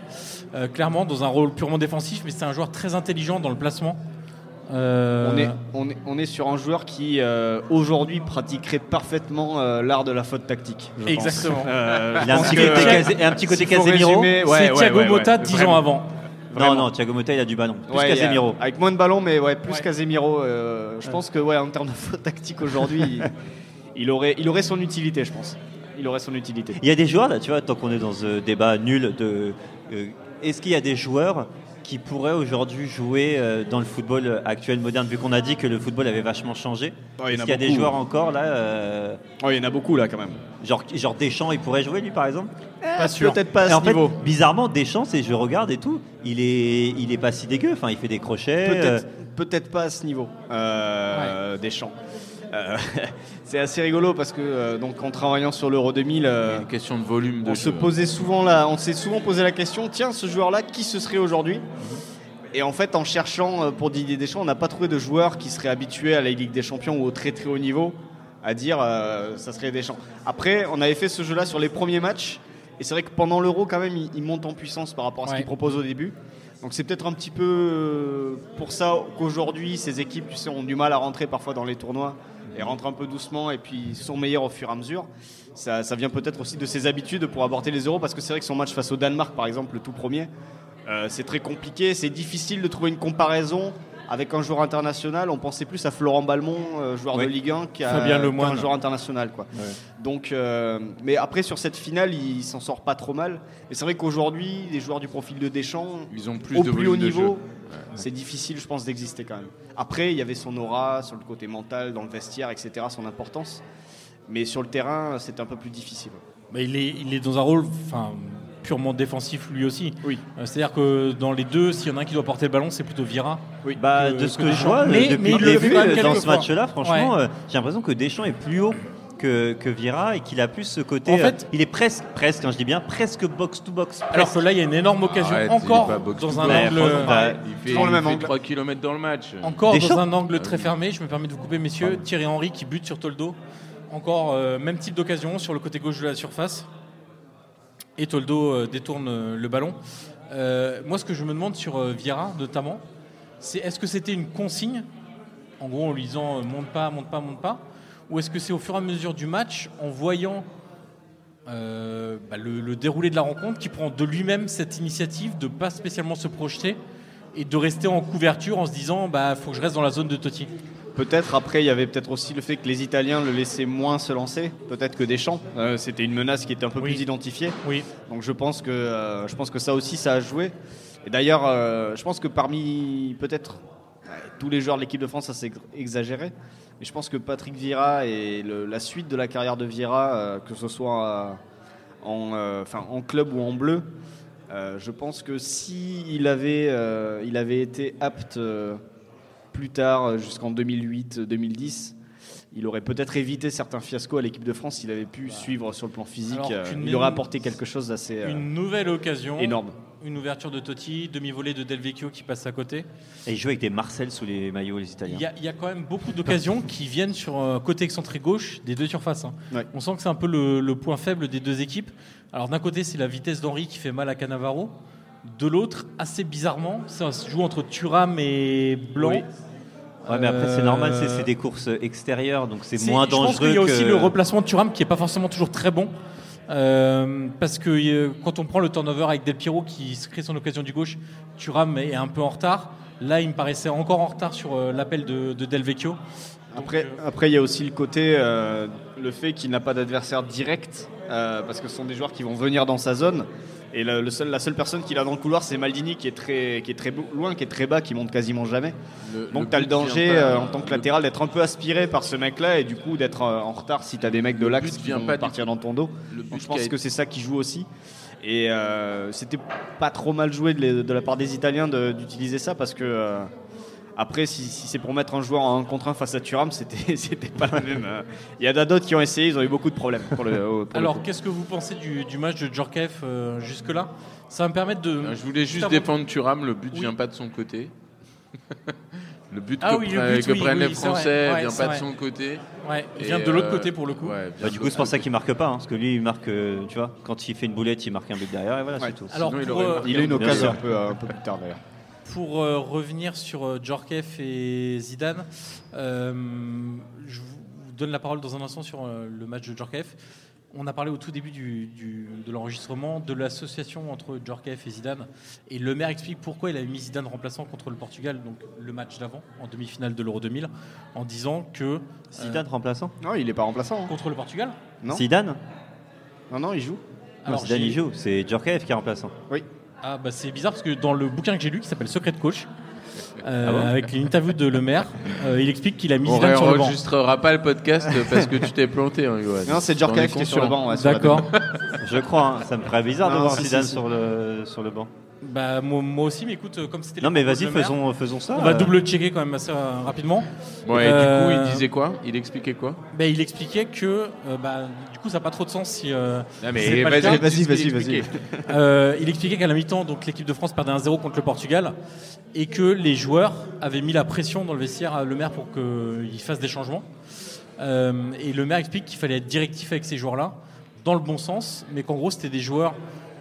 Euh, clairement, dans un rôle purement défensif, mais c'est un joueur très intelligent dans le placement. Euh,
On est, on, est, on est sur un joueur qui euh, aujourd'hui pratiquerait parfaitement euh, l'art de la faute tactique. je pense.
Exactement.
Euh, je
Il a un
pense
petit
que-
côté Case- un petit côté
S'il faut
Casemiro.
résumer, ouais,
c'est
ouais,
Thiago
ouais, ouais,
Motta dix
vraiment.
ans avant.
Non,
Vraiment.
non, Thiago Motta, il a du ballon. Plus
Ouais,
Casemiro.
il y a- avec moins de ballons, mais ouais, plus
Ouais.
Casemiro. euh, je pense que ouais, en termes de faute tactique aujourd'hui, il, il aurait, il aurait son utilité, je pense. Il aurait son utilité.
euh, Il y a des joueurs, là, tu vois, tant qu'on est dans ce débat nul de. euh, Est-ce qu'il y a des joueurs qui pourraient aujourd'hui jouer euh, dans le football actuel moderne, vu qu'on a dit que le football avait vachement changé
Oh, il y en
Est-ce
a
qu'il y a des
beaucoup.
joueurs encore là euh,
Oh, il y en a beaucoup là quand même.
genre, genre Deschamps, il pourrait jouer lui par exemple
Pas sûr.
Peut-être pas à
Et
ce
en fait,
niveau.
bizarrement, Deschamps, et je regarde et tout, il est, il est pas si dégueu. Enfin, il fait des crochets.
Peut-être
euh,
peut-être pas à ce niveau euh, des champs. Euh, c'est assez rigolo parce que euh, donc en travaillant sur l'Euro 2000, euh,
Une question de volume de
on se
jeu.
posait souvent là, on s'est souvent posé la question tiens ce joueur là qui ce serait aujourd'hui
Mhm.
Et en fait en cherchant euh, pour Didier Deschamps, on n'a pas trouvé de joueur qui serait habitué à la Ligue des Champions ou au très très haut niveau à dire euh, ça serait Deschamps. Après on avait fait ce jeu là sur les premiers matchs et c'est vrai que pendant l'Euro quand même il, il monte en puissance par rapport à ce
Ouais.
qu'il propose au début. Donc c'est peut-être un petit peu euh, pour ça qu'aujourd'hui ces équipes tu sais, ont du mal à rentrer parfois dans les tournois et rentrent un peu doucement et puis sont meilleurs au fur et à mesure. Ça, ça vient peut-être aussi de ses habitudes pour aborder les euros parce que c'est vrai que son match face au Danemark par exemple le tout premier, euh, c'est très compliqué, c'est difficile de trouver une comparaison avec un joueur international. On pensait plus à Florent Balmont, euh, joueur
Oui.
de Ligue 1, qu'à
Fabien
qu'à
Lemoine.
un joueur international quoi. Donc, euh, mais après sur cette finale, il s'en sort pas trop mal. Mais c'est vrai qu'aujourd'hui, les joueurs du profil de Deschamps
Ils ont plus
au
de
plus
volume
haut
de
niveau,
jeu.
c'est difficile, je pense, d'exister quand même. Après, il y avait son aura sur le côté mental, dans le vestiaire, etc., son importance. Mais sur le terrain, c'est un peu plus difficile.
Mais il, est, il est dans un rôle enfin, purement défensif lui aussi.
Oui.
Euh, C'est-à-dire que dans les deux, s'il y en a un qui doit porter le ballon, c'est plutôt Vira.
bah,
que-
de ce
que
que je
Deschamps.
vois
Mais-
euh, depuis
mais il
le
le fait
début
quand même
euh, dans
quelques
ce match-là,
fois.
franchement,
Ouais.
euh, j'ai l'impression que Deschamps est plus haut que, que Vira et qu'il a plus ce côté.
En
euh,
fait- Ah,
il est presque, presque, hein, je dis bien, presque box to box.
Alors que là, il y a une énorme occasion
Arrête, il est
encore
pas box
dans
to
un
box.
angle.
Ouais, bah,
Il fait,
Toujours le
il
même
fait
angle.
3 km dans le match. euh,
Encore
Deschamps
dans un angle
Ah
très
oui.
fermé, je me permets de vous couper, messieurs. Thierry Henry qui bute sur Toldo. Encore euh, même type d'occasion sur le côté gauche de la surface. Et Toldo euh, détourne euh, le ballon. Euh, moi, ce que je me demande sur euh, Vieira, notamment, c'est est-ce que c'était une consigne En gros, en lui disant euh, monte pas, monte pas, monte pas. Ou est-ce que c'est au fur et à mesure du match, en voyant euh, bah, le, le déroulé de la rencontre, qui prend de lui-même cette initiative de pas spécialement se projeter et de rester en couverture en se disant bah faut que je reste dans la zone de Totti.
Peut-être après, il y avait peut-être aussi le fait que les Italiens le laissaient moins se lancer, peut-être que Deschamps. Euh, C'était une menace qui était un peu
Oui.
plus identifiée.
Oui.
Donc je pense que euh, je pense que ça aussi ça a joué. Et d'ailleurs, euh, je pense que parmi peut-être euh, tous les joueurs de l'équipe de France, ça c'est exagéré. Mais je pense que Patrick Vieira et le- la suite de la carrière de Vieira, euh, que ce soit euh, en, euh, enfin, en club ou en bleu, euh, je pense que si il avait, euh, il avait été apte euh, plus tard, euh, jusqu'en 2008-2010, il aurait peut-être évité certains fiascos à l'équipe de France s'il avait pu suivre sur le plan physique.
Alors
euh,
qu'une-
il aurait apporté quelque chose d'assez euh,
Une nouvelle occasion.
énorme.
Une ouverture de Totti, demi-volée de Del Vecchio qui passe à côté.
Et il joue avec des Marcel sous les maillots, les Italiens.
Il y, a, il y a quand même beaucoup d'occasions qui viennent sur euh, côté excentré gauche des deux surfaces. hein.
Ouais.
On sent que c'est un peu le, le point faible des deux équipes. Alors d'un côté, c'est la vitesse d'Henri qui fait mal à Canavaro. De l'autre, assez bizarrement, ça se joue entre Thuram et Blanc.
Oui. Ouais, mais après, c'est
Euh,
normal, c'est c'est des courses extérieures, donc c'est
C'est-
moins
je pense
dangereux.
qu'il y a aussi
que-
le remplacement de Thuram qui est pas forcément toujours très bon. Euh, parce que euh, quand on prend le turnover avec Del Piero qui se crée son occasion du gauche, Thuram est un peu en retard. Là, il me paraissait encore en retard sur euh, l'appel de, de Del Vecchio. Donc,
Après,
euh,
après, il y a aussi le côté, euh, le fait qu'il n'a pas d'adversaire direct, euh, parce que ce sont des joueurs qui vont venir dans sa zone. Et le, le seul, la seule personne qu'il a dans le couloir, c'est Maldini, qui est très, qui est très bo- loin, qui est très bas, qui monte quasiment jamais. Donc, tu as le danger euh, en tant que latéral d'être un peu aspiré par ce mec-là et du coup d'être euh, en retard si tu as des mecs de
Le
l'axe
but
qui
vient
vont
pas du-
partir dans ton dos.
Le
Donc,
but
je
qui
pense
a-
que c'est ça qui joue aussi. Et euh, c'était pas trop mal joué de, les- de la part des Italiens de- d'utiliser ça parce que euh, après, si, si c'est pour mettre un joueur en 1 contre 1 face à Thuram, c'était c'était pas la même. euh. Il y en a d'autres qui ont essayé, ils ont eu beaucoup de problèmes. Pour le, au- pour le
alors,
coup.
qu'est-ce que vous pensez du, du match de Djorkaeff euh, jusque-là Ça va me permettre de.
Euh, Je voulais juste
Putain,
défendre Thuram, le but
Oui.
vient pas de son côté. le but
Ah
que,
oui, le
pre-
but,
que
oui,
prennent
oui,
les
c'est vrai.
Français
Ouais,
vient
c'est
pas de
vrai.
son côté.
Ouais, il
Et,
vient de l'autre
euh,
côté pour le coup.
ouais, vient
Bah,
de
du coup,
l'autre
c'est pour ça
côté.
qu'il marque pas, hein, parce que lui, il marque, euh, tu vois, quand il fait une boulette, il marque un but derrière, et voilà,
Ouais.
c'est tout.
Alors,
Sinon, il
pour,
aurait
euh,
marqué.
Il a eu une
Bien
occasion
sûr.
un peu, euh, un peu plus tard d'ailleurs.
Pour euh, revenir sur euh, Djorkaeff et Zidane, euh, je vous donne la parole dans un instant sur euh, le match de Djorkaeff. On a parlé au tout début du, du- de l'enregistrement de l'association entre Djorkaeff et Zidane. Et le maire explique pourquoi il a mis Zidane remplaçant contre le Portugal, donc le match d'avant, en demi-finale de l'Euro 2000, en disant que
Zidane remplaçant
Non, il est pas remplaçant. hein.
contre le Portugal.
Non.
Zidane
Non, non, il joue.
Non, Zidane,
j'ai-
il joue, c'est Djorkaeff qui est remplaçant.
Oui.
Ah bah c'est bizarre parce que dans le bouquin que j'ai lu qui s'appelle Secret de coach, euh, avec une interview de Le Maire, euh, il explique qu'il a mis
On
Zidane sur le banc.
réenregistrera pas le podcast parce que tu t'es planté, hein, Johan.
Bah,
Non, c'est
T'en es
Djorkaeff qui est sur le
conscient.
banc. ouais, sur la
D'accord.
Je crois, hein, ça me paraît bizarre de
Non,
voir
si,
Zidane
si, si.
sur, le, sur le banc.
Bah moi, moi aussi, mais écoute, euh, comme c'était.
Non,
les
mais
propos de
vas-y,
Le Maire,
faisons, faisons ça.
On va
euh.
double checker quand même assez euh, rapidement.
Bon, et du coup,
Euh,
il disait quoi Il expliquait quoi
Bah, il expliquait que euh, bah, du coup ça n'a pas trop de sens si. euh,
Non,
c'est pas le cas.
vas-y, vas-y,
expliquer.
Euh, il expliquait qu'à la mi-temps, donc l'équipe de France perdait 1-0 contre le Portugal et que les joueurs avaient mis la pression dans le vestiaire à Le Maire pour qu'il fasse des changements. Euh, et Le Maire explique qu'il fallait être directif avec ces joueurs-là, dans le bon sens, mais qu'en gros c'était des joueurs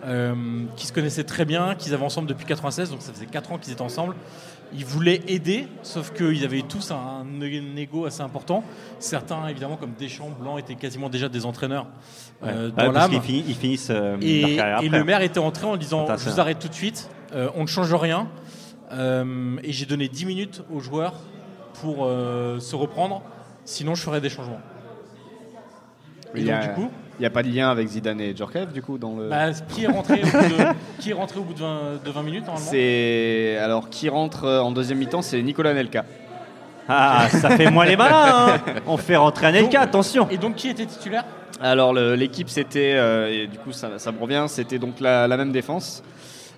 euh, qui se connaissaient très bien, qu'ils avaient ensemble depuis 96, donc ça faisait 4 ans qu'ils étaient ensemble. Ils voulaient aider, sauf qu'ils avaient tous un, un ego assez important. Certains, évidemment, comme Deschamps, Blanc, étaient quasiment déjà des entraîneurs
Ouais. Ah
euh,
Ouais,
dans
parce
l'âme.
qu'ils fini- ils finissent euh, leur
Et,
carrière
et
après.
hein.
le maire était entré en disant
Attends,
Je
c'est
vous
un-
arrête tout de suite, euh, on ne change rien. Euh, et j'ai donné 10 minutes aux joueurs pour euh, se reprendre, sinon je ferai des changements. Et
Il y
donc,
a-
du coup,
Il n'y a pas de lien avec Zidane et Djorkaeff, du coup, dans le.
bah, qui, est rentré au bout de, qui est rentré au bout de 20, de 20 minutes normalement
c'est alors qui rentre euh, en deuxième mi-temps, c'est Nicolas Nelka.
Ah, ça fait moins les malins. hein. On fait rentrer Anelka,
Donc-
attention.
Et donc, qui était titulaire
Alors le- l'équipe c'était, euh, et du coup ça, ça me revient, c'était donc la, la même défense.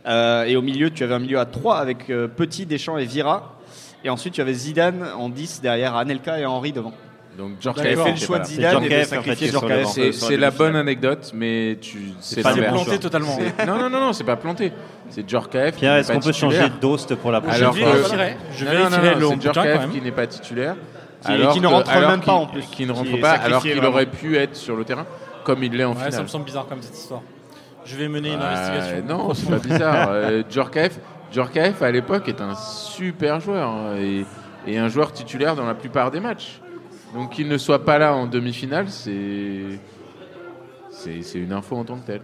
Euh, et au milieu tu avais un milieu à 3 avec euh, Petit, Deschamps et Vira. Et ensuite tu avais Zidane en 10 derrière Anelka et Henri devant.
Donc, George
J'avais
D'accord.
fait le
Clooney,
choix de
c'est
Zidane et de
Djorkaeff, en
sacrifier
fait, qui est sur le
Djorkaeff.
banc.
pas là. C'est- C'est la bonne anecdote, mais tu.
pas
C'est
des
l'inverse.
planté totalement.
C'est- Non, non, non, non, c'est pas planté. C'est Djorkaeff. qui
Pierre,
n'est
est-ce
pas
qu'on peut changer
titulaire.
d'host pour la prochaine
Alors
je
que-
vérifierai, je
Non, non, non,
vérifierai le
c'est
bouquin quand
Djorkaeff
même.
qui n'est pas titulaire.
Qui- qui ne
que-
rentre
alors
même pas,
qu'il-
en plus.
Qui
Qui
ne rentre
est
pas alors
sacrifié,
qu'il
vraiment.
aurait pu être sur le terrain, comme il l'est en
Ouais, ça
finale.
me semble bizarre quand même cette histoire. Je vais mener une
Euh,
investigation.
non, c'est pas bizarre. Euh, Djorkaeff, Djorkaeff, à l'époque, est un super joueur hein, et, et un joueur titulaire dans la plupart des matchs. Donc qu'il ne soit pas là en demi-finale, c'est. C'est c'est une info en tant que telle.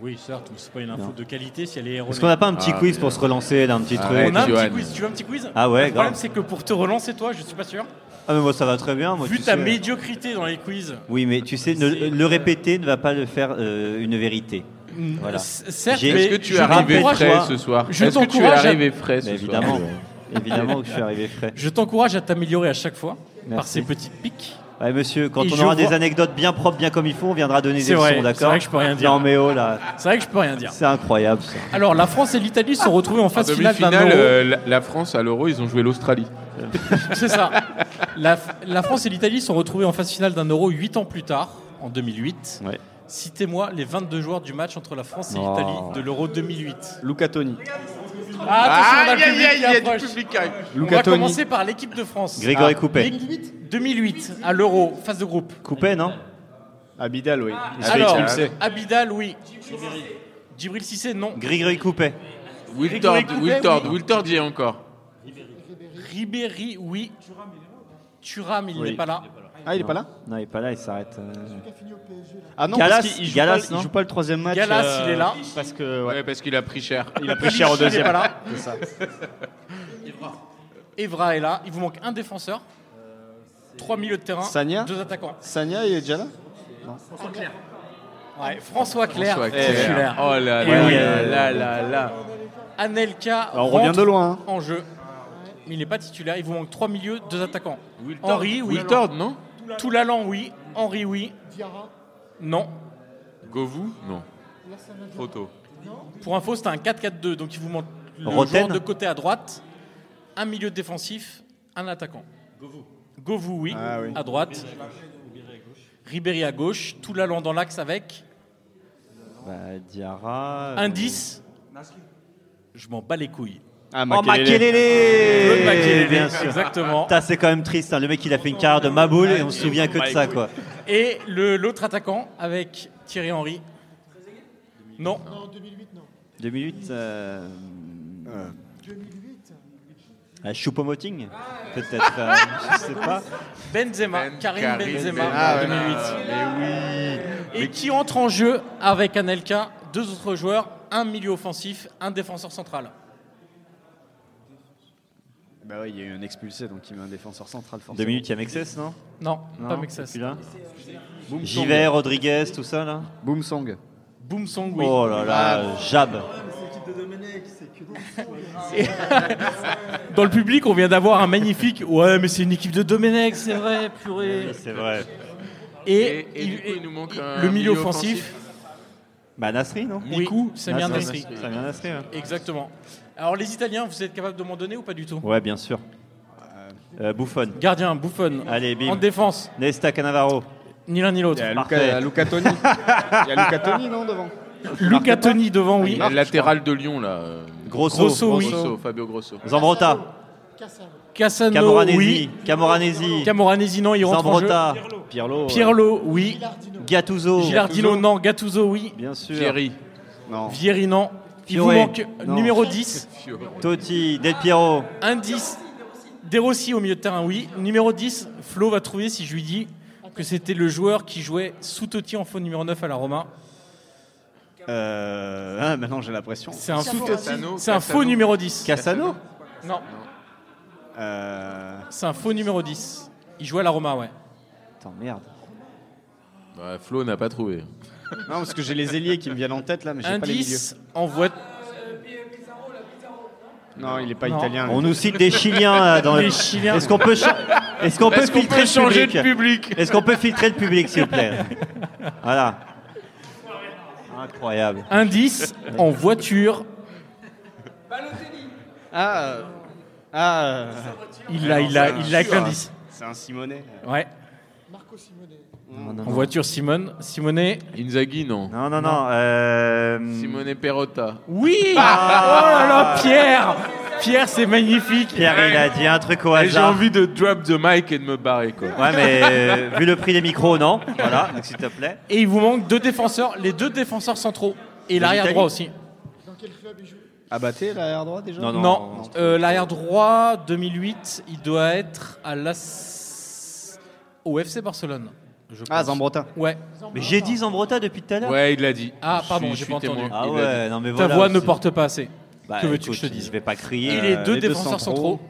Oui, certes, c'est pas une info de qualité si elle est erronée.
Est-ce qu'on n'a pas un petit
Ah,
quiz
mais-
pour se relancer d'un petit
Ah,
truc
ouais.
On a un
Johan.
petit quiz, tu veux un petit quiz
Ah
Le
ouais,
problème,
grave.
c'est que pour te relancer, toi, je suis pas sûr.
Ah, mais moi ça va très bien. Moi,
Vu
tu
ta
sais.
médiocrité dans les quiz,
Oui, mais tu sais, ne- le répéter ne va pas le faire euh, une vérité.
Mm.
Voilà.
c- certes,
J'ai-
mais
Est-ce que tu es
je
arrivé
t'encourage
frais
à-
ce soir
je
Est-ce que tu es
t'encourage à-
arrivé frais ce
Mais
soir
évidemment, évidemment que je suis arrivé frais.
Je t'encourage à t'améliorer à chaque fois par
Merci.
ces petites piques.
Ouais, monsieur, quand
Et
on
je
aura
vois-
des anecdotes bien propres, bien comme il faut, on viendra donner
C'est
des
vrai,
leçons,
c'est
d'accord
vrai que je peux rien dire.
Non, mais oh là,
C'est vrai que je peux rien dire.
c'est incroyable ça.
Alors, la France et l'Italie se sont retrouvées en
En
phase finale d'un
demi-finale,
Euro.
euh, la, la France à l'Euro, ils ont joué l'Australie.
C'est ça. La, la France et l'Italie se sont retrouvées en phase finale d'un Euro 8 ans plus tard, en 2008.
Ouais.
Citez-moi les 22 joueurs du match entre la France et
Oh.
l'Italie de l'Euro 2008.
Luca Toni.
Ah, attention, on a le public qui approche. On
Luca
va
Toni.
commencer par l'équipe de France. Ah.
Grégory Coupet.
L'équipe 2008 à l'Euro, phase de groupe.
Coupet, non
Ah, Abidal, oui. Il se fait
Alors,
expulser.
Abidal, oui. Djibril Cissé, non.
Grégory Coupet.
Wiltord,
Coupet,
Wiltord,
oui.
Wiltord y est encore.
Ribéry, oui. Thuram, il
Oui.
n'est pas là.
Ah, il est pas là
Non, il est pas là, il s'arrête. euh.
Ah non,
Galas,
parce qu'il joue,
Galas,
pas, le-
non
il joue pas le troisième match. euh,
Galas, il est là.
Parce que ouais,
Ouais, parce qu'il a pris cher.
il a pris cher au
Clichy, Il n'est
deuxième.
pas là.
C'est ça.
Evra est là. Il vous manque un défenseur. Trois milieux de terrain.
Sagna
Deux attaquants.
Sania, il est déjà là
Ouais, François Clair,
François Claire.
Eh, titulaire.
Oh là là
Et oui.
là là là là.
Anelka
Alors, On revient
rentre
de loin. hein.
en jeu. Mais il n'est pas titulaire. Il vous manque trois milieux, deux attaquants.
Wiltord-
Henri, oui.
Wiltord, non
Toulalan, oui. Henri, oui. Non.
Govou Non. Trop tôt.
Pour info, c'était un 4-4-2, donc il vous manque le
Roten.
joueur de côté à droite, un milieu défensif, un attaquant. Govou. Govou, oui,
Ah oui.
à droite. Ribéry à gauche, Toulalan dans l'axe avec
Bah, Diarra. euh,
un 10. Je m'en bats les couilles.
Ah,
Oh,
Makelele.
Makelele
Le paquet,
Eh, Bien sûr.
exactement.
Putain, c'est quand même triste, hein. le mec il a fait une carrière de maboule et on se souvient que de ça quoi.
Et le- l'autre attaquant avec Thierry Henry. Non,
2008. Euh... Euh, Choupo-Moting Peut-être, euh, je sais pas.
Benzema,
Ben-
Karim
Karim
Benzema,
Benzema.
en
Ah,
2008.
Mais oui.
Et qui entre en jeu avec Anelka, deux autres joueurs, un milieu offensif, un défenseur central.
Bah oui, il y a eu un expulsé, donc il met un défenseur central forcément.
2 minutes, il y a Mexès, non
Non,
Non,
pas Mexès.
celui-là.
Boom
Giver, Rodriguez, tout ça là
Boom Song.
Boom Song, oui.
Oh là là, Oh Jab.
Dans le public, on vient d'avoir un magnifique. Ouais, mais c'est une équipe de Domenech, c'est vrai, purée.
C'est vrai.
Et,
Et- et
il-
du coup, il nous manque
il-
un
le milieu
milieu
offensif,
offensif. Ah,
Bah Nasri, non
Oui. Miku, Samir Nasri.
Samir Nasri, ouais.
Exactement. Alors, les Italiens, vous êtes capable de m'en donner ou pas du tout
Ouais, bien sûr. Euh, Buffon.
Gardien, Buffon.
Allez, bim.
En défense,
Nesta Cannavaro.
ni l'un ni l'autre.
Il y a Luca,
Parfait.
Luca Toni. Il y a Luca Toni, non, devant
Luca Toni devant, oui.
Le latéral de Lyon, là. euh,
Grosso.
Grosso, oui.
Grosso, Fabio Grosso.
Zambrota.
Cassano,
Camoranesi.
oui.
Camoranesi.
Camoranesi, non, il rentre en jeu.
Zambrota.
Pirlo. euh,
Pirlo, oui.
Gattuso.
Gilardino, non. Gattuso, oui.
Bien sûr.
Thierry.
Non.
Vieri, non. Il vous
Fiore.
manque
Non.
numéro 10,
Totti. Del Piero.
indice. De Rossi au milieu de terrain, oui. Numéro 10, Flo va trouver si je lui dis que c'était le joueur qui jouait sous Totti en faux numéro 9 à la Roma.
Euh, ah, maintenant j'ai la pression.
C'est un, sous-
Cassano,
c'est un
Cassano.
faux numéro 10.
Cassano.
Non,
Euh,
c'est un faux numéro 10. Il jouait à la Roma, ouais.
Attends, merde.
Bah, Flo n'a pas trouvé.
Non, parce que j'ai les ailiers qui me viennent en tête là, mais j'ai pas les milieux.
Indice, en voie
Non, il est pas
Non.
italien. lui.
On nous cite des Chiliens là, dans
les
le-
Chiliens.
Est-ce qu'on peut, cha- est-ce qu'on peut
Est-ce qu'on
filtrer
peut changer de
le public Est-ce qu'on peut filtrer le public, s'il vous plaît Voilà. Incroyable.
Indice, en voiture,
Ah, euh, ah euh,
il l'a, il l'a, il l'a avec l'indice.
c'est un Simonet.
Ouais. En voiture, Simone. Simone.
Inzaghi, non.
Non, non, non. euh,
Simone Perotta.
Oui Oh là là, Pierre Pierre, c'est magnifique.
Pierre, il a dit un truc au
Et J'ai
hasard.
envie de drop the mic et de me barrer, quoi.
Ouais, mais euh, vu le prix des micros, non. Voilà, donc s'il te plaît.
Et il vous manque deux défenseurs, les deux défenseurs centraux. Et l'arrière droit aussi.
Abatté l'arrière droit déjà
Non, non.
Non, Euh, l'arrière droit 2008, il doit être à l'AS au FC Barcelone. je
Ah,
pense.
Zambrotta.
Ouais.
Mais j'ai dit Zambrota depuis tout à l'heure.
Ouais, il l'a dit.
Ah,
Je
pardon,
suis-
j'ai
je
pas
suis
entendu.
témoin.
Ah
Il l'a dit.
ouais, non, mais
Ta
voilà.
voix ne
aussi.
porte pas assez.
Bah,
que veux-tu que
écoute,
je te dise
Je vais pas
Et
crier.
les
euh,
deux
les deux
défenseurs centraux,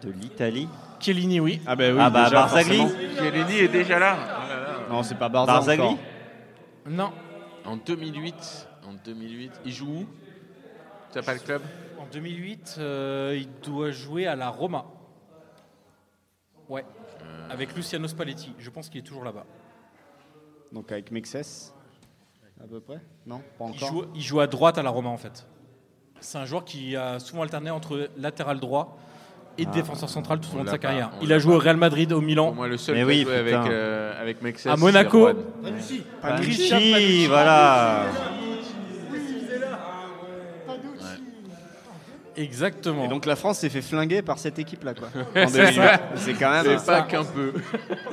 centraux.
De l'Italie.
Chiellini, oui.
Ah, bah oui,
Ah, bah,
déjà,
Barzagli.
forcément.
Chiellini est déjà là.
Non, c'est pas Barza
Barzagli.
encore.
Non,
En 2008, en 2008, il joue où T'as pas le club
en 2008, euh, il doit jouer à la Roma. Ouais.
Euh.
Avec Luciano Spalletti. Je pense qu'il est toujours là-bas.
Donc avec Mexes, à peu près Non, pas
Il
encore.
joue, il joue à droite à la Roma en fait. C'est un joueur qui a souvent alterné entre latéral droit et défenseur central tout au long de
l'a
sa
pas,
carrière.
Ah. on
Il
l'a
a joué au
pas.
Real Madrid, au Milan.
Pour moi, le seul
Mais
qui
oui,
a joué avec,
putain.
euh, avec Mexès,
À
c'est
Monaco.
Juan.
Panucci, voilà.
Exactement.
Et donc la France s'est fait flinguer par cette équipe-là, quoi. En 2008. c'est quand même.
C'est pas qu'un peu.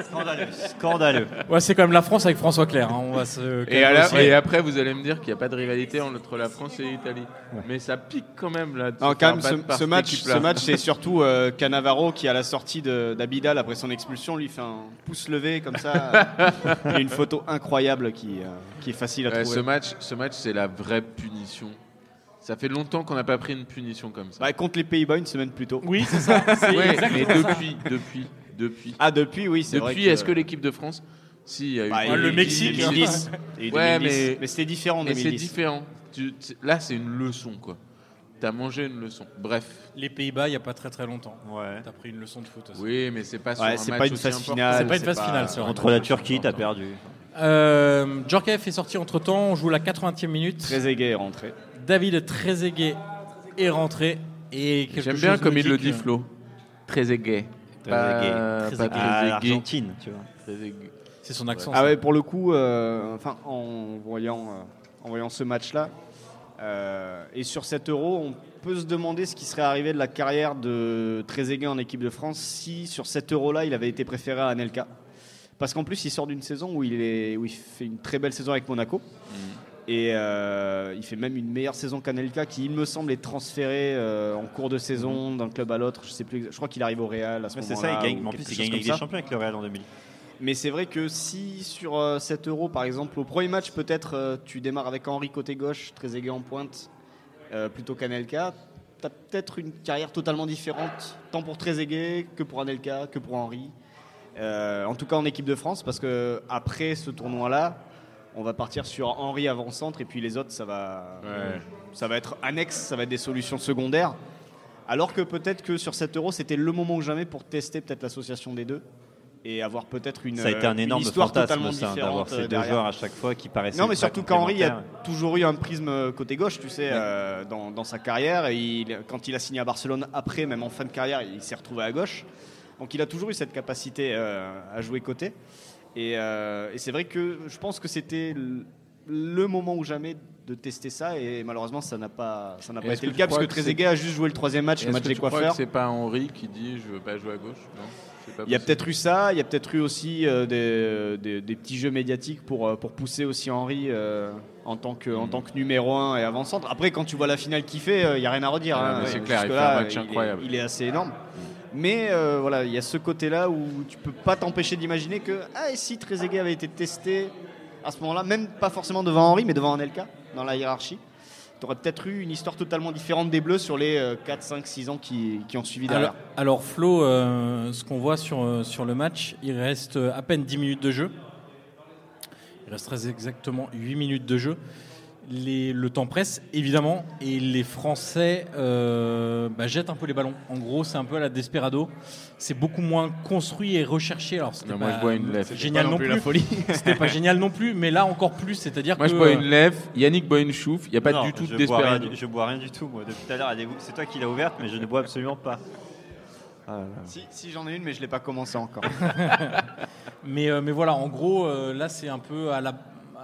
Scandaleux. Scandaleux.
ouais, c'est quand même la France avec François Clair. hein. On va se
Et, à
calmer
la-
aussi.
et après, vous allez me dire qu'il n'y a pas de rivalité entre la France et l'Italie. Mais ça pique quand même là. de
Non,
se
quand
faire
même,
battre
ce,
par
ce
cette
match,
équipe-là.
ce match, c'est surtout euh, Cannavaro qui, à la sortie de- d'Abidal après son expulsion, lui fait un pouce levé comme ça. Il y a une photo incroyable qui, euh, qui est facile à
Ouais, ce
trouver.
match, ce match, c'est la vraie punition. Ça fait longtemps qu'on n'a pas pris une punition comme ça.
Bah, contre les Pays-Bas une semaine plus tôt.
Oui, c'est ça. C'est
Ouais,
exact-
mais depuis, depuis, depuis.
Ah, depuis, oui, c'est vrai.
depuis, est-ce que l'équipe de France, si, il y a eu
Bah,
des-
Ah, le
des-
Mexique,
des-
hein.
2010. Et
Ouais,
2010.
mais-
c'était différent en
Et c'est
2010.
différent. Tu- tu- là, c'est une leçon, quoi. T'as mangé une leçon. Bref.
Les Pays-Bas, il n'y a pas très très longtemps.
Ouais.
T'as pris une leçon de foot aussi.
Oui, mais c'est pas sur
Ouais,
un
c'est
match
pas une
aussi
phase
important.
finale.
C'est pas une
c'est
phase
pas-
finale, c'est vrai.
Contre la Turquie, t'as perdu.
Euh, Djorkaeff est sorti entre temps. On joue la 80e minute.
Très aigué est rentré.
David Trezeguet est rentré. Et quelque
J'aime bien
chose
comme
me
il le
que-
dit, Flo. euh. Très aigué.
Bah,
Euh, Pas
Trezeguet.
pas
Ah,
très aigué.
l'Argentine, tu vois.
euh, C'est son accent.
Ah
hein.
ça.
ouais, pour le coup, euh, enfin, en voyant, euh, en voyant ce match-là, euh, et sur cet euro, on peut se demander ce qui serait arrivé de la carrière de Trezeguet en équipe de France si sur cet euro-là, il avait été préféré à Anelka. Parce qu'en plus, il sort d'une saison où il, est, où il fait une très belle saison avec Monaco.
Mm.
Et euh, il fait même une meilleure saison qu'Anelka, qui, il me semble, est transféré euh, en cours de saison d'un club à l'autre. Je sais plus. exa- Je crois qu'il arrive au Real à ce
Mais
moment-là.
Mm. c'est ça, il
ou
gagne. En
quelque chose
plus, il gagne
comme
avec
ça.
des champions avec le Real en 2000.
Mais c'est vrai que si sur euh, cet euro, par exemple, au premier match, peut-être euh, tu démarres avec Henri côté gauche, très aigué en pointe, euh, plutôt qu'Anelka, t'as peut-être une carrière totalement différente, tant pour Trezeguet que pour Anelka, que pour Henri. Euh, en tout cas en équipe de France, parce que après ce tournoi-là, on va partir sur Henri avant-centre et puis les autres, ça va,
Ouais.
ça va être annexe, ça va être des solutions secondaires. Alors que peut-être que sur 7 euros, c'était le moment que jamais pour tester peut-être l'association des deux et avoir peut-être une,
Ça a été un
une
énorme
histoire
fantasme
totalement
ça,
différente
d'avoir
euh,
ces deux
derrière.
joueurs à chaque fois qui paraissaient.
Non, mais
pas
surtout qu'Henri il a
complémentaires.
toujours eu un prisme euh, côté gauche, tu sais, euh, dans, dans sa carrière. Et il- quand il a signé à Barcelone après, même en fin de carrière, il s'est retrouvé à gauche. Donc il a toujours eu cette capacité euh, à jouer côté. Et, euh, et c'est vrai que je pense que c'était le- le moment ou jamais de tester ça. Et malheureusement, ça n'a pas, ça n'a
Et
pas
est-ce
été
que
le
tu
cas parce que
crois que
Trezeguet a juste joué le troisième match, le
Est-ce
match
que
des
tu crois que
coiffeurs.
c'est pas Henri qui dit je veux pas jouer à gauche Non, c'est pas
Il y a
possible.
peut-être eu ça, il y a peut-être eu aussi euh, des, des- des petits jeux médiatiques pour, euh, pour pousser aussi Henry euh, en, tant que, en tant que numéro 1 et avant-centre. Après, quand tu vois la finale qu'il fait, euh, il n'y a rien à redire.
Ah,
hein.
mais c'est
Euh,
clair, il fait
jusque-là,
un match
est-
incroyable. Mm.
Il est, assez énorme. Mais euh, voilà, il y a ce côté-là où tu peux pas t'empêcher d'imaginer que ah, et si Trezeguet avait été testé à ce moment-là, même pas forcément devant Henry, mais devant Anelka dans la hiérarchie. Tu aurais peut-être eu une histoire totalement différente des Bleus sur les euh, 4, 5, 6 ans qui, qui ont suivi derrière.
Alors, alors, Flo, euh, ce qu'on voit sur, euh, sur le match, il reste euh, à peine 10 minutes de jeu. Il reste très exactement 8 minutes de jeu. Les- le temps presse, évidemment, et les Français euh, bah, jettent un peu les ballons. En gros, c'est un peu à la desperado. C'est beaucoup moins construit et recherché. Alors, c'était
Non, moi,
pas
je bois une lèvre.
génial non plus. C'était pas génial non plus, mais là encore plus. C'est-à-dire
Moi
que euh,
je bois une lèvre, Yannick boit une chouffe, il n'y a pas
Non,
du tout
je
de
bois rien
désespéré.
du- Je bois rien du tout, moi. Depuis tout à l'heure, elle est- c'est toi qui l'as ouverte, mais je ne bois absolument pas.
Si, si j'en ai une, mais je l'ai pas commencé encore.
Mais, euh, mais voilà, en gros, euh, là, c'est un peu à la-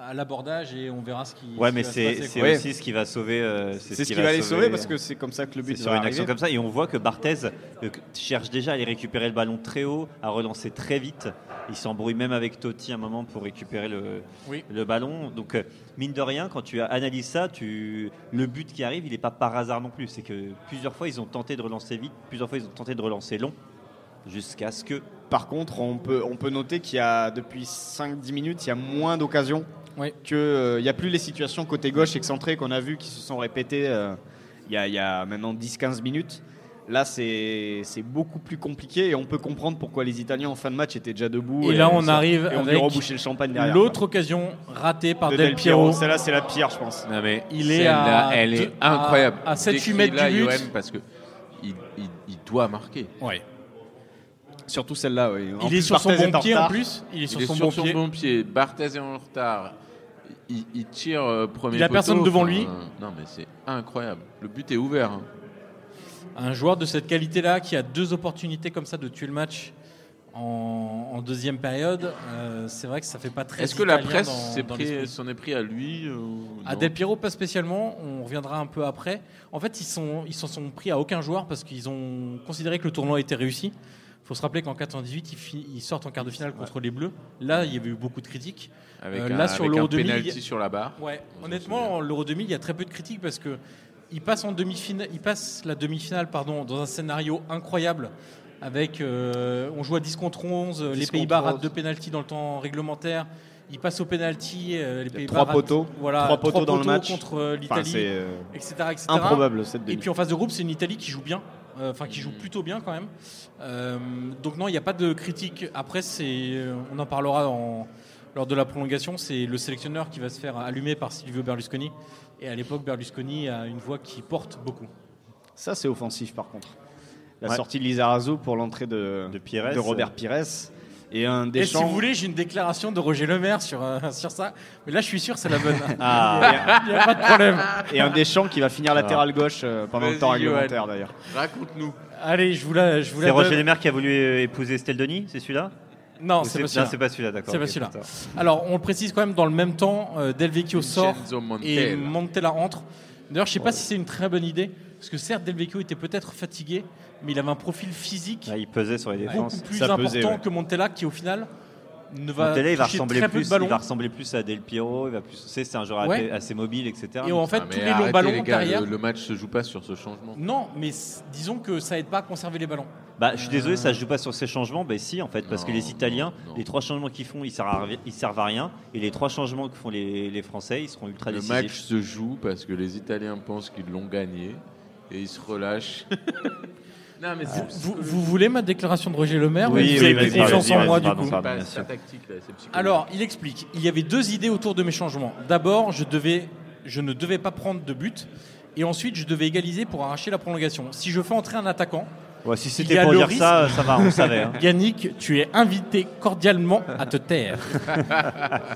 à l'abordage et on verra ce qui
Ouais,
ce
mais
qui va se
c'est
passer,
c'est
quoi.
Ouais.
aussi ce qui va sauver. euh,
C'est ce qui va les sauver parce que c'est comme ça que le
C'est
but
sur
va
une action
arriver.
comme ça et on voit que Barthez euh, que- cherche déjà à aller récupérer le ballon très haut, à relancer très vite. Il s'embrouille même avec Totti un moment pour récupérer le,
Oui.
le ballon. Donc euh, mine de rien, quand tu analyses ça, tu, le but qui arrive, il n'est pas par hasard non plus. C'est que plusieurs fois ils ont tenté de relancer vite, plusieurs fois ils ont tenté de relancer long, jusqu'à ce que
Par contre, on peut, on peut noter qu'il y a depuis 5-10 minutes, il y a moins d'occasions.
Oui.
Que, euh, il n'y a plus les situations côté gauche excentrées qu'on a vues qui se sont répétées euh, il, y a, il y a maintenant 10-15 minutes. Là, c'est c'est beaucoup plus compliqué et on peut comprendre pourquoi les Italiens en fin de match étaient déjà debout.
Et là, on
ça-
arrive
et on
avec
vient reboucher le champagne derrière.
L'autre occasion ratée par
quoi. de
Del, Piero.
Celle-là, c'est la pire, je pense.
Non mais
Il est
celle-là,
à
elle
deux-
est incroyable.
à- à 7-8
Décris-la,
mètres du but.
Johan, parce que il, il- il doit marquer.
Ouais.
Surtout celle-là, oui. En
Il est
plus,
sur son
Barthez
bon
en
pied en
retard.
plus. Il est sur
il est
son
sur
bon
son
pied.
bon pied. Barthez est en retard. Il, il tire euh, premier.
Il a
poteau. euh,
personne devant lui.
Non mais c'est incroyable. Le but est ouvert. hein.
Un joueur de cette qualité-là qui a deux opportunités comme ça de tuer le match en, en deuxième période, euh, c'est vrai que ça fait pas très.
Est-ce que la
italien
presse
dans-
s'est
dans
pris-
l'esprit. Ah,
s'en est pris à lui euh, ou
À
non
Del Piero, pas spécialement. On reviendra un peu après. En fait, ils sont, ils s'en sont pris à aucun joueur parce qu'ils ont considéré que le tournoi était réussi. Faut se rappeler qu'en 98, ils, fi- ils sortent en quart de finale contre les Bleus. Là, il y avait eu beaucoup de critiques.
Avec
Euh,
un,
là, sur
avec un
l'Euro 2000,
penalty
il y a-
sur la barre.
Ouais,
On s'en
honnêtement, l'Euro 2000, il y a très peu de critiques parce que il passe en demi-finale, il passe la demi-finale pardon, dans un scénario incroyable avec euh, on joue à 10 contre 11, euh, les
10
Pays-Bas
contre 11.
ratent deux pénalties dans le temps réglementaire, il passe au pénalty, euh, les Pays-Bas
trois
ratent-
poteaux.
voilà,
Trois poteaux dans le match.
contre euh,
Enfin,
l'Italie,
c'est euh,
etc., etc.
improbable cette
Et
demi.
puis en phase de groupe, c'est une Italie qui joue bien, euh, enfin
Mm.
qui joue plutôt bien quand même. Euh, donc non, il n'y a pas de critique. Après, c'est, euh, on en parlera en- lors de la prolongation. C'est le sélectionneur qui va se faire allumer par Silvio Berlusconi. Et à l'époque, Berlusconi a une voix qui porte beaucoup.
Ça, c'est offensif par contre. La
Ouais.
sortie de Lizarazu pour l'entrée de,
De Pires.
Robert Pires. Et un
Et si
Deschamps.
vous voulez, j'ai une déclaration de Roger Lemaire sur, euh, sur ça. Mais là, je suis sûr, c'est la bonne.
Ah,
Il n'y a pas de problème.
et un Deschamps qui va
Ah.
finir latéral gauche euh, pendant le
Vas-y,
temps
Johan.
réglementaire d'ailleurs.
Raconte-nous.
Allez, je vous la, je vous la
c'est
donne.
Roger Lemaire qui a voulu euh, épouser Estelle Denis, c'est celui-là
Non,
Ou
c'est pas
Non,
celui-là.
c'est pas celui-là, d'accord.
C'est pas
ok,
celui-là.
d'accord.
Alors, on le précise quand même, dans le même temps, euh, Del Vecchio sort.
Vincenzo Montella.
et Montella entre. D'ailleurs, je sais pas si c'est une très bonne idée, parce que certes, Del Vecchio était peut-être fatigué, mais il avait un profil physique
Ah, il pesait sur les défenses.
beaucoup plus
Ça
important
pesait, ouais.
que Montella, qui au final ne va,
Montella, il va
toucher
ressembler
très peu
plus,
de ballons.
il va ressembler plus à Del Piero. Il va plus, tu sais, c'est un joueur
Ouais.
assez- assez mobile, etc.
Et en fait,
Ah, mais
tous les longs
arrêtez,
ballons
les gars,
derrière.
Le, le match se joue pas sur ce changement.
Non, mais c- disons que ça aide pas à conserver les ballons.
Bah, je suis désolé,
Euh.
ça ne joue pas sur ces changements. Bah, si, en fait, parce
Non,
que les Italiens,
non, non.
les trois changements qu'ils font, ils servent, à, ils servent à rien. Et les trois changements que font les, les Français, ils seront ultra
Le
décisifs.
match se joue parce que les Italiens pensent qu'ils l'ont gagné et ils se relâchent. Euh, non mais c'est
Vous, vous voulez ma déclaration de Roger Lemaire
Oui,
Vous avez
oui,
plus
vas-y,
confiance
vas-y,
en moi,
vas-y,
du
pardon,
coup.
pardon.
pas
bien
c'est
sûr.
pas tactique là, c'est psychologique.
Alors, il explique. Il y avait deux idées autour de mes changements. D'abord, je devais, je ne devais pas prendre de but. Et ensuite, je devais égaliser pour arracher la prolongation. Si je fais entrer un attaquant,
Ouais, si
Il y
c'était
a
pour
le
dire
risque.
ça, ça va, on savait. hein.
Yannick, tu es invité cordialement à te taire.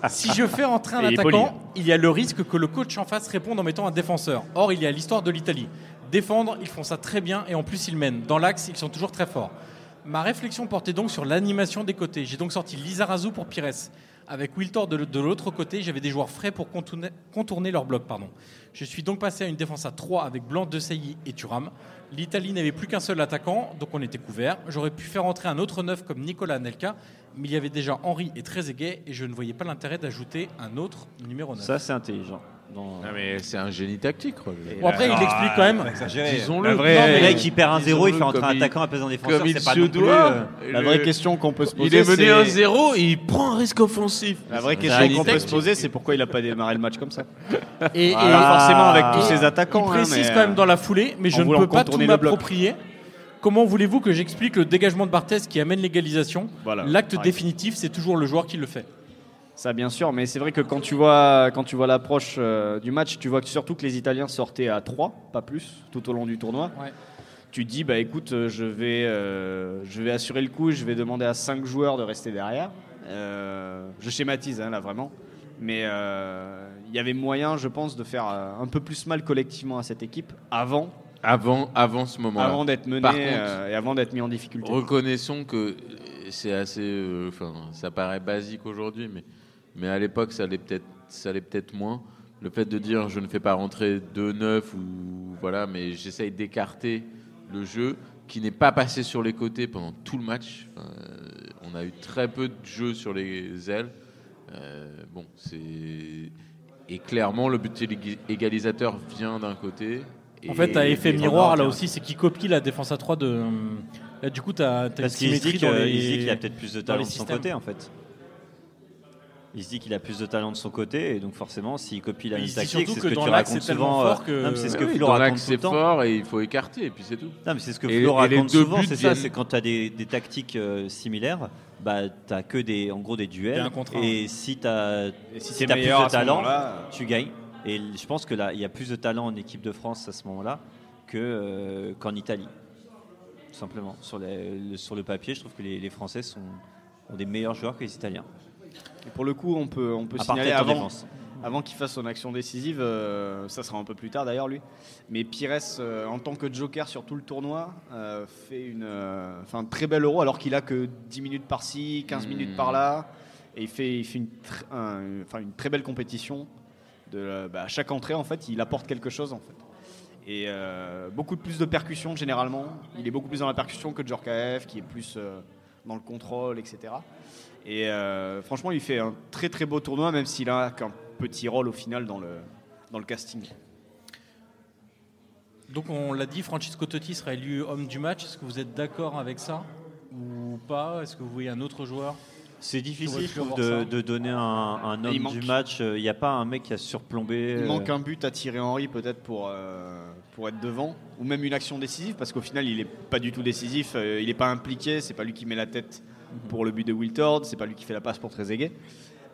si je fais entrer un
Et il est poli. hein.
attaquant, il y a le risque que le coach en face réponde en mettant un défenseur. Or, il y a l'histoire de l'Italie. Défendre, ils font ça très bien et en plus ils mènent. Dans l'axe, ils sont toujours très forts. Ma réflexion portait donc sur l'animation des côtés. J'ai donc sorti Lizarazu pour Pires. Avec Wiltor de l- de l'autre côté, j'avais des joueurs frais pour contourner, contourner leur bloc. Pardon. Je suis donc passé à une défense à 3 avec Blanc, De Sailly et Thuram. L'Italie n'avait plus qu'un seul attaquant, donc on était couvert. J'aurais pu faire entrer un autre neuf comme Nicolas Anelka, mais il y avait déjà Henri et Trezeguet et je ne voyais pas l'intérêt d'ajouter un autre numéro 9.
Ça, c'est intelligent. Dans-
Ah,
Non, mais c'est un génie tactique, Roger.
Bon, après, il
Ah,
explique quand même.
Disons-le.
La vraie-
Non,
Le
mais-
mec, il perd un
disons-le
0, il fait
comme
rentrer un
il-
attaquant, après un défenseur,
comme il
c'est pas
se
non plus,
doit.
euh,
La vraie question qu'on peut se poser,
Ah, Il est mené
c'est-
1-0 et il prend un risque offensif.
La vraie
C'est
question
réaliste.
qu'on peut se poser, c'est pourquoi il a pas démarré le match comme ça.
Et, et-
Ah.
Pas Ah, forcément avec tous
et-
ses attaquants.
Il
hein,
précise
mais,
quand même dans la foulée, mais je
en
ne
voulant
peux pas tout
contourner le bloc.
m'approprier. Comment voulez-vous que j'explique le dégagement de Barthez qui amène l'égalisation
Voilà,
L'acte
par exemple.
définitif, c'est toujours le joueur qui le fait.
Ça, bien sûr, mais c'est vrai que quand tu vois, quand tu vois l'approche euh, du match, tu vois que surtout que les Italiens sortaient à 3, pas plus, tout au long du tournoi.
Ouais.
Tu te dis, bah écoute, euh, je vais, euh, je vais assurer le coup, je vais demander à 5 joueurs de rester derrière. Euh, je schématise, hein, là, vraiment. Mais euh, il y avait moyen, je pense, de faire euh, un peu plus mal collectivement à cette équipe avant,
Avant, avant ce moment-là.
avant d'être mené
Par contre,
euh, et avant d'être mis en difficulté.
Reconnaissons que c'est assez. euh, Enfin, ça paraît basique aujourd'hui, mais, mais à l'époque, ça l'est peut-être ça l'est peut-être moins. Le fait de dire je ne fais pas rentrer 2-9 ou voilà, mais j'essaye d'écarter le jeu qui n'est pas passé sur les côtés pendant tout le match. Enfin, euh, on a eu très peu de jeux sur les ailes. Euh, bon, c'est. Et clairement, le but ég- égalisateur vient d'un côté.
En
et-
fait, à effet
et-
miroir, là aussi, c'est qu'il copie la défense à 3 de. Là, du coup, t'as t'as une
Parce qu'il se dit
symétrie dans
que-
les-
il se dit qu'il a peut-être plus de
dans
talent
les
de son
systèmes.
côté, en fait. Il se dit qu'il a plus de talent de son côté, et donc forcément, s'il copie la
Il
même
se dit
tactique,
surtout
c'est ce que,
que dans
tu
l'axe,
racontes
c'est tellement
souvent. euh,
fort que-
non, mais c'est ce
Bah
que
oui,
Flo
dans
raconte
l'axe,
tout le
c'est
temps.
fort et il faut écarter, et puis c'est tout.
Non, mais c'est ce que
Et-
Flo
et les
raconte
deux
souvent,
buts
c'est ça,
viennent-
c'est quand tu as des, des tactiques euh, similaires, bah, tu n'as que des, en gros des duels.
T'es un contre un.
Et si tu as,
Et si
si
t'es
t'as plus
meilleur
de
à ce
talent,
moment-là, euh,
tu gagnes. Et l- je pense que là, il y a plus de talent en équipe de France à ce moment-là que, euh, qu'en Italie. Tout simplement. Sur, les- le, sur le papier, je trouve que les, les Français sont, ont des meilleurs joueurs que les Italiens.
Et pour le coup, on peut, on peut
À part
signaler
peut-être en
avant,
défense.
avant qu'il fasse son action décisive, euh, ça sera un peu plus tard d'ailleurs lui. Mais Pires, euh, en tant que joker sur tout le tournoi, euh, fait une, euh, enfin, un très bel euro alors qu'il a que 10 minutes par-ci, 15 minutes par-là. Et il fait, il fait une, tr- un- enfin, une très belle compétition. De, euh, bah, à chaque entrée, en fait, il apporte quelque chose. En fait. Et euh, beaucoup plus de percussions généralement. Il est beaucoup plus dans la percussion que Djorkaeff, qui est plus euh, dans le contrôle, etc. Et euh, franchement, il fait un très très beau tournoi, même s'il a qu'un petit rôle au final dans le, dans le casting.
Donc, on l'a dit, Francisco Totti sera élu homme du match. Est-ce que vous êtes d'accord avec ça ou pas Est-ce que vous voyez un autre joueur
C'est difficile,
Ouais,
je trouve,
je vais voir
de,
ça.
de donner un, un
Il
homme
manque.
du match. Euh, Il n'y a pas un mec qui a surplombé.
Il
euh,
manque un but à tirer Henry peut-être pour, euh, pour être devant, ou même une action décisive, parce qu'au final, il n'est pas du tout décisif, euh, il n'est pas impliqué, c'est pas lui qui met la tête pour le but de Wiltord, c'est pas lui qui fait la passe pour Trezeguet.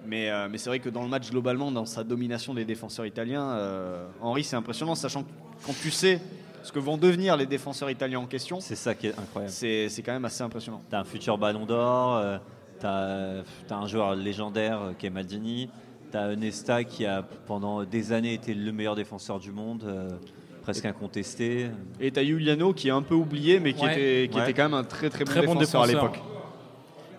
Mais, euh, mais c'est vrai que dans le match, globalement, dans sa domination des défenseurs italiens, euh, Henry, c'est impressionnant, sachant que quand tu sais ce que vont devenir les défenseurs italiens en question,
C'est ça qui est incroyable.
c'est c'est quand même assez impressionnant.
T'as un futur Ballon d'Or, euh, t'as t'as un joueur légendaire euh, qui est Maldini, t'as Nesta qui a pendant des années été le meilleur défenseur du monde, euh, presque incontesté.
Et t'as Giuliano qui est un peu oublié, mais qui,
Ouais.
était, qui
Ouais.
était quand même un très très bon
Très bon
défenseur,
défenseur.
à l'époque.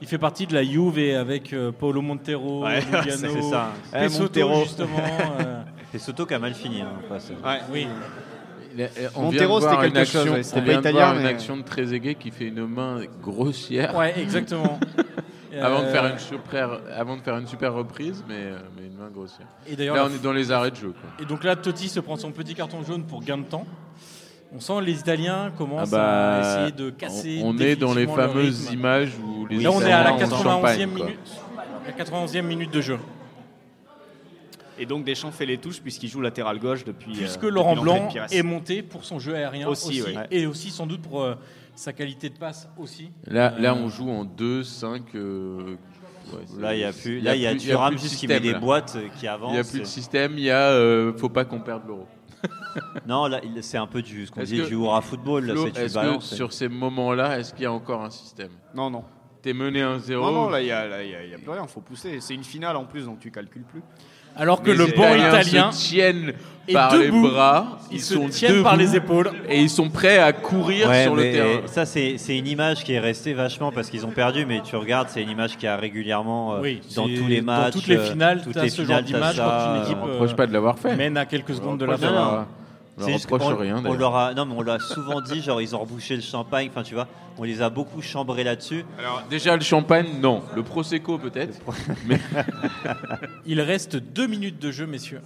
Il fait partie de la Juve et avec euh, Paolo Montero,
Ouais,
Giuliano,
c'est ça.
Pessotto,
Eh, Montero.
justement. euh,
C'est Soto qui a mal fini. hein, au passage.
Ouais.
oui.
Il a-
euh,
on vient de
Montero,
voir
c'était
une
quelque chose,
action,
ouais, c'était
on
pas
vient de
italien,
voir une
mais-
action de Trezeguet qui fait une main grossière
Ouais, exactement.
avant, de faire
Euh,
une super, avant de faire une super reprise, mais, euh, mais une main grossière.
Et d'ailleurs,
Là,
la
on est dans les arrêts de jeu. quoi.
Et donc là, Totti se prend son petit carton jaune pour gain de temps. On sent les Italiens
Ah
commencent
bah,
à essayer de casser.
on on est dans les
définitivement leur
fameuses
rythme.
images où les
Là, on est à la
Italiens ont le
91e
champagne, quoi.
minute, la 91e minute de jeu.
Et donc Deschamps fait les touches puisqu'il joue latéral gauche depuis. euh,
Puisque
depuis
Laurent
l'entrée de
Blanc
Pires.
est monté pour son jeu aérien aussi,
Aussi, ouais.
et aussi sans doute pour euh, sa qualité de passe aussi.
Là, là,
Euh,
on joue en euh, 2, 5.
Là, il y a plus. Là, il y a Thuram juste qui met des boîtes euh, qui
Il
avancent.
n'y a plus de système, il y a euh, faut pas qu'on perde l'euro.
Non, là, il- c'est un peu du, ce qu'on
Est-ce
dit,
que-
du hurrah football. là,
Flo,
c'est tu
est-ce que
balances.
sur ces moments-là, est-ce qu'il y a encore un système
Non, non.
T'es mené 1-0.
Oh.
Non, non, là, il n'y a, là, il y a- il y a plus rien, faut pousser. C'est une finale en plus, donc tu calcules plus.
Alors que
les
le banc
Italiens
italien,
se tiennent
est
par
debout.
les bras, ils,
ils se
sont
tiennent par
debout
les épaules.
et ils sont prêts à courir
Ouais,
sur le
mais
terrain.
Ça, c'est c'est une image qui est restée vachement parce qu'ils ont perdu, mais tu regardes, c'est une image qui a régulièrement euh,
Oui,
dans
c'est-
tous les
dans
matchs.
toutes les
euh,
finales,
toutes
t'as
les
ce genre
finales, t'as
d'image
ça,
quand une
euh,
équipe,
On reproche pas de l'avoir fait.
mène à quelques secondes de
On
la
leur
fin.
Non, non.
reproche- on leur
C'est juste
reproche
qu'on-
rien.
On
d'ailleurs.
leur a, non, mais on l'a souvent dit, genre ils ont rebouché le champagne. Enfin, tu vois, on les a beaucoup chambrés là-dessus.
Alors, déjà, le champagne, non. Le Prosecco, peut-être.
Il reste deux minutes de jeu, messieurs.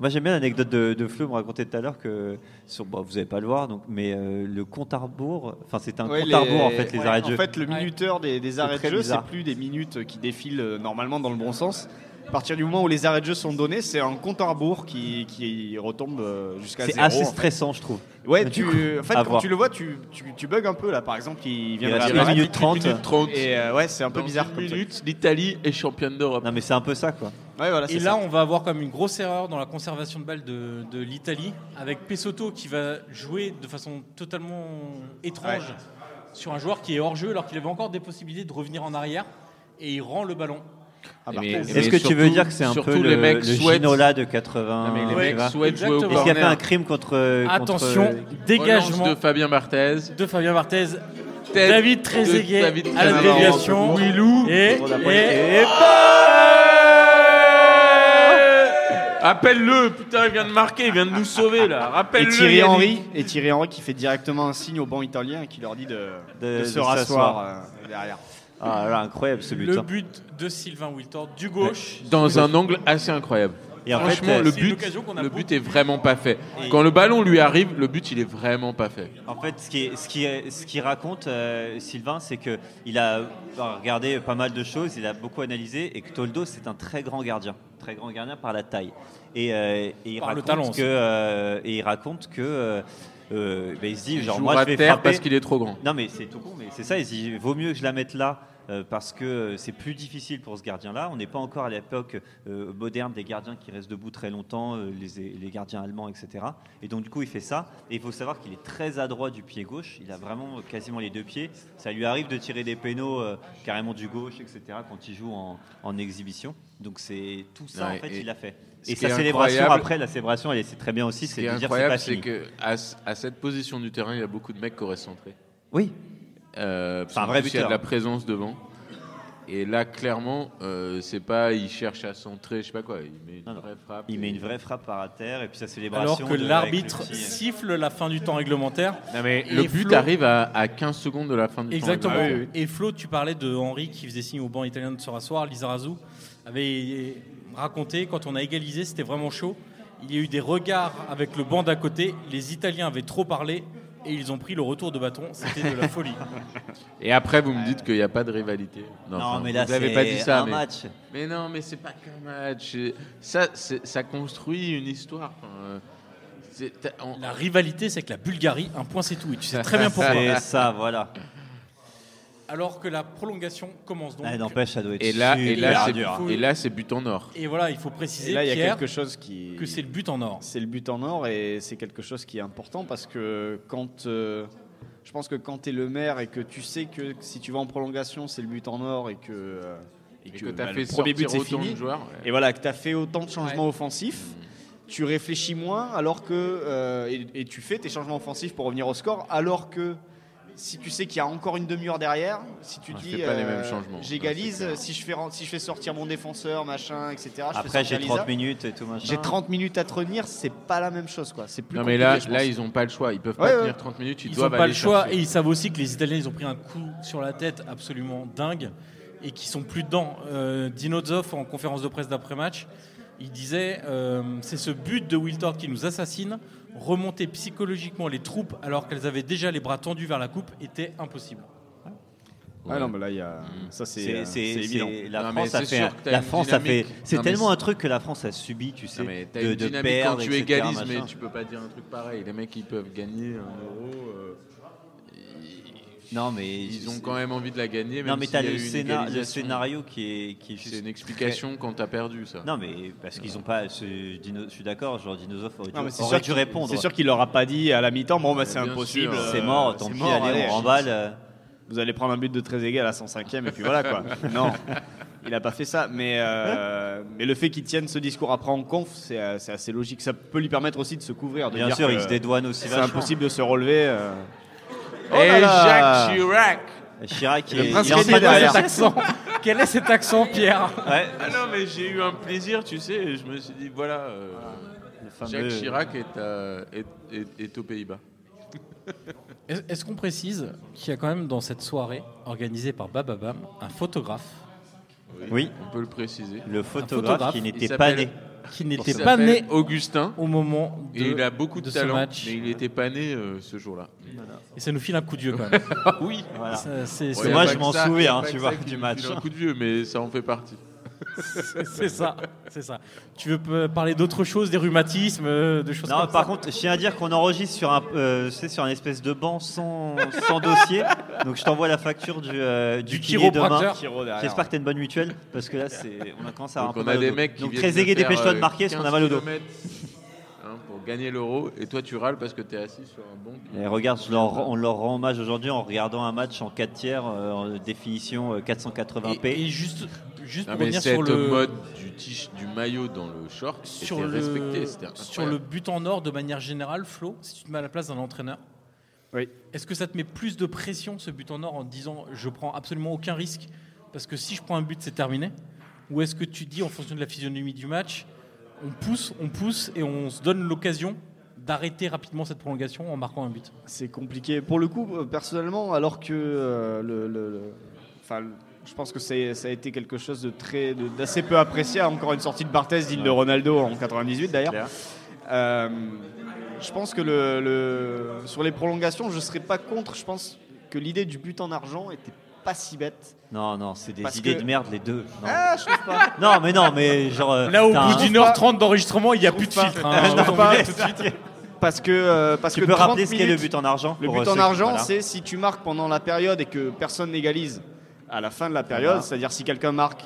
Moi, j'aime bien l'anecdote de, de Fleu me raconter tout à l'heure que sur, bon, vous n'allez pas le voir, donc, mais euh, le compte à rebours, enfin, c'est un
Ouais,
compte à rebours en fait, les
ouais,
arrêts de jeu.
En fait, le minuteur des, des arrêts de
très
jeu, c'est
bizarre.
plus des minutes qui défilent euh, normalement dans le bon sens. À partir du moment où les arrêts de jeu sont donnés, c'est un compte à rebours qui, qui retombe euh, jusqu'à
c'est
zéro.
assez
en fait.
stressant, je trouve.
Ouais,
Mais
tu,
du
en fait,
à
quand
voir.
tu le vois, tu, tu, tu bugs un peu là. Par exemple, il vient
Il
de
reste
réapparaître.
1 minute 30.
minute 30.
Et euh, ouais, c'est un peu
Dans
bizarre.
une
comme truc.
minute, l'Italie est championne d'Europe.
Non, mais c'est un peu ça, quoi.
Ouais, voilà,
Et
Ah, c'est
là,
ça.
on va avoir comme une grosse erreur dans la conservation de balles de, de l'Italie, avec Pesotto qui va jouer de façon totalement étrange
Ouais.
sur un joueur qui est hors jeu alors qu'il avait encore des possibilités de revenir en arrière et il rend le ballon.
Ah,
Mais-
par contre,
mais
Est-ce que tu veux
surtout-
dire que c'est un peu
surtout
le,
les mecs
le
souhaitent-
Ginola de 80
Non, mais les
tu
mecs
vois
souhaitent jouer au
Exactement.
Est-ce qu'il n'y a
corner.
pas un crime contre. euh, contre,
Attention,
euh,
dégagement
Relance de Fabien Martez.
de Fabien Barthez,
Tête
David
de
Trezeguet
David
à la
Trezeguet.
déviation.
Willou.
Et,
contre la
et-
poitrine.
Appelle-le, putain, il vient de marquer, il vient de nous sauver là.
Et
Rappelle-le.
Thierry
Yannick.
Henry, et Thierry Henry qui fait directement un signe au banc italien et qui leur dit de,
De-
de
de
se
s'asseoir.
rasseoir euh, derrière.
Ah là, incroyable ce but.
le
hein.
but de Sylvain Wiltord du gauche.
Dans un angle assez incroyable.
Et en fait,
Franchement,
euh,
le
c'est une
but,
occasion qu'on a
le
beaucoup-
but est vraiment pas fait. Quand le ballon lui arrive, le but il est vraiment pas fait.
En fait, ce qui, est- ce qui, est- ce qui raconte euh, Sylvain, c'est que il a regardé pas mal de choses, il a beaucoup analysé, et que Toldo, c'est un très grand gardien, très grand gardien par la taille. Et, euh, et il,
Par le
raconte
talent,
que, euh, et il raconte que, euh, euh, ben, il se dit,
Il
genre,
joue
moi,
à
je vais
terre
frapper.
parce qu'il est trop grand.
Non, mais c'est tout con, mais c'est ça. Il se dit, vaut mieux que je la mette là. euh, parce que euh, c'est plus difficile pour ce gardien-là. On n'est pas encore à l'époque euh, moderne des gardiens qui restent debout très longtemps, euh, les, les gardiens allemands, etc. Et donc du coup, il fait ça. Et il faut savoir qu'il est très adroit du pied gauche. Il a vraiment euh, quasiment les deux pieds. Ça lui arrive de tirer des pénaux euh, carrément du gauche, etc. Quand il joue en, en exhibition. Donc c'est tout ça
Ouais,
en fait,
et
il a fait.
ce
Et
qui est
sa célébration
incroyable-
après, la célébration, elle est c'est très bien aussi.
Ce
C'est
qui est
de dire c'est
incroyable,
pas
c'est
fini.
que à, ce- à cette position du terrain, il y a beaucoup de mecs qui auraient centré.
Oui.
Euh,
C'est
parce
un
qu'en
vrai
plus, Il y a de
buteur.
la présence devant. Et là, clairement, euh, c'est pas il cherche à centrer, je sais pas quoi. Il met une
Non, non.
vraie frappe.
Il
et-
met une vraie frappe par à terre et puis sa célébration.
Alors que
de-
l'arbitre
avec le petit-
siffle la fin du temps réglementaire. Et
Le but
Flo-
arrive à, à 15 secondes de la fin du
Exactement. Ah
temps.
Et Flo, tu parlais de Henri qui faisait signe au banc italien de se rasseoir. Lizarazu avait euh, raconté quand on a égalisé, c'était vraiment chaud. Il y a eu des regards avec le banc d'à côté. Les Italiens avaient trop parlé et ils ont pris le retour de bâton. C'était de la folie.
Et après, vous me dites qu'il n'y a pas de rivalité.
Non,
enfin,
mais là,
vous avez pas dit
c'est
ça.
un
mais...
match.
mais non, mais c'est pas qu'un match. C'est- Ça, c'est- ça construit une histoire. Enfin, euh, c'est- t'as- on-
La rivalité, c'est que la Bulgarie, un point c'est tout. Et tu sais très bien pourquoi.
C'est ça, voilà.
Alors que la prolongation commence donc.
Ah, N'empêche, ça doit être
Et là, et là,
super
c'est-
dur.
et là, c'est but en or.
Et voilà, il faut préciser
Et là, il y a
Pierre,
quelque chose qui.
que c'est le but en or.
C'est le but en or et c'est quelque chose qui est important parce que quand. euh, je pense que quand tu es le maire et que tu sais que si tu vas en prolongation, c'est le but en or et que. euh,
Et que t'as
bah,
fait
le premier but,
sortir
c'est
autant de
fini.
joueurs. ouais.
Et voilà, que tu as fait autant de changements offensifs, tu réfléchis moins alors que. euh, et, et tu fais tes changements offensifs pour revenir au score alors que. Si tu sais qu'il y a encore une demi-heure derrière, si tu
Ah,
te
je
dis euh,
fais pas les mêmes changements.
j'égalise,
Ouais, c'est clair.
si je fais ren- si je fais sortir mon défenseur, machin, etc. je fais
Après,
sortir
j'ai
Lisa.
30 minutes et tout machin.
J'ai 30 minutes à te retenir, c'est pas la même chose quoi. C'est plus
Non, mais là,
compliqué, je
là,
pense.
ils ont pas le choix. Ils peuvent
Ouais,
pas
ouais.
tenir 30 minutes. Ils,
Ils n'ont
doivent
pas
aller
le choix
chercher.
et ils savent aussi que les Italiens ils ont pris un coup sur la tête absolument dingue et qui sont plus dedans. Euh, Dino Zoff en conférence de presse d'après-match, il disait euh, c'est ce but de Wiltord qui nous assassine. Remonter psychologiquement les troupes alors qu'elles avaient déjà les bras tendus vers la coupe était impossible.
Ah non, mais là, il y a...
Mm.
ça c'est
C'est
euh, c'est
c'est-
évident.
c'est- la
Non, mais
France a
c'est
fait.
sûr
un-
que t'as
La
une
France a fait.
dynamique.
C'est
Non, mais
tellement
c'est-
un truc que la France a subi, tu sais,
Non, mais t'as
de,
une
de
dynamique
perdre,
quand tu
etc.,
égalises,
machin.
mais tu peux pas dire un truc pareil. Les mecs, ils peuvent gagner un euro. euh, ils-
Non, mais.
Ils ont quand même envie de la gagner.
Non,
même
mais
s'il
t'as
y a
le,
eu une
scénar- le
égalisation.
scénario qui est, qui est juste.
C'est une explication quand t'as perdu, ça.
Non, mais parce qu'ils ont pas. ce dino- Je suis d'accord, genre Dinosaur aurait dû,
Non, mais c'est
aurait
sûr
dû
qu'il-
répondre.
C'est sûr qu'il leur a pas dit à la mi-temps, bon, bah, c'est
Bien
impossible.
sûr.
euh,
C'est mort, tant
c'est
pis,
mort,
allez, on remballe. euh.
Vous allez prendre un but de très égal à la 105e et puis voilà quoi. non, il n'a pas fait ça. Mais, euh, mais le fait qu'il tienne ce discours après en conf, c'est euh, c'est assez logique. Ça peut lui permettre aussi de se couvrir. De
Bien
dire
sûr,
que
il se dédouane aussi
C'est
vachement.
impossible de se relever. euh.
Oh
Et
là là
Jacques Chirac
Chirac,
Le
est-
prince
il est en
Kenny
train de-
derrière.
Quel est cet accent, Pierre
Ouais,
Ah non, mais j'ai eu un plaisir, tu sais, et je me suis dit, voilà, euh,
le fameux-
Jacques Chirac est, à- est, est- est aux Pays-Bas.
Est- Est-ce qu'on précise qu'il y a quand même dans cette soirée organisée par Bababam un photographe
Oui,
On peut le préciser.
le photographe
photographe,
qui
il
n'était
s'appelle-
pas né.
qui
Il
n'était pas
s'appelle
né
Augustin.
au moment de,
Et il a beaucoup de,
de ce
talent,
match.
mais il n'était pas né euh, ce jour-là.
Et ça nous file un coup de vieux quand même.
Ah oui
Voilà.
Ça, c'est
Parce
Ouais, y a
que moi,
pas
je
que
m'en
ça- y a
souviens,
pas
tu
que
vois,
ça qui
du
nous
match.
file Un coup de vieux, mais ça en fait partie.
c'est ça, c'est ça. Tu veux peu- parler d'autre chose, des rhumatismes, euh, de choses
Non,
comme
par
ça
contre, je tiens à dire qu'on enregistre sur un, euh, c'est sur un espèce de banc sans, sans dossier. Donc, je t'envoie la facture du, euh, du,
Du
kiné demain.
chiropracteur.
Chiro derrière.
J'espère que t'as une bonne mutuelle parce que là, c'est, on a commencé à avoir
Donc
un peu
on
mal
a
au
des
dos.
mecs qui
Donc,
viennent
Trezeguet,
de faire,
dépêche-toi de
euh,
marquer parce qu'on a mal au dos.
15 kilomètres, hein, pour gagner l'euro, et toi tu râles parce que tu es assis sur un banc. qui-
Et regarde, je leur- on leur rend hommage aujourd'hui en regardant un match en 4 tiers, euh, en définition euh, 480p.
Et, et juste, juste
Non,
pour
mais
revenir
cette
sur le
mode du, t- du maillot dans le short
sur
était
le
respectée. C'était
sur le but en or de manière générale, Flo, si tu te mets à la place d'un entraîneur.
Oui.
Est-ce que ça te met plus de pression ce but en or en te disant je prends absolument aucun risque parce que si je prends un but c'est terminé ou est-ce que tu dis en fonction de la physionomie du match on pousse on pousse et on se donne l'occasion d'arrêter rapidement cette prolongation en marquant un but
C'est compliqué. Pour le coup, euh, personnellement, alors que euh, le, le- le- enfin, le- je pense que c'est- ça a été quelque chose de très, de- d'assez peu apprécié. Encore une sortie de Barthez, d'île de Ronaldo en 98 d'ailleurs. Euh, je pense que le, le- sur les prolongations, je serais pas contre. Je pense que l'idée du but en argent était pas si bête.
Non, non, c'est des
Parce
idées
que-
de merde les deux. Non,
Ah, je trouve pas.
Non, mais non, mais genre. euh,
là au
t'as un-
bout d'une heure trente d'enregistrement il n'y a plus de
pas.
filtre hein.
Je
Autant
trouve
vous
pas.
dire tout de suite.
Parce que euh, parce
Tu
que
peux
30
rappeler ce qu'est le
minutes-
but en argent
Le
pour,
but
euh,
en
ceux qui-
argent,
voilà.
c'est si tu marques pendant la période et que personne n'égalise à la fin de la période,
Voilà.
c'est-à-dire si quelqu'un marque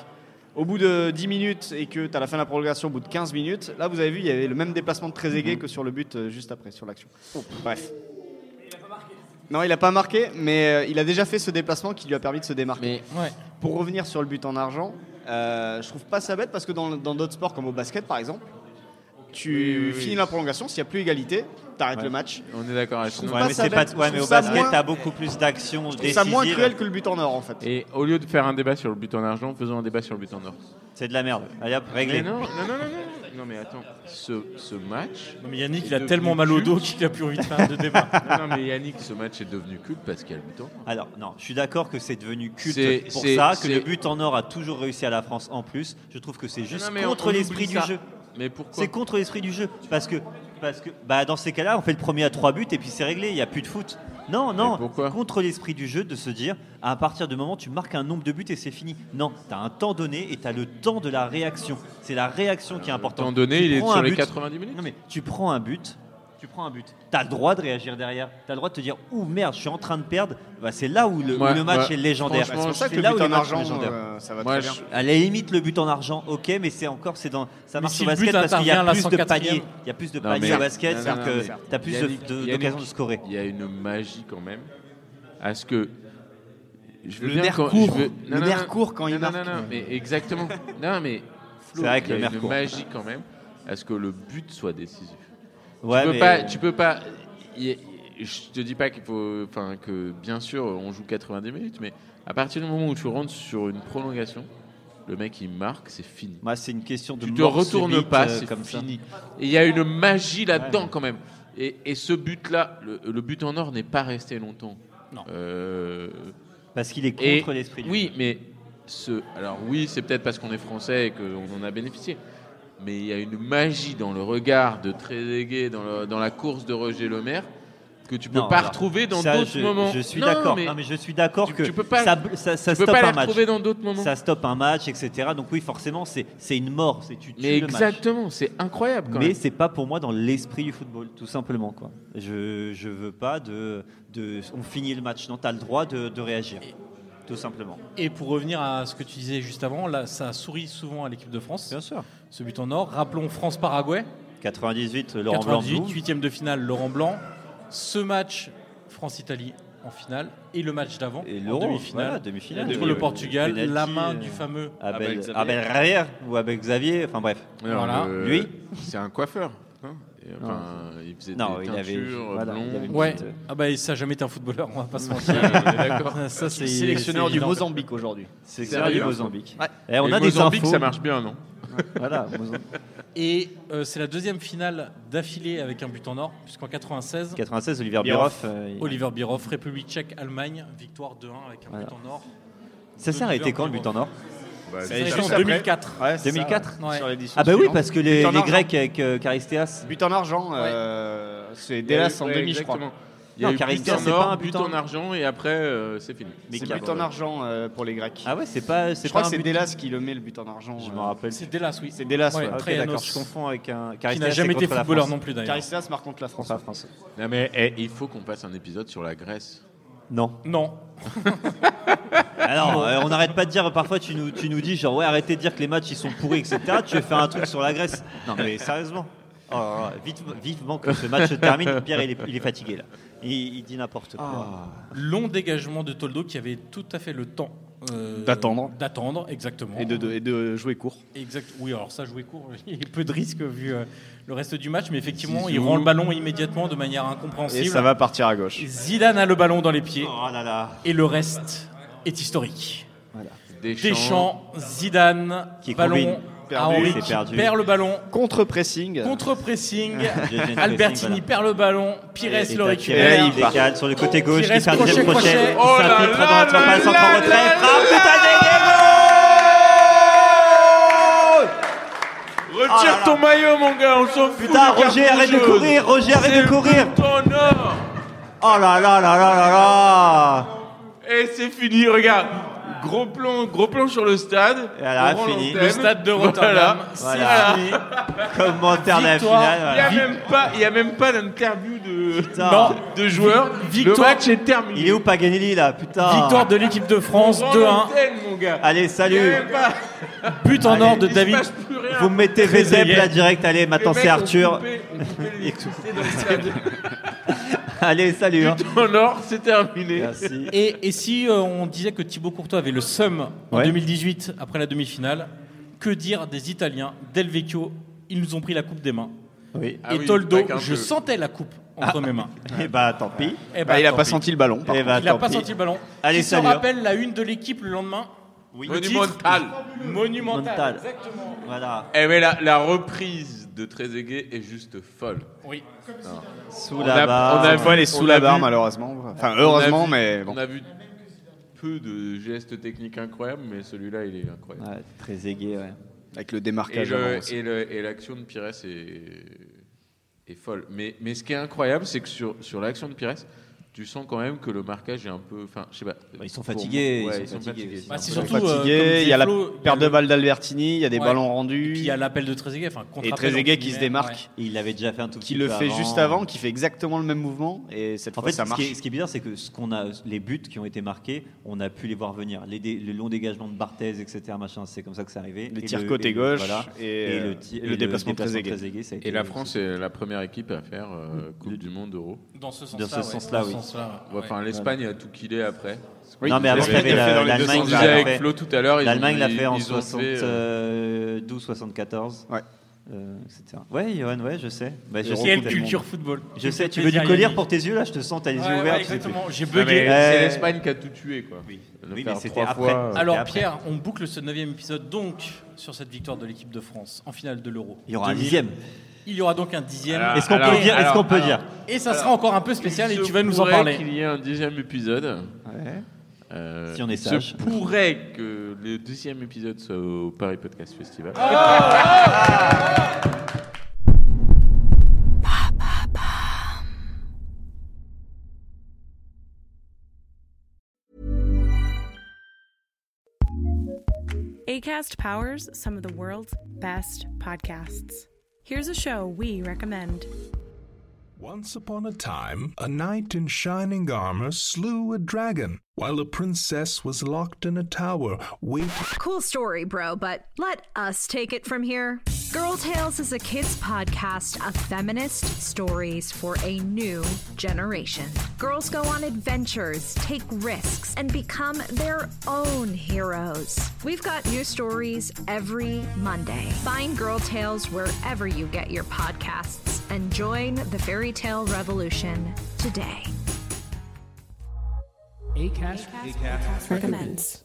au bout de 10 minutes et que tu as la fin de la prolongation au bout de 15 minutes, là vous avez vu, il y avait le même déplacement de
Mhm.
Trezeguet que sur le but euh, juste après, sur l'action.
Oh.
Bref. Non, il n'a pas marqué, mais euh, il a déjà fait ce déplacement qui lui a permis de se démarquer.
Mais
Ouais.
Pour revenir sur le but en argent, euh, je trouve pas ça bête parce que dans dans d'autres sports comme au basket par exemple, tu
Oui, oui, oui.
finis la prolongation, s'il n'y a plus égalité, t'arrêtes le match.
on est d'accord avec
trouve
ça.
Ouais,
pas
mais
ça
c'est pas.
bête,
Ouais,
je
mais au
trouve ça
basket,
moins-
t'as beaucoup plus d'actions
C'est
décisives.
ça moins cruel que le but en or en fait.
Et au lieu de faire un débat sur le but en argent, faisons un débat sur le but en or.
C'est de la merde. Allez hop,
Mais
réglé.
non, non, non, non, non. Non, mais attends, ce, ce match.
Non, mais Yannick
est
il a
devenu
tellement mal au
culte.
dos qu'il a plus envie de faire de débat
Non, non, mais Yannick, ce match est devenu culte parce qu'il y a le but en or.
Alors, non, je suis d'accord que c'est devenu
C'est-
culte pour
c'est-
ça, que
c'est-
le but en or a toujours réussi à la France en plus. Je trouve que c'est juste
Non, mais on
contre
oublie
l'esprit du
ça.
jeu.
Mais pourquoi
C'est contre l'esprit du jeu. Parce que, parce que bah, dans ces cas-là, on fait le premier à trois buts et puis c'est réglé, il n'y a plus de foot. Non, non,
pourquoi
c'est contre l'esprit du jeu de se dire à partir du moment où tu marques un nombre de buts et c'est fini. Non, tu as un temps donné et tu as le temps de la réaction. C'est la réaction qui est
Euh, Le temps
importante.
donné,
Tu
il est
prends un
sur les
but.
90 minutes.
Non mais tu prends un but, tu prends un but. T'as le droit de réagir derrière. T'as le droit de te dire ouh merde, je suis en train de perdre. Bah, c'est là où le,
Ouais,
où le match
ouais.
est légendaire.
Franchement,
C'est pour ça que
C'est
le
là où
but
les
en
matchs
argent,
sont légendaires.
euh, ça va
Moi,
très
je-
bien.
À la limite, le but en argent, ok, mais c'est encore c'est dans ça
Mais
marche
si
au
le but
basket parce qu'il y a
intervient à la
plus de
104e.
paniers. Il y a plus de
Non,
paniers
mais-
au basket,
non,
c'est-à-dire
non,
que
non, mais-
t'as plus de-
Yannick-
de-
Yannick-
d'occasions de, scorer.
Il y a une magie quand même à ce que. Je veux
Le
bien
nerf
quand-
court.
je veux-
Le nerf court quand il
non, non,
marque.
Non, non, mais exactement. Non, mais Flo,
C'est vrai que
il y
le
a
nerf
une
court.
magie quand même à ce que le but soit décisif.
Ouais,
tu, peux
mais-
pas, tu peux pas. y- y- Je te dis pas qu'il faut. Enfin, que bien sûr, on joue 90 minutes, mais à partir du moment où tu rentres sur une prolongation, le mec il marque, c'est fini.
Moi, c'est une question de
Tu te
mort
retournes
subite,
pas,
euh,
c'est
comme ça.
fini. Et il y a une magie là-dedans quand même. Et, et ce but-là, le, le but en or n'est pas resté longtemps.
Non.
Euh,
Parce qu'il est
et-
contre l'esprit. du
Oui,
jeu.
mais ce. Alors oui, c'est peut-être parce qu'on est français et qu'on en a bénéficié. Mais il y a une magie dans le regard de Trezeguet, dans, le- dans la course de Roger Lemaire, que tu peux
Non,
pas
alors,
retrouver dans
Ça,
d'autres
je-
moments.
Je suis
Non,
d'accord.
mais
Non, mais je suis d'accord
tu-
que
tu peux pas-
ça, ça, ça
tu peux
stoppe
pas les
un match.
retrouver dans d'autres moments.
Ça stoppe un match, etc. Donc oui, forcément, c'est c'est une mort. C'est tu tues
mais
le match.
exactement, c'est incroyable quand
Mais
même.
c'est pas pour moi dans l'esprit du football, tout simplement. Quoi. Je, je veux pas de, de. On finit le match. Non, t'as le droit de, de réagir. Tout simplement.
Et pour revenir à ce que tu disais juste avant, là, ça sourit souvent à l'équipe de France,
sûr.
ce but en or. Rappelons France-Paraguay,
98, Laurent Blanc.
98,
boum.
huitième de finale, Laurent Blanc. Ce match, France-Italie en finale, et le match d'avant,
Et
en
Laurent, voilà,
demi-finale,
demi-finabel.
contre le Portugal,
Penalty,
la main
euh,
du fameux...
Abel
Abel,
Xavier.
Abel Rayer ou Abel Xavier, enfin bref.
Alors,
Voilà.
le-
Lui
c'est un coiffeur. hein. Et, enfin, il faisait
Non,
des
il avait-
teintures,
voilà,
blondes.
il avait une
Ouais,
petite, euh,
ah bah ça a jamais été un footballeur, on va pas se
Ouais,
mentir.
on est D'accord.
Ça, c'est
Sélectionneur
c'est
du
énorme.
Mozambique aujourd'hui.
C'est
Sérieux
sérieux, Mozambique.
Ouais.
Eh, on
Et
a
le Mozambique,
des infos.
ça marche bien, non
Voilà, Mozambique.
Et euh, c'est la deuxième finale d'affilée avec un but en or, puisqu'en 96,
96, Olivier
Biroff.
Biroff. euh, il-
Oliver Bierhoff, République tchèque, Allemagne, victoire 2-1 avec un
Voilà.
but en or.
Ça s'est arrêté quand le but en or
Ça a été
juste
en
après.
2004.
Ouais, c'est
2004.
ça,
Ouais.
sur l'édition
Ah bah oui,
suivante.
parce que les,
But en
les
argent.
Grecs avec euh, Charisteas.
But en argent, euh, c'est
Il y a
Delas
eu-
en
ouais,
demi, je crois.
exactement. Il y a
Non,
eu but
Caristère,
en
c'est pas
or,
un
but
but en-
en argent et après euh, c'est fini.
Mais
C'est
qui a-
but en argent euh, pour les Grecs.
Ah ouais, c'est pas,
je
c'est
crois
pas
que
un
c'est
but.
Delas qui le met le but en argent.
Je
euh.
me rappelle.
C'est Delas, oui.
C'est Delas,
Ouais,
ouais.
Ah, ok,
Trajanos,
d'accord, je confonds avec un
Qui n'a jamais été footballeur non plus d'ailleurs.
Caristas marque contre la France.
Contre la France.
Non mais eh, il faut qu'on fasse un épisode sur la Grèce.
Non.
Non.
Alors, euh, on n'arrête pas de dire, parfois tu nous, tu nous dis genre, ouais, arrêtez de dire que les matchs ils sont pourris, etc. Tu veux faire un truc sur la Grèce. Non, mais sérieusement. Oh là là, vite, vivement que ce match se termine. Pierre, il est, il est fatigué là. Il, il dit n'importe quoi.
Long dégagement de Toldo qui avait tout à fait le temps euh,
D'attendre.
D'attendre, exactement.
Et de, de- et de jouer court.
Exact. Oui, alors ça, jouer court, il y a peu de risques vu euh, le reste du match, mais effectivement, il
Zizou.
rend le ballon immédiatement de manière
Et
incompréhensible.
ça va partir à gauche.
Zidane a le ballon dans les pieds
Oh là là.
et le reste est historique.
Deschamps,
Deschamps, Zidane,
Qui
ballon
combine.
à
Perdu,
Henri
c'est
qui
perdu. Euh,
perd le ballon,
Contre-pressing.
contre-pressing,
Deuxième pressing,
Albertini
voilà.
perd le ballon, Pires
Et
le
t'as
récupère.
Thierry, il décale sur le côté gauche,
Qui
qui
reste
fait un deuxième
crochet, crochet.
crochet, qui
Oh
s'infiltre dans la surface, centre en retrait, frappe,
Retire
Oh là.
ton maillot, mon gars, on s'en fout.
putain,
des
Roger, arrête de
cartoucheuses.
courir, Roger, arrête de
C'est
courir
but en or.
Oh là là là là là là
Et c'est fini, regarde. Gros plan, gros plan sur le stade.
Et voilà,
On rend
fini.
l'antenne.
Le stade de Rotterdam,
Voilà.
c'est
Voilà.
fini.
Commentaire de la
Victoire.
finale,
Il n'y a
voilà.
même pas, il y a même pas d'interview de,
Putain.
Non.
de joueurs. Le
Victoire.
match est terminé.
Il est où Paganelli là, putain
Victoire de l'équipe de
On
France,
rend
2-1.
l'antenne, mon gars.
Allez,
Il y a
salut
même pas-
But en or de
il se
David.
passe plus rien.
Vous me mettez Vezep
Trezeguet.
là direct, allez,
Les
maintenant
mecs
c'est
ont
Arthur.
coupé- ont coupé l'électricité dans le stade.
Allez, salut hein.
But en or, c'est terminé.
Merci.
Et, et si euh, on disait que Thibaut Courtois avait le seum en
Ouais.
2018 après la demi-finale, que dire des Italiens Del Vecchio, ils nous ont pris la coupe des mains.
Oui.
Ah
et
oui,
Toldo,
pas qu'un
je
peu.
sentais la coupe entre mes mains.
Et bah tant pis.
Eh ben,
Bah, il a
tant
pas
pis.
senti le ballon. par
Eh
contre.
bah
Il a
tant
pas
pis.
senti le ballon.
Allez,
Qui se
salut, hein.
rappelle la une de l'équipe le lendemain
Oui.
Le
Monumental.
titre Monumental.
Monumental.
Exactement.
Voilà.
Eh mais la, la reprise de Trezeguet est juste folle.
Oui.
Sous
a-
la barre.
on a-
Des fois, elle est sous
bah, On
la
l'a
barre,
vu.
malheureusement. Enfin, heureusement,
On a vu-
mais bon.
On a vu peu de gestes techniques incroyables, mais celui-là, il est incroyable.
Ouais, très aigué, ouais.
Avec le
Et
démarquage.
le-
avant aussi.
et le- et l'action de Pires est, est folle. Mais, mais ce qui est incroyable, c'est que sur, sur l'action de Pires, tu sens quand même même que le marquage est un peu. Enfin, je sais pas.
Bah, Ils sont
Pour moi,
fatigués.
ouais,
ils sont fatigués.
Bah, c'est
Ils sont
surtout, euh, comme
fatigués, il y a
disait Flo,
la
il y a
perte de
le-
balle d'Albertini, il y a des
Ouais.
ballons
Et
rendus.
puis il y a l'appel de Trezeguet. Enfin,
et
contre-appel,
Trezeguet
entre
qui
guillemets.
se
Ouais.
démarque,
Il l'avait déjà fait un tout
qui
petit peu
le fait
avant.
juste avant, qui fait exactement le même mouvement, et cette
En
fois
fait,
ça
ce,
marche.
qui est, ce qui est bizarre, c'est que ce qu'on a, les buts qui ont été marqués, on a pu les voir venir. Les, dé- le long dégagement de Barthez, etc. Machin, c'est comme ça que c'est arrivé.
Les
Et
tirs
le-
côté
et le-
gauche,
voilà.
et,
Et
euh,
le, ti-
et
et
le déplacement de Trezeguet.
ça a été-
Et la France est la première équipe à faire euh, Coupe
Le-
du Monde Euro.
Dans ce sens-là.
Dans ce
ouais.
sens-là,
Dans ce
oui.
sens-là, ouais.
Enfin, l'Espagne a tout killé après.
Non, mais avant, il y avait
L'Espagne a
la-
fait dans les deux
l'Allemagne.
sens.
qui l'a
Je disais avec
fait.
Flo tout à l'heure. ils
L'Allemagne
ont-
l'a fait en
ils ont fait, euh,
72-74.
Ouais.
Euh, etc. Ouais, Johan, ouais, je sais. Bah, je, sais
Quelle
que t'as-
culture football.
je sais, tu
Quel
veux du
plaisir,
collier
Yannick.
pour tes yeux là Je te sens, t'as les yeux
Ouais, ouais,
ouverts. tu sais plus.
exactement. J'ai
Non, mais
bugué.
C'est
Euh,
l'Espagne qui a tout tué, quoi. De
Oui,
faire
mais c'était
trois
après.
fois, euh,
C'était
Alors
eh, après.
Pierre, on boucle ce neuvième épisode donc sur cette victoire de l'équipe de France en finale de l'Euro.
Il y aura un dixième.
Il y aura donc un dixième.
Ah, Alors,
Est-ce qu'on peut dire Est-ce qu'on peut
alors,
dire
et ça sera encore un peu spécial et
Il se
tu vas nous en
pourrait
parler.
qu'il y ait un deuxième épisode. Euh,
Si on est
il se
sage.
pourrait que le deuxième épisode soit au Paris Podcast Festival.
ACAST powers some of the world's best podcasts. Here's a show we recommend.
Once upon a time, a knight in shining armor slew a dragon while a princess was locked in a tower waiting.
Cool story, bro, but let us take it from here. Girl Tales is a kids' podcast of feminist stories for a new generation. Girls go on adventures, take risks, and become their own heroes. We've got new stories every Monday. Find Girl Tales wherever you get your podcasts and join the fairy tale revolution today.
ACAST, recommends.